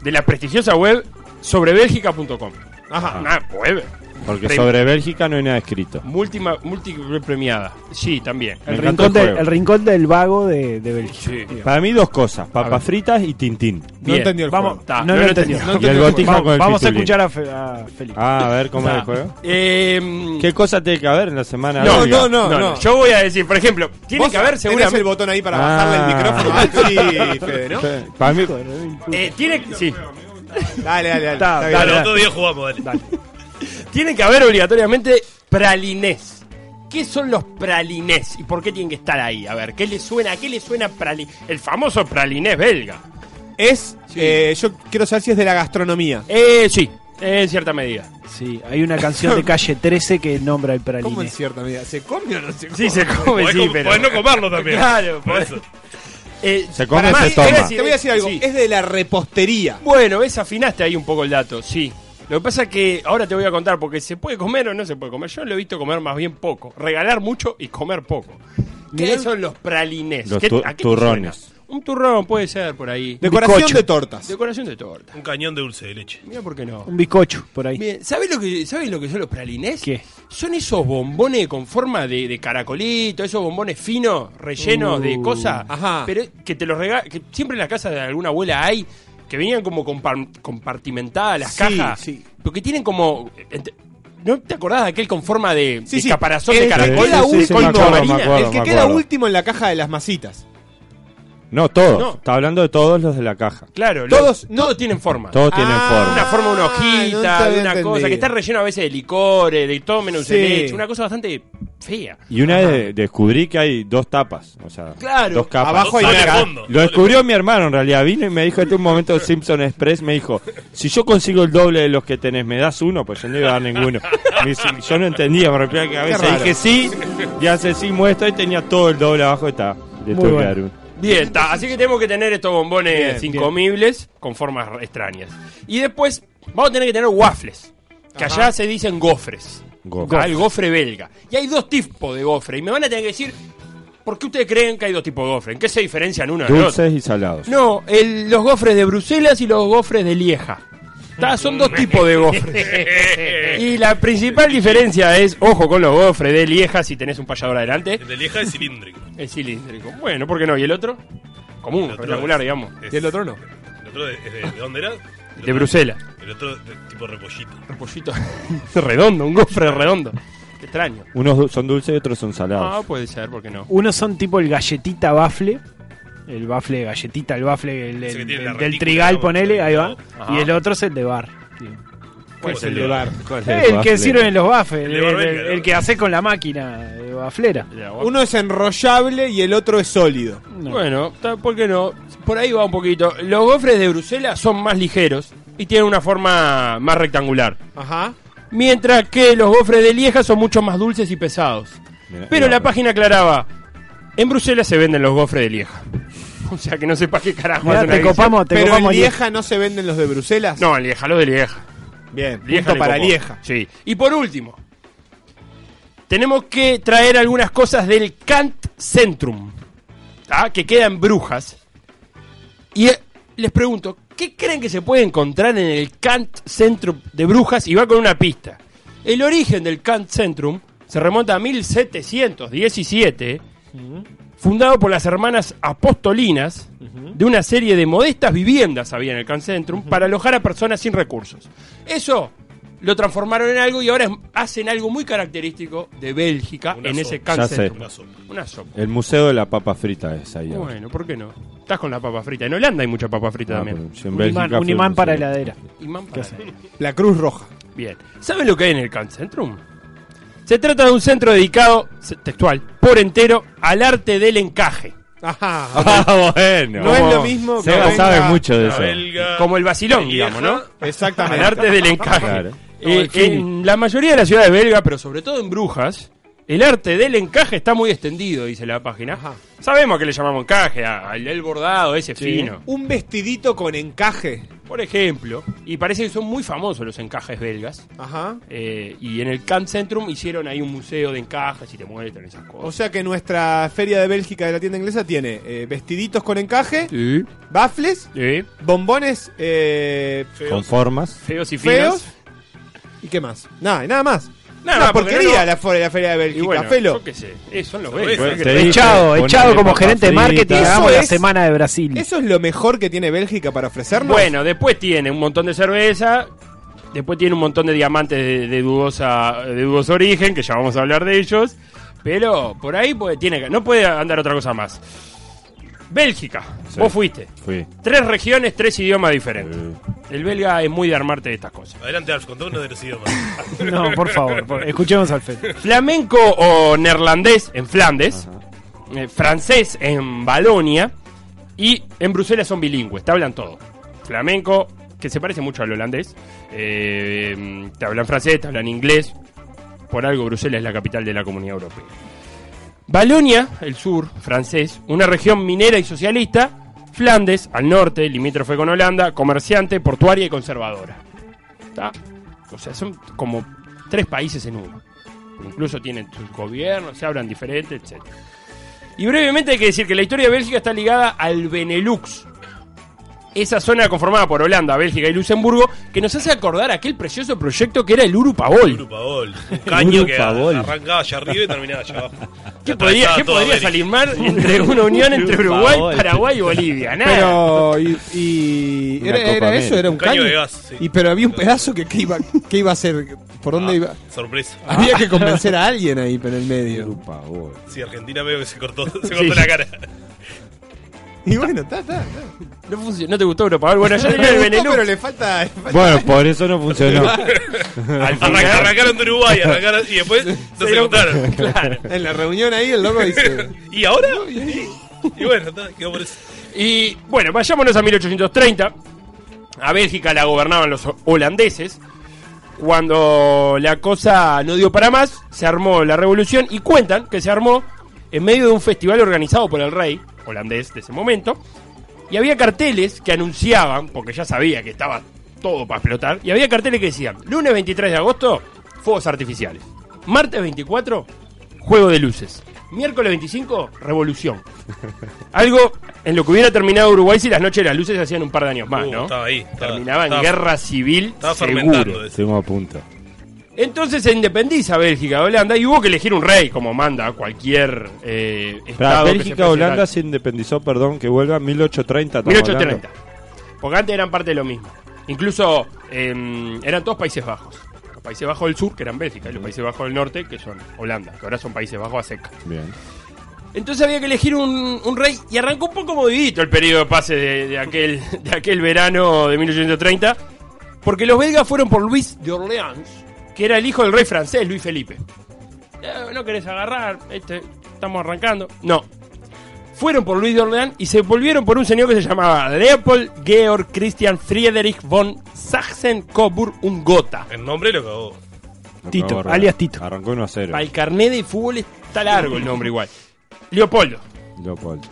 de la prestigiosa web sobrebélgica.com. Ajá. Una web
Porque
Pre-
sobre Bélgica no hay nada escrito.
múltima- múltiple premiada. Sí, también.
Me
El
encantó
rincón,
el
del,
juego.
el rincón del vago de, de Bélgica.
Para mí dos cosas,
A ver.
papas fritas y tintín.
Bien. Vamos, ta,
No,
no,
lo
lo
entendió.
entendió.
Y el gotija
vamos
con el
vamos a
pitulín.
escuchar a, Fe- a Felipe.
Ah, a ver cómo es el juego. ¿Qué cosa tiene que haber en la semana?
No,
larga?
no, no, no, no. Yo voy a decir, por ejemplo, tiene
Vos
que haber
tenés
seguramente.
el botón ahí para
Ah.
bajarle el micrófono a Feli, Fede, ¿no?
Sí, Para mí,
Eh, tiene que. Sí.
Dale, dale, dale.
Ta,
Está
dale,
bien.
otro día
jugamos, dale.
Tiene que haber obligatoriamente pralinés. ¿Qué son los pralinés y por qué tienen que estar ahí? A ver, ¿qué le suena? ¿Qué le suena prali- el famoso pralinés belga?
Es. Eh, yo quiero saber si es de la gastronomía.
Eh, sí, en cierta medida.
Sí, hay una canción de calle 13 que nombra el praliné.
¿Cómo en cierta medida? ¿Se come o no se come?
Sí, se come,
Podés
sí,
com-
pero-
podés no comerlo también.
Claro, por
eso.
Eh,
Se come,
para
se
más,
toma.
te voy a
Te voy a decir algo,
sí.
es de la repostería.
Bueno, desafinaste ahí un poco el dato, sí. Lo que pasa es que ahora te voy a contar porque se puede comer o no se puede comer. Yo lo he visto comer más bien poco, regalar mucho y comer poco. ¿Qué son los pralinés?
los
¿Qué-
tu-
a qué te
turrones.
suena? Un turrón puede ser por ahí.
Decoración Bizcocho. de
tortas.
Decoración de tortas.
Un cañón de dulce de leche.
Mira por qué no.
Un bizcocho por ahí.
Bien, ¿sabés lo que sabés lo que son los pralinés? Son esos bombones con forma de, de caracolito, esos bombones finos, rellenos de
Uh.
cosas,
Ajá.
pero que te los rega que siempre en las casas de alguna abuela hay que venían como compar- compartimentadas las
Sí,
cajas,
sí.
porque tienen como ent- ¿No te acordás de aquel con forma de,
Sí,
de
sí.
caparazón
El
de
que
caracol?
queda
con
último,
marina.
el que
me
queda
acuerdo.
último en la caja de las masitas.
No, todos.
No.
Está hablando de todos los de la caja.
Claro,
Todos-
todos, todos tienen forma.
Todos tienen forma.
Una forma, una
no te
hojita,
había
de una
entendido.
cosa, que está relleno a veces de licores, de todo menos de
Sí.
leche, una cosa bastante fea.
Y una vez descubrí que hay dos tapas, o sea,
Claro.
dos capas.
Abajo hay Doble merca. fondo,
Lo descubrió mi hermano en realidad. Vino y me dijo en un momento de Simpson Express, me dijo, si yo consigo el doble de los que tenés, ¿me das uno? Pues yo no iba a dar ninguno. Me dice, yo no entendía, me rompía la cabeza.
raro.
Dije sí, y hace sí muestra y tenía todo el doble abajo y está. Le
Muy
tuve que
bueno.
dar uno.
Bien, está. Así que tenemos que tener estos bombones
Bien,
incomibles con formas r- extrañas. Y después vamos a tener que tener waffles. Que allá se dicen gofres.
Gofres.
Ah, el gofre belga. Y hay dos tipos de gofre. Y me van a tener que decir, ¿por qué ustedes creen que hay dos tipos de gofre? ¿En qué se diferencian uno del otro?
Dulces y salados.
No, el- los gofres de Bruselas y los gofres de Lieja. Está- son dos tipos de gofres. y la principal diferencia es, ojo con los gofres de Lieja si tenés un payador adelante.
El de Lieja es cilíndrico.
Es cilíndrico. Bueno, ¿por qué no? ¿Y el otro? Común,
El otro
regular,
es-
digamos.
es-
¿Y el otro no?
El otro de, es de, ¿de dónde era? El
De
otro-
Bruselas.
El otro de tipo repollito.
Repollito. redondo, un gofre redondo. Qué extraño.
Unos du- son dulces y otros son salados.
Ah, puede ser, ¿por qué no?
Unos son tipo el galletita bafle. El bafle de galletita, el bafle el- el-
Ese que tiene
el-
la
del
retícula,
trigal,
digamos,
ponele, ahí va.
Ajá.
Y el otro es el de bar.
¿Cuál
es el
de bar?
El,
el de bafle?
que sirven en los bafles,
El
el,
de
el-
barbeca,
el
¿no?
que haces con la máquina eh, baflera.
Ah,
Uno es enrollable y el otro es sólido.
Bueno, ta- ¿por qué no? Por ahí va un poquito. Los gofres de Bruselas son más ligeros y tienen una forma más rectangular.
Ajá.
Mientras que los gofres de Lieja son mucho más dulces y pesados. Pero la página aclaraba, en Bruselas se venden los gofres de Lieja. O sea que no sepa qué carajo.
Mirá,
hacen
te
ahí.
copamos, te Pero en copamos, Lieja. Lieja no se venden los de Bruselas.
No, en Lieja, los de Lieja.
Bien,
Lieja
punto
le
para
copó.
Lieja.
Sí. Y por último, tenemos que traer algunas cosas del Kant Centrum, ¿tá? que queda en Brujas. Y eh, les pregunto, ¿qué creen que se puede encontrar en el Kant Centrum de Brujas? Y va con una pista. El origen del Kant Centrum se remonta a 1717, fundado por las hermanas apostolinas de una serie de modestas viviendas había en el Kant Centrum para alojar a personas sin recursos. Eso lo transformaron en algo y ahora es- hacen algo muy característico de Bélgica en ese
Ya
Kant
sé.
Centrum. Una sopa.
El museo de la papa frita es ahí. ahora.
Bueno, ¿por qué no? Estás con la papa frita. En Holanda hay mucha papa frita
Ah,
también.
pero si en Un Bélgica imán- un fue imán
para heladera.
Imán para heladera.
La Cruz Roja.
Bien. ¿Saben lo que hay en el Kant Centrum? Se trata de un centro dedicado, se- textual, por entero al arte del encaje.
Ajá.
Ah, bueno.
No es lo mismo que
Seba
venga-
sabe mucho de
la
eso.
belga, Como el vacilón, digamos, ¿no?
Exactamente.
Al arte del encaje.
Claro.
Eh, en la mayoría de las ciudades belgas, pero sobre todo en Brujas, el arte del encaje está muy extendido, dice la página. Sabemos que le llamamos encaje, a- al del bordado, ese fino.
Un vestidito con encaje.
Por ejemplo, y parece que son muy famosos los encajes belgas.
Ajá.
Eh, y en el Kant Centrum hicieron ahí un museo de encajes y te muestran esas cosas.
O sea que nuestra feria de Bélgica de la tienda inglesa tiene eh, vestiditos con encaje, bafles, bombones eh,
Con formas.
feos y
feos. ¿Y qué más? Nada, y nada más.
Nada
Una
más, porque
porquería
no-
la, fe- la feria de Bélgica,
Y bueno,
Felo.
yo qué sé, eh, son los
Te
belgas.
dije,
¿qué
Echado,
querés?
echado como
papas
gerente de
fritas.
marketing, hagamos la
es-
semana de Brasil.
¿Eso es lo mejor que tiene Bélgica para ofrecernos?
Bueno, después tiene un montón de cerveza, después tiene un montón de diamantes de, de dudosa de dudoso origen, que ya vamos a hablar de ellos, pero por ahí puede- tiene que- no puede andar otra cosa más. Bélgica,
Sí.
vos fuiste.
Fui.
Tres regiones, tres idiomas diferentes. El belga es muy de armarte de estas cosas.
Adelante, Alf, contá uno de los idiomas.
No, por favor, por- escuchemos al Fede.
flamenco o neerlandés en Flandes, eh, francés en Balonia y en Bruselas son bilingües, te hablan todo. Flamenco, que se parece mucho al holandés, eh, te hablan francés, te hablan inglés, por algo Bruselas es la capital de la Comunidad Europea. Balonia, el sur francés, una región minera y socialista, Flandes, al norte, limítrofe con Holanda, comerciante, portuaria y conservadora. ¿Está? O sea, son como tres países en uno. Incluso tienen sus gobiernos, se hablan diferente, etc. Y brevemente hay que decir que la historia de Bélgica está ligada al Benelux. Esa zona conformada por Holanda, Bélgica y Luxemburgo, que nos hace acordar aquel precioso proyecto que era el Urupagol.
Urupagol. Un caño que
Urupagol.
arrancaba allá arriba y terminaba allá abajo.
¿Qué podría, qué podría salir mal entre una unión entre Uruguay, Paraguay y Bolivia? Nada.
Pero, y, y-
Una
era,
Copa
era
América.
eso, era un
Un caño
caño.
de gas, sí. Ah,
Y pero había un pedazo que, que iba, que iba a ser, por dónde iba.
Sorpresa.
Había que convencer a alguien ahí pero en el medio.
Sí, Argentina veo que se cortó, se cortó
Sí.
la cara.
Y bueno, está, está.
No, funcionó, no te gustó Europagol. Bueno, ya tenía el
Me gustó,
Benelux.
pero le falta. le falta-
Bueno, por eso no funcionó.
Arranca- arrancaron de Uruguay, arrancaron y después no se encontraron.
En la reunión ahí el loco dice.
¿Y ahora? Y bueno, está, quedó por eso.
Y bueno, vayámonos a 1830. A Bélgica la gobernaban los ho- holandeses. Cuando la cosa no dio para más, se armó la revolución y cuentan que se armó en medio de un festival organizado por el rey holandés de ese momento. Y había carteles que anunciaban, porque ya sabía que estaba todo para explotar, y había carteles que decían, lunes 23 de agosto, fuegos artificiales. Martes 24, juego de luces. Miércoles 25, revolución. Algo en lo que hubiera terminado Uruguay si las noches de las luces hacían un par de años más, ¿no?
Estaba ahí. Estaba,
Terminaba en
estaba-
guerra civil
Estaba fermentando.
seguro.
Estuvimos a punto.
Entonces se independiza Bélgica, Holanda, y hubo que elegir un rey, como manda cualquier eh,
Para
estado. que se
Bélgica,
presenta.
Holanda se independizó, perdón, que vuelva en 1830. estamos
1830. Porque antes eran parte de lo mismo. Incluso eh, eran todos Países Bajos. Los Países Bajos del Sur, que eran Bélgica, y los Países Bajos del Norte, que son Holanda, que ahora son Países Bajos a seca.
hablando. Bien.
Entonces había que elegir un, un rey y arrancó un poco movidito el periodo de pase de, de aquel, de aquel verano de 1830, porque los belgas fueron por Luis de Orleans, que era el hijo del rey francés, Luis Felipe. Eh, No querés agarrar, este, estamos arrancando. No. Fueron por Luis de Orleans y se volvieron por un señor que se llamaba Leopold Georg Christian Friedrich von Sachsen-Coburg-Ungotha.
El nombre lo cagó.
Lo
Tito,
acabo de
alias
arreglar.
Tito.
Arrancó 1 a 0.
Para el carnet de fútbol está largo el nombre igual. Leopoldo.
Leopoldo.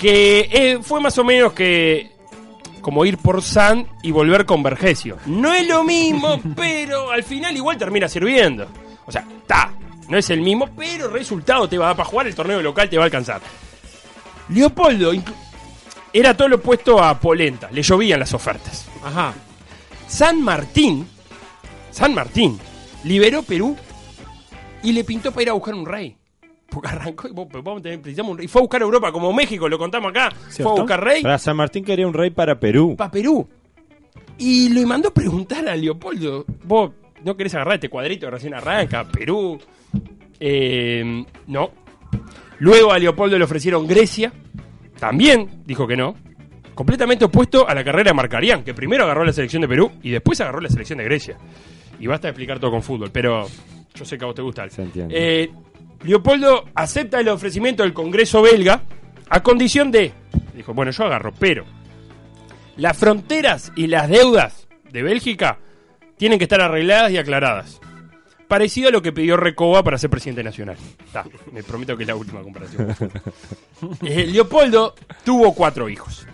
que eh, fue más o menos que como ir por San y volver con Vergesio. No es lo mismo, pero al final igual termina sirviendo. O sea, está, no es el mismo, pero el resultado te va a dar para jugar el torneo local, te va a alcanzar. Leopoldo inclu- era todo lo opuesto a Polenta, le llovían las ofertas. Ajá. San Martín, San Martín, liberó Perú y le pintó para ir a buscar un rey. Porque arrancó y vos, pues, vamos a tener- necesitamos un rey. Fue a buscar a Europa, como México, lo contamos acá. Fue a buscar rey
Para San Martín quería un rey para Perú.
para Perú. Y le mandó a preguntar a Leopoldo, vos no querés agarrar este cuadrito, que recién arranca, Perú. Eh, no. Luego a Leopoldo le ofrecieron Grecia, también dijo que no. Completamente opuesto a la carrera de Marcarián, que primero agarró la selección de Perú y después agarró la selección de Grecia. Y basta de explicar todo con fútbol, pero yo sé que a vos te gusta. Al. Eh, Leopoldo acepta el ofrecimiento del Congreso belga a condición de, dijo, bueno, yo agarro, pero las fronteras y las deudas de Bélgica tienen que estar arregladas y aclaradas. Parecido a lo que pidió Recoba para ser presidente nacional. Está, me prometo que es la última comparación. Eh, Leopoldo tuvo cuatro hijos.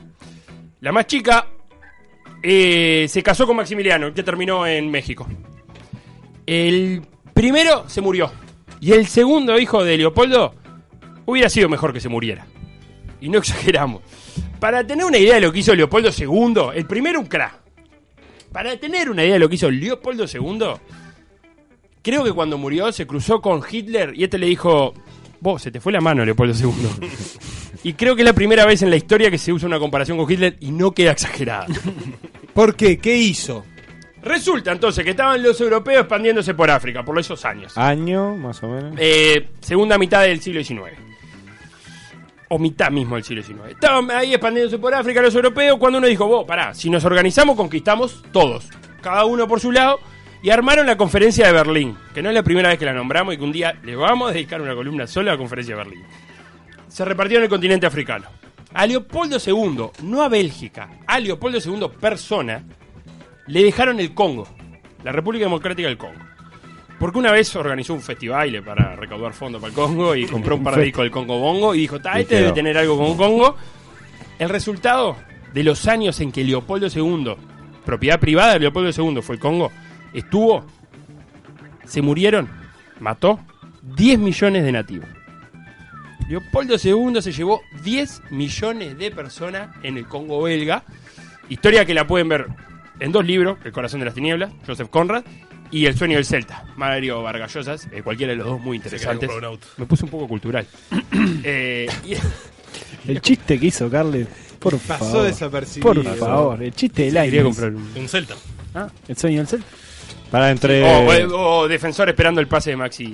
La más chica eh, se casó con Maximiliano, que terminó en México. El primero se murió. Y el segundo hijo de Leopoldo hubiera sido mejor que se muriera. Y no exageramos. Para tener una idea de lo que hizo Leopoldo II, el primero un crack. Para tener una idea de lo que hizo Leopoldo II, creo que cuando murió se cruzó con Hitler y este le dijo, vos, se te fue la mano Leopoldo II. y creo que es la primera vez en la historia que se usa una comparación con Hitler y no queda exagerada.
¿Por qué? ¿Qué hizo?
Resulta entonces que estaban los europeos expandiéndose por África, por esos años.
Año, más o menos.
Eh, segunda mitad del siglo XIX. O mitad mismo del siglo XIX. Estaban ahí expandiéndose por África los europeos cuando uno dijo, vos, pará, si nos organizamos conquistamos todos, cada uno por su lado, y armaron la conferencia de Berlín, que no es la primera vez que la nombramos y que un día le vamos a dedicar una columna sola a la conferencia de Berlín. Se repartió en el continente africano. A Leopoldo II, no a Bélgica, a Leopoldo II persona, le dejaron el Congo, la República Democrática del Congo. Porque una vez organizó un festival para recaudar fondos para el Congo y compró un par de discos del Congo Bongo y dijo, "Ta,
Y
este
quedó.
debe tener algo con Congo. El resultado de los años en que Leopoldo II, propiedad privada de Leopoldo II, fue el Congo, estuvo, se murieron, mató 10 millones de nativos. Leopoldo II se llevó 10 millones de personas en el Congo belga. Historia que la pueden ver en dos libros, El corazón de las tinieblas, Joseph Conrad, y El sueño del Celta, Mario Vargallosas, eh, cualquiera de los dos muy interesantes.
comprar un
Me puse un poco cultural. Eh, y-
El chiste que hizo Carles, por
Pasó
favor.
desapercibido.
Por favor, el chiste del
Sí,
año.
quería comprar ¿Ah?
un...
Un Celta.
Ah, El sueño del Celta.
Para entre.
O, o- o defensor esperando el pase de Maxi.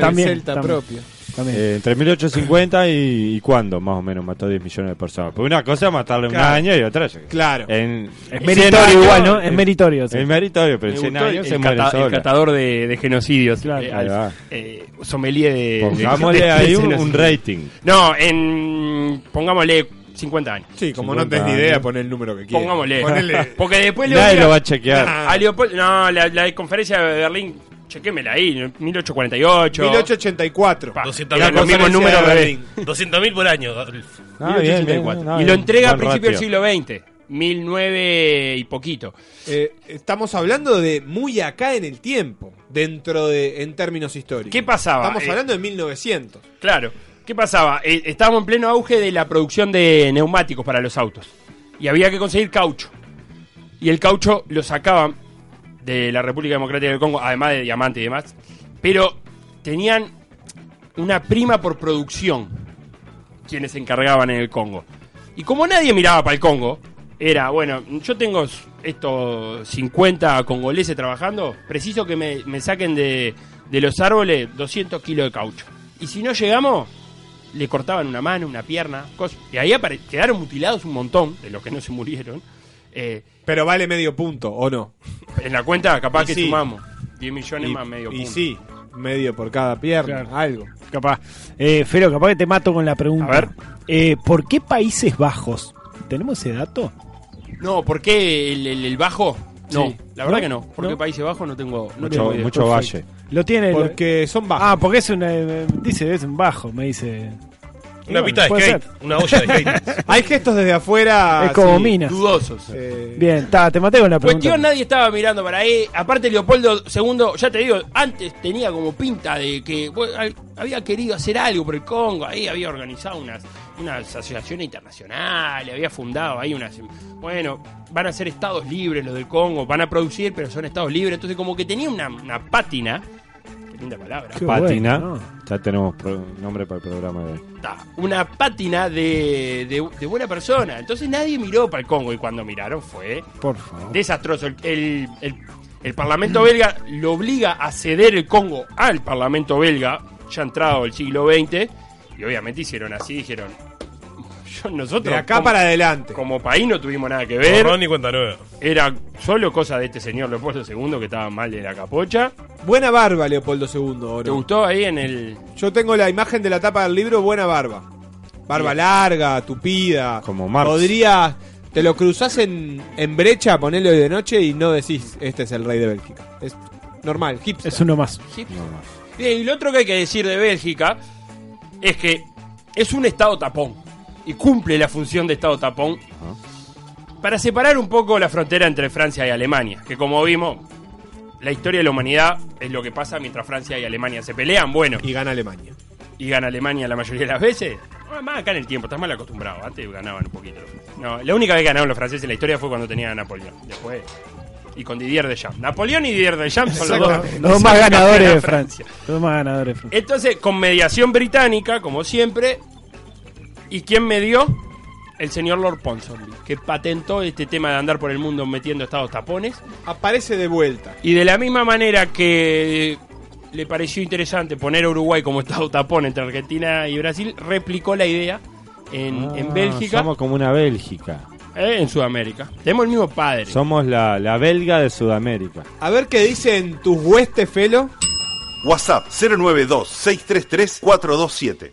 También, Celta también. propio.
eh, entre 1850 y, y cuándo, más o menos, mató 10 millones de personas. Porque una cosa es matarle
Claro.
un año y otra. yo-
Claro.
En,
Es meritorio
100
igual, ¿no? Es meritorio, sí.
Es meritorio, pero en 100 años se muere
cata- el
sola.
catador de, de genocidios. Eh,
Ahí
al-
va.
eh, sommelier de.
Pongámosle
de- de-
ahí un-
de-
un rating.
No, en. Pongámosle 50 años.
Sí, como no tenés ni idea, pon el número que quieras.
Pongámosle.
Ponele-
Porque después
Nadie
obligan-
lo va a chequear.
A Leopoldo- no, la, la conferencia de Berlín, chequémela ahí, 1848.
1884.
Pa,
200.000
eran los mismos números de Berlín.
200.000 por año.
Ah, bien, bien, bien, no,
y lo
bien.
entrega a
Buen
principios del
ratio.
siglo XX, 19 y poquito.
Eh, estamos hablando de muy acá en el tiempo.
dentro de en términos históricos.
¿Qué pasaba?
Estamos
Eh,
hablando de 1900.
Claro. ¿Qué pasaba? Eh, estábamos en pleno auge de la producción de neumáticos para los autos. Y había que conseguir caucho. Y el caucho lo sacaban de la República Democrática del Congo, además de diamante y demás. Pero tenían una prima por producción quienes se encargaban en el Congo. Y como nadie miraba para el Congo, era, bueno, yo tengo s- estos 50 congoleses trabajando, preciso que me, me saquen de, de los árboles 200 kilos de caucho. Y si no llegamos, le cortaban una mano, una pierna, cosas. Y ahí apare- quedaron mutilados un montón de los que no se murieron. Eh,
Pero vale medio punto, ¿o no?
En la cuenta, capaz
Y
que
sí.
sumamos 10 millones
Y-
más medio
y
punto.
sí, medio por cada pierna, algo.
Capaz. Eh, Fero, capaz que te mato con la pregunta. A ver. ¿Por qué Países Bajos? ¿Tenemos ese dato?
No, ¿por qué el, el- el bajo? No,
Sí.
la verdad
¿No?
que no. Porque Países Bajos no tengo. No
Mucho-
tengo idea.
mucho valle.
Lo tiene.
Porque son bajos.
Ah, porque es una. eh, Dice, es un bajo, me dice. Y
Una
bueno,
pita de
puede
skate,
ser.
una olla de skate.
Hay gestos desde afuera.
Es como
sí, Eh,
minas.
Dudosos.
Bien, ta, te maté con la pregunta.
Cuestión, nadie estaba mirando para ahí. Aparte, Leopoldo II, ya te digo, antes tenía como pinta de que bueno, al- había querido hacer algo por el Congo. Ahí había organizado unas, unas asociaciones internacionales, había fundado ahí unas. Bueno, van a ser estados libres los del Congo, van a producir, pero son estados libres. Entonces, como que tenía una, una pátina. Qué linda palabra.
Pátina. Ya tenemos pro- nombre para el programa de hoy.
Ta, una pátina de, de- de buena persona. Entonces nadie miró para el Congo y cuando miraron fue
Por favor.
desastroso. El, el- el- el Parlamento belga lo obliga a ceder el Congo al Parlamento belga, ya entrado el siglo XX, y obviamente hicieron así, dijeron... "Yo- nosotros
De acá para adelante.
Como país no tuvimos nada que ver.
Borrón y cuenta nueva.
Era solo cosa de este señor Leopoldo II que estaba mal de la capocha.
Buena barba, Leopoldo II. ¿o no?
¿Te gustó ahí en el...?
Yo tengo la imagen de la tapa del libro Buena Barba. Barba larga, tupida. Como
Marx.
Podría. Te lo cruzás en, en brecha, ponelo de noche y no decís, este es el rey de Bélgica. Es normal, hipster.
Es uno más.
Bien, y lo otro que hay que decir de Bélgica es que es un estado tapón y cumple la función de estado tapón para separar un poco la frontera entre Francia y Alemania, que como vimos, la historia de la humanidad es lo que pasa mientras Francia y Alemania se pelean, bueno.
Y gana Alemania.
Y gana Alemania la mayoría de las veces. Ah, Más acá en el tiempo, estás mal acostumbrado. Antes ganaban un poquito. No, la única vez que ganaron los franceses en la historia fue cuando tenían a Napoleón. Después. Y con Didier Deschamps. Napoleón y Didier Deschamps son los dos.
Los dos más ganadores de Francia. Los dos más ganadores de Francia.
Entonces, con mediación británica, como siempre. ¿Y quién me dio? El señor Lord Ponsonby, que patentó este tema de andar por el mundo metiendo estados tapones.
Aparece de vuelta.
Y de la misma manera que le pareció interesante poner a Uruguay como estado tapón entre Argentina y Brasil, replicó la idea en, en
Ah,
Bélgica,
Somos como una Bélgica.
eh, en Sudamérica. Tenemos el mismo padre.
Somos la, la belga de Sudamérica.
A ver qué dicen tus huestes, Felo.
WhatsApp 092-633-427.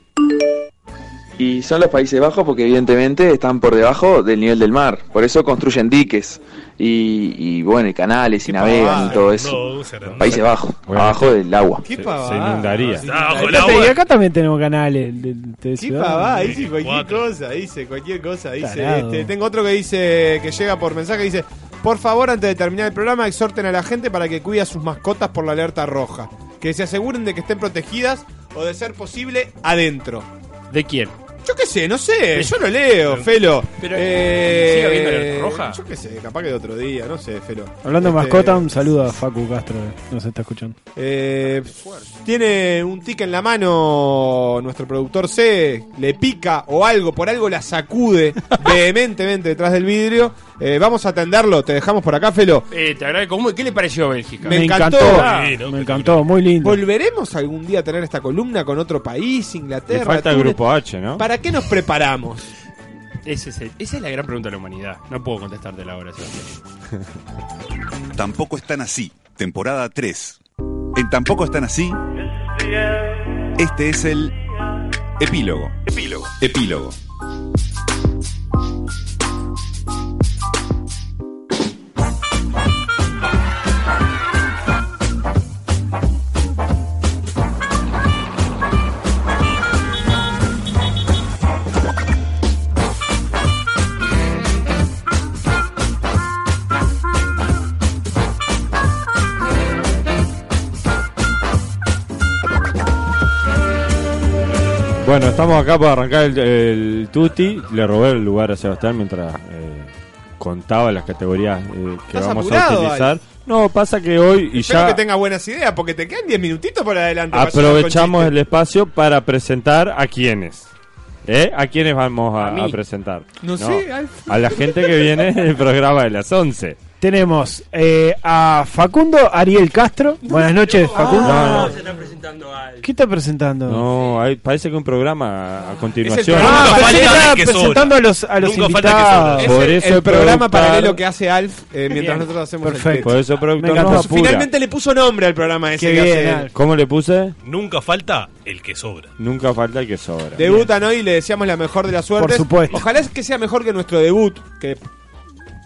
Y son los Países Bajos porque evidentemente están por debajo del nivel del mar. Por eso construyen diques y, y, bueno, y canales y navegan y todo eso. Países Bajos, abajo del agua.
Se,
se
Ah,
inundaría.
Y acá también tenemos canales. De, de
Sí,
ciudad.
pavá, dice cualquier cosa, dice cualquier cosa, dice.
Tarado.
Este, tengo otro que dice, que llega por mensaje, dice, por favor, antes de terminar el programa, exhorten a la gente para que cuide a sus mascotas por la alerta roja. Que se aseguren de que estén protegidas o de ser posible adentro.
¿De quién?
Yo qué sé, no sé, yo lo leo, Felo.
Pero,
Eh,
¿sigue habiendo alerta roja?
Yo qué sé, capaz que de otro día, no sé, Felo.
Hablando de
Este,
mascota, un saludo a Facu Castro. que Nos está escuchando.
eh, tiene un tic en la mano nuestro productor C, le pica o algo, por algo la sacude vehementemente detrás del vidrio. Eh, vamos a atenderlo, te dejamos por acá, Felo.
Eh, te agradezco. ¿Cómo- ¿Qué le pareció Bélgica? Ah,
Me, encantó.
me encantó, muy lindo.
¿Volveremos algún día a tener esta columna con otro país, Inglaterra?
Le falta el
Túnez?
grupo H, ¿no?
¿Para qué nos preparamos?
Ese es el- esa es la gran pregunta de la humanidad. No puedo contestártela ahora. Sebastián.
Tampoco están así. Temporada 3. En Tampoco están así. Este es el epílogo. Epílogo. Epílogo.
Bueno, estamos acá para arrancar el, el Tutti. Le robé el lugar a Sebastián mientras eh, contaba las categorías eh, que
¿Estás
vamos
apurado,
a utilizar. No, pasa que hoy y
Espero
ya
que tenga buenas ideas, porque te quedan 10 minutitos por adelante. para llegar con
aprovechamos el espacio para presentar a quienes. ¿Eh? ¿A quiénes vamos a,
mí.
a presentar?
No sé, Alf.
a la gente que viene en el programa de las 11.
Tenemos eh, a Facundo Ariel Castro. Buenas noches, Facundo.
Ah, No, no.
¿Qué está presentando?
No, hay- parece que un programa a continuación.
programa Ah, paralelo paralelo que sobra. presentando a los- a los
Nunca falta que
invitados.
sobra.
Por
Es el-
eso
el,
el
programa
productor-
paralelo que hace Alf eh, mientras
Bien.
nosotros hacemos el
Perfecto.
texto.
Por eso el productor
Me encantó.
nos apura.
Finalmente le puso nombre al programa ese
Qué
que
bien,
hace él.
Alf. ¿Cómo le puse?
Nunca falta el que sobra.
Nunca falta el que sobra.
Debutan hoy y le deseamos la mejor de las suertes.
supuesto.
Ojalá es que sea mejor que nuestro debut, que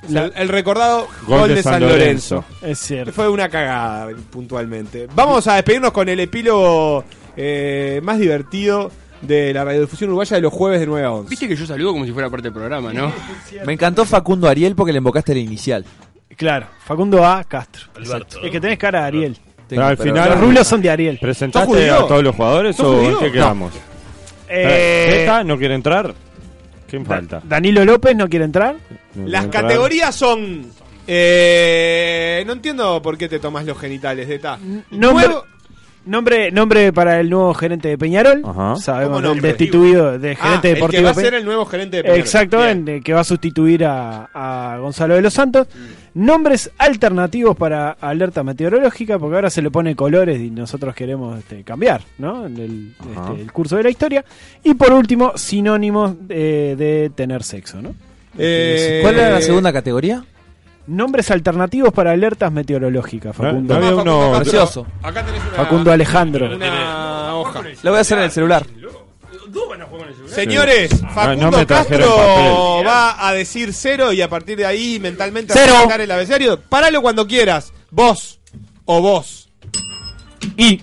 La-
el, el recordado
Gol
gol,
de
de,
San
San Lorenzo.
Lorenzo.
Es cierto.
Fue una cagada puntualmente. Vamos a despedirnos con el epílogo eh, más divertido de la radiodifusión uruguaya de los jueves de 9 a 11.
Viste que yo saludo como si fuera parte del programa, ¿no?
Me encantó Facundo Ariel porque le invocaste la inicial.
Claro, Facundo A. Castro. Exacto. Es que tenés cara de Ariel.
Pero al final-
Los rulos son de Ariel.
¿Presentaste a todos los jugadores
¿Sos
o en
judío?
qué quedamos?
Eh,
¿Esta no quiere entrar? ¿Quién falta?
Danilo López no quiere entrar.
No
Las
quiere entrar.
categorías son. eh, no entiendo por qué te tomas los genitales, Zeta.
Nombre, nombre, nombre para el nuevo gerente de Peñarol. Sabemos
¿Cómo
el
nombre?
destituido de
Ah,
gerente
el que
deportivo.
va a
de
ser
Pe-
el nuevo gerente de Peñarol.
Exactamente, que va a sustituir a, a Gonzalo de los Santos. Nombres alternativos para alerta meteorológica, porque ahora se le pone colores y nosotros queremos este, cambiar ¿no? En el,
Ajá.
este, el curso de la historia. Y por último, sinónimos eh, de tener sexo. ¿no?
Eh,
¿Cuál era la segunda categoría?
Nombres alternativos para alertas meteorológicas, Facundo.
no había Tomá, Ah, Facundo, uno- acá- Precioso.
Acá tenés una-
Facundo Alejandro.
Una hoja.
Lo voy a hacer en el celular.
Señores,
Sí. No,
Facundo
no me trajeron
Castro
papel.
va a decir cero y a partir de ahí mentalmente
Cero.
a el abecedario. Páralo cuando quieras. Vos o vos.
Y.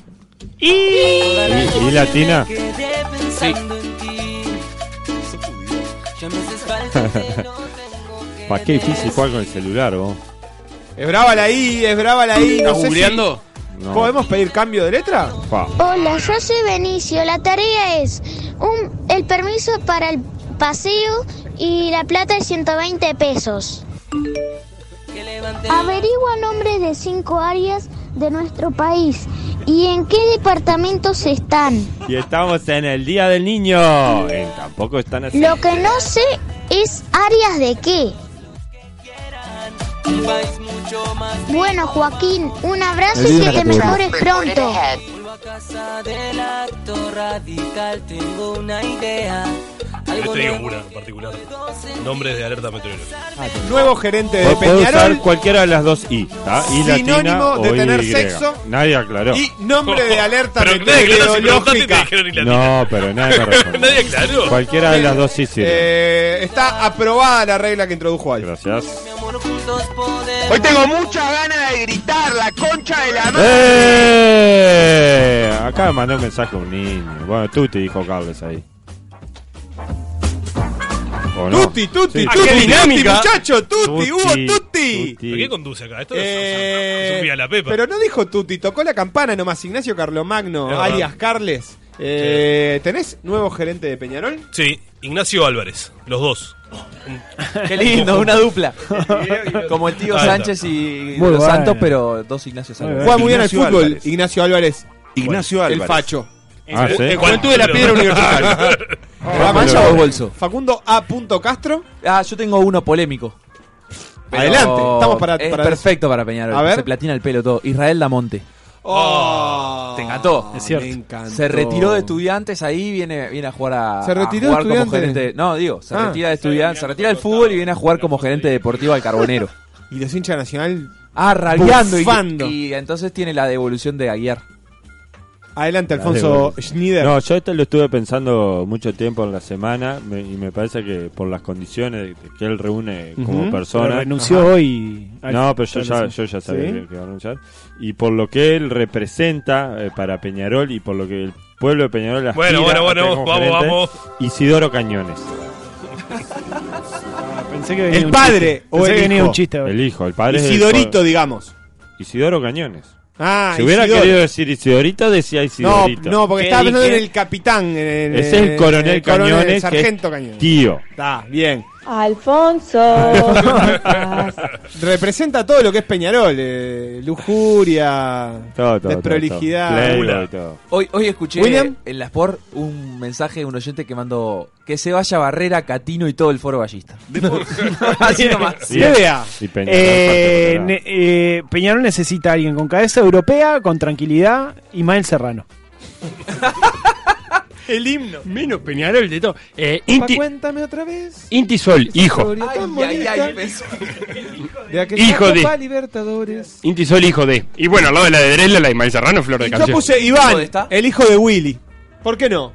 Y.
¿Y, y Latina? ¿Para qué difícil jugar con el celular vos?
Es brava la I, es brava la I. No
¿Estás
sé
googleando?
si-
No.
¿Podemos pedir cambio de letra?
Pa.
Hola, yo soy Benicio. La tarea es un, el permiso para el paseo y la plata de 120 pesos. Averigua nombres de cinco áreas de nuestro país y en qué departamentos están.
Y estamos en el Día del Niño. Eh, tampoco están así.
Lo que no sé es áreas de qué. Bueno, Joaquín, un abrazo
El
y
día
que
de la
te
cultura.
mejores pronto.
casa del acto radical, tengo una idea.
Yo te Este digo una en particular. Nombres de alerta meteorológica.
Ah, Nuevo gerente de
Vos podés usar
Peñarol
cualquiera de las dos I. ¿tá? I
Sinónimo
latina
de
o I
tener
griega.
sexo.
Nadie aclaró.
y nombre de alerta
Oh,
Eh,
Pero nadie aclaró si preguntaste y te
meteorológica.
dijeron ni la
No, pero nadie me respondió.
Nadie aclaró.
Cualquiera de las dos I sirve.
Eh, está aprobada la regla que introdujo Alf.
Gracias.
Hoy tengo muchas ganas de gritar la concha de la
¡Eh! Acá mandó un mensaje a un niño. Bueno, tú te dijo Carlos ahí. ¿O no?
Tuti, tuti,
Ah,
Sí,
tuti, tuti, muchacho, tuti,
Tuti,
hubo tuti.
tuti. ¿Pero qué
conduce acá? Esto
Eh,
Sofía la Pepa.
Pero no dijo tuti, tocó la campana nomás Ignacio Carlomagno,
Es verdad.
alias Carles. Eh, ¿Tenés nuevo gerente de Peñarol?
Sí, Ignacio Álvarez, los dos.
Qué lindo, una dupla. Como el tío
Ahí está.
Sánchez y
Muy
los
bueno.
Santos, pero dos Ignacio Sánchez.
Juega muy bien al fútbol, Ignacio Álvarez.
Ignacio
El
Álvarez.
facho.
Ah, ¿sí?
El Juventud de eh, la Piedra Universitaria.
¿La mancha o bolso?
Facundo A. Castro.
Ah, yo tengo uno polémico. Pero
Adelante, estamos para-
Es
para eso.
perfecto para Peñarol.
A ver.
Se platina el pelo todo. Israel Damonte.
Oh,
Te encantó.
Es cierto. me encantó.
Se retiró de estudiantes, ahí viene, viene a jugar a.
¿Se retiró
a jugar
de
como
Estudiantes?
gerente. No, digo, se
Ah.
retira de estudiantes, se retira del fútbol y viene a jugar como gerente deportivo al carbonero.
y los hinchas de nacional.
Ah, rabiando. Y,
bufando.
y entonces tiene la devolución de Aguiar.
Adelante, Alfonso
Dale,
Schneider.
No, yo esto lo estuve pensando mucho tiempo en la semana me- y me parece que por las condiciones que él reúne como
Ujú.
persona.
Pero renunció
Ajá.
hoy al-
No, pero yo ya,
al-
yo ya sabía
¿Sí?
que- que iba a renunciar. Y por lo que él representa eh, para Peñarol y por lo que el pueblo de Peñarol aspira
Bueno, bueno,
a
bueno,
tener como
vamos,
gerente,
vamos.
Isidoro Cañones.
Pensé que venía
el
un
padre
chiste.
o
Pensé
el
que venía
hijo.
un chiste.
El hijo, el padre. es el-
Isidorito, digamos.
Isidoro Cañones.
Ah,
si hubiera
Isidoro.
querido decir Isidorito, decía
No,
Isidorito.
no, porque estaba pensando en el capitán. en el-
Ese es el coronel
en el coronel,
Cañones, que
El
es
sargento Cañones.
tío.
Está, bien.
Alfonso.
Representa todo lo que es Peñarol: eh, lujuria,
Todo, todo, todo, todo.
desprolijidad.
Playboy, todo.
Hoy, hoy escuché
William.
en la Sport un mensaje de un oyente que mandó que se vaya Barrera, Catino y todo el foro gallista. Así nomás.
Bien.
Y Peñarol,
Eh, ne- eh, Peñarol necesita a alguien con cabeza europea, con tranquilidad, Ismael Serrano.
El himno. Menos Peñarol de todo. Eh, Inti,
Cuéntame otra vez.
Inti Sol, hijo.
Historia tan bonita. De aquella
Hijo de-
Copa Libertadores.
Inti Sol, hijo de. Y bueno, al lado de la de Drella, la de Ismael Serrano, flor de
Yo
canción.
puse Iván, el hijo de Willy. ¿Por qué no?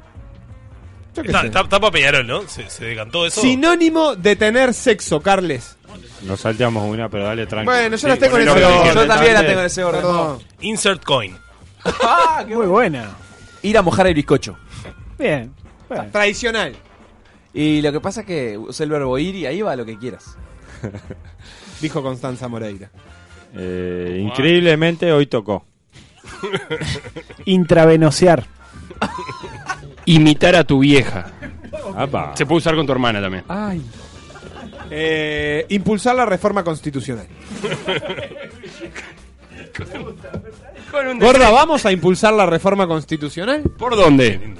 Yo qué
Está,
sé.
está- está para Peñarol, ¿no? ¿Se, se decantó eso?
Sinónimo de tener sexo, Carles.
Nos salteamos una, pero dale tranqui.
Bueno, yo
Sí,
las tengo en
ponelo
ese
que
orden.
dijiste.
Perdón.
Insert coin.
Ah, Muy buena.
Ir a mojar el bizcocho.
Bien.
Tradicional.
Y lo que pasa es que usé el verbo ir y ahí va lo que quieras.
Dijo Constanza Moreira.
Eh, increíblemente hoy tocó.
Intravenosear.
Imitar a tu vieja.
Apa.
Se puede usar con tu hermana también.
Ah, Eh, impulsar la reforma constitucional. Gorda, ¿vamos a impulsar la reforma constitucional?
¿Por dónde?
Eh,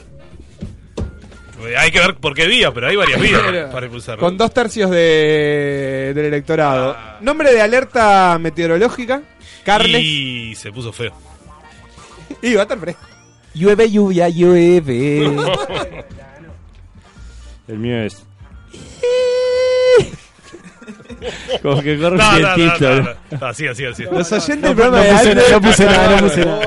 Hay que ver por qué vía, pero hay varias vías
Pero-
para impulsar.
Con dos tercios de, del electorado.
Ah.
Nombre de alerta meteorológica. Carles.
Y se puso feo.
Y va a estar fresco.
Llueve, lluvia, llueve.
El mío es. Como que corre
No,
un
no, no,
vientito,
no,
¿no?
no. Así, así, así.
Los oyentes del
no,
programa
no
de
puse
Alfred-
nada, no puse nada, no puse
nada.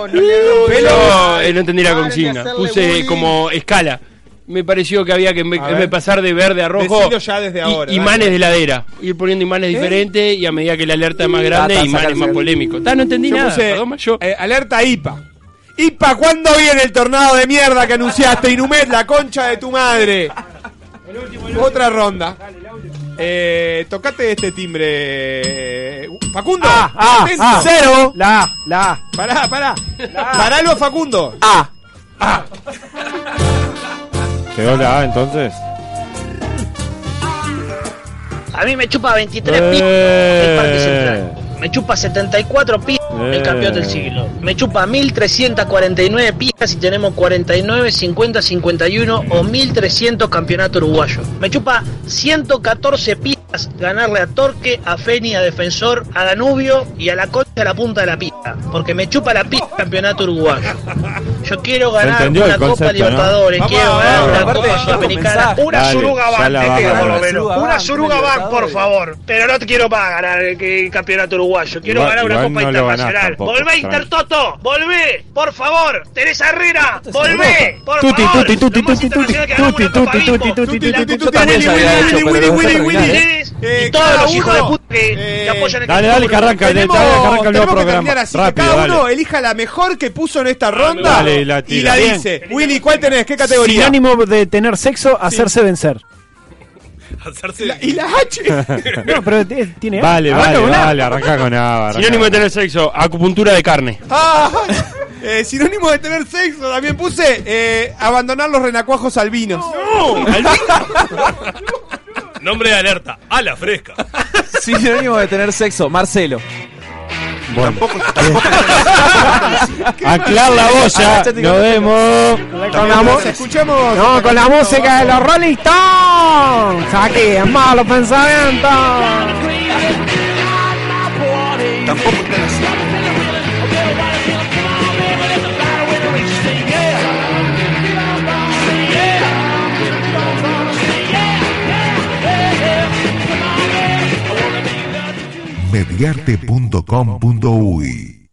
Pero eh, no entendí la consigna. Puse como escala. Me pareció que había que me,
A ver.
me pasar de verde a rojo.
Decilo ya desde
y-
ahora,
imanes
dale.
de heladera. Ir poniendo imanes
¿Eh?
diferentes y a medida que la alerta es más grande,
Ta, ta,
imanes
sacarse
más
el-
polémicos. Ta, no entendí
Yo
nada.
puse,
perdón,
eh, alerta IPA. IPA, ¿cuándo viene el tornado de mierda que anunciaste, Inumet, la concha de tu madre? Otra ronda. Eh, tocate este timbre. Facundo.
Ah,
Atento.
ah. La A, la A.
Pará, pará. Paralo a Facundo.
Ah.
Quedó la A entonces.
A mí me chupa 23 pi el Parque Central.
Eh,
Me chupa 74 pi
Eh.
el campeón del siglo. Me chupa 1349 pijas si tenemos 49, 50, 51 o 1300 campeonato uruguayo. Me chupa 114 pijas ganarle a Torque, a Feni, a Defensor, a Danubio y a la concha de la punta de la pija. Porque me chupa la pija campeonato uruguayo. Yo quiero ganar
entendió el
una Copa
concepto, ¿no?
Libertadores,
Vamos,
quiero ganar
vamos,
una
aparte,
Copa
ya
Sudamericana,
comenzás.
una
Dale,
Suruga
ya
Bank,
la
este,
vamos,
por lo
vamos.
menos.
Suruga
Una Bank, Suruga Bank, por favor. Pero no te quiero para ganar el, el campeonato uruguayo, quiero
Igual-
ganar una
igual
Copa
no lo ganás
Internacional.
tampoco,
volvé
tranqui.
Intertoto, volvé, por favor. Teresa Herrera, volvé, por
Tuti,
favor.
tuti, tuti,
Lo más
tuti,
internacional que
tuti,
hagamos una
tuti,
Copa
tuti,
Bimbo.
tuti, tuti,
La
tuti, tuti,
puta madre.
tuti, tuti,
Willy,
tuti, tuti,
Willy, Willy,
tuti,
Willy,
tuti,
Willy.
tuti.
Eh,
Y todos los hijos de puta que que apoyan este el
Dale, dale, que arranca, dale,
Tenemos-
arranca el nuevo
tenemos que
programa.
terminar así.
Rápido,
que cada uno
dale.
elija la mejor que puso en esta ronda
Dale, y la
y
tira.
la
Bien.
dice. Willy, ¿cuál tenés? ¿Qué categoría?
Sinónimo de tener sexo, hacerse vencer.
Hacerse-
Y la H.
No, pero eh, tiene A.
Vale,
Arranca
vale,
con A.
vale, arranca con A. arranca.
Sinónimo de tener sexo, acupuntura de carne.
Ah, eh, sinónimo de tener sexo. También puse eh, abandonar los renacuajos albinos.
Nombre de alerta, a la fresca.
Sinónimo de tener sexo, Marcelo.
Tampoco
Aclar la boya. Nos vemos.
Con la mu- No, con la música de los Rolling Stones. Aquí, en malos pensamientos.
Tampoco están así.
mediarte.com.uy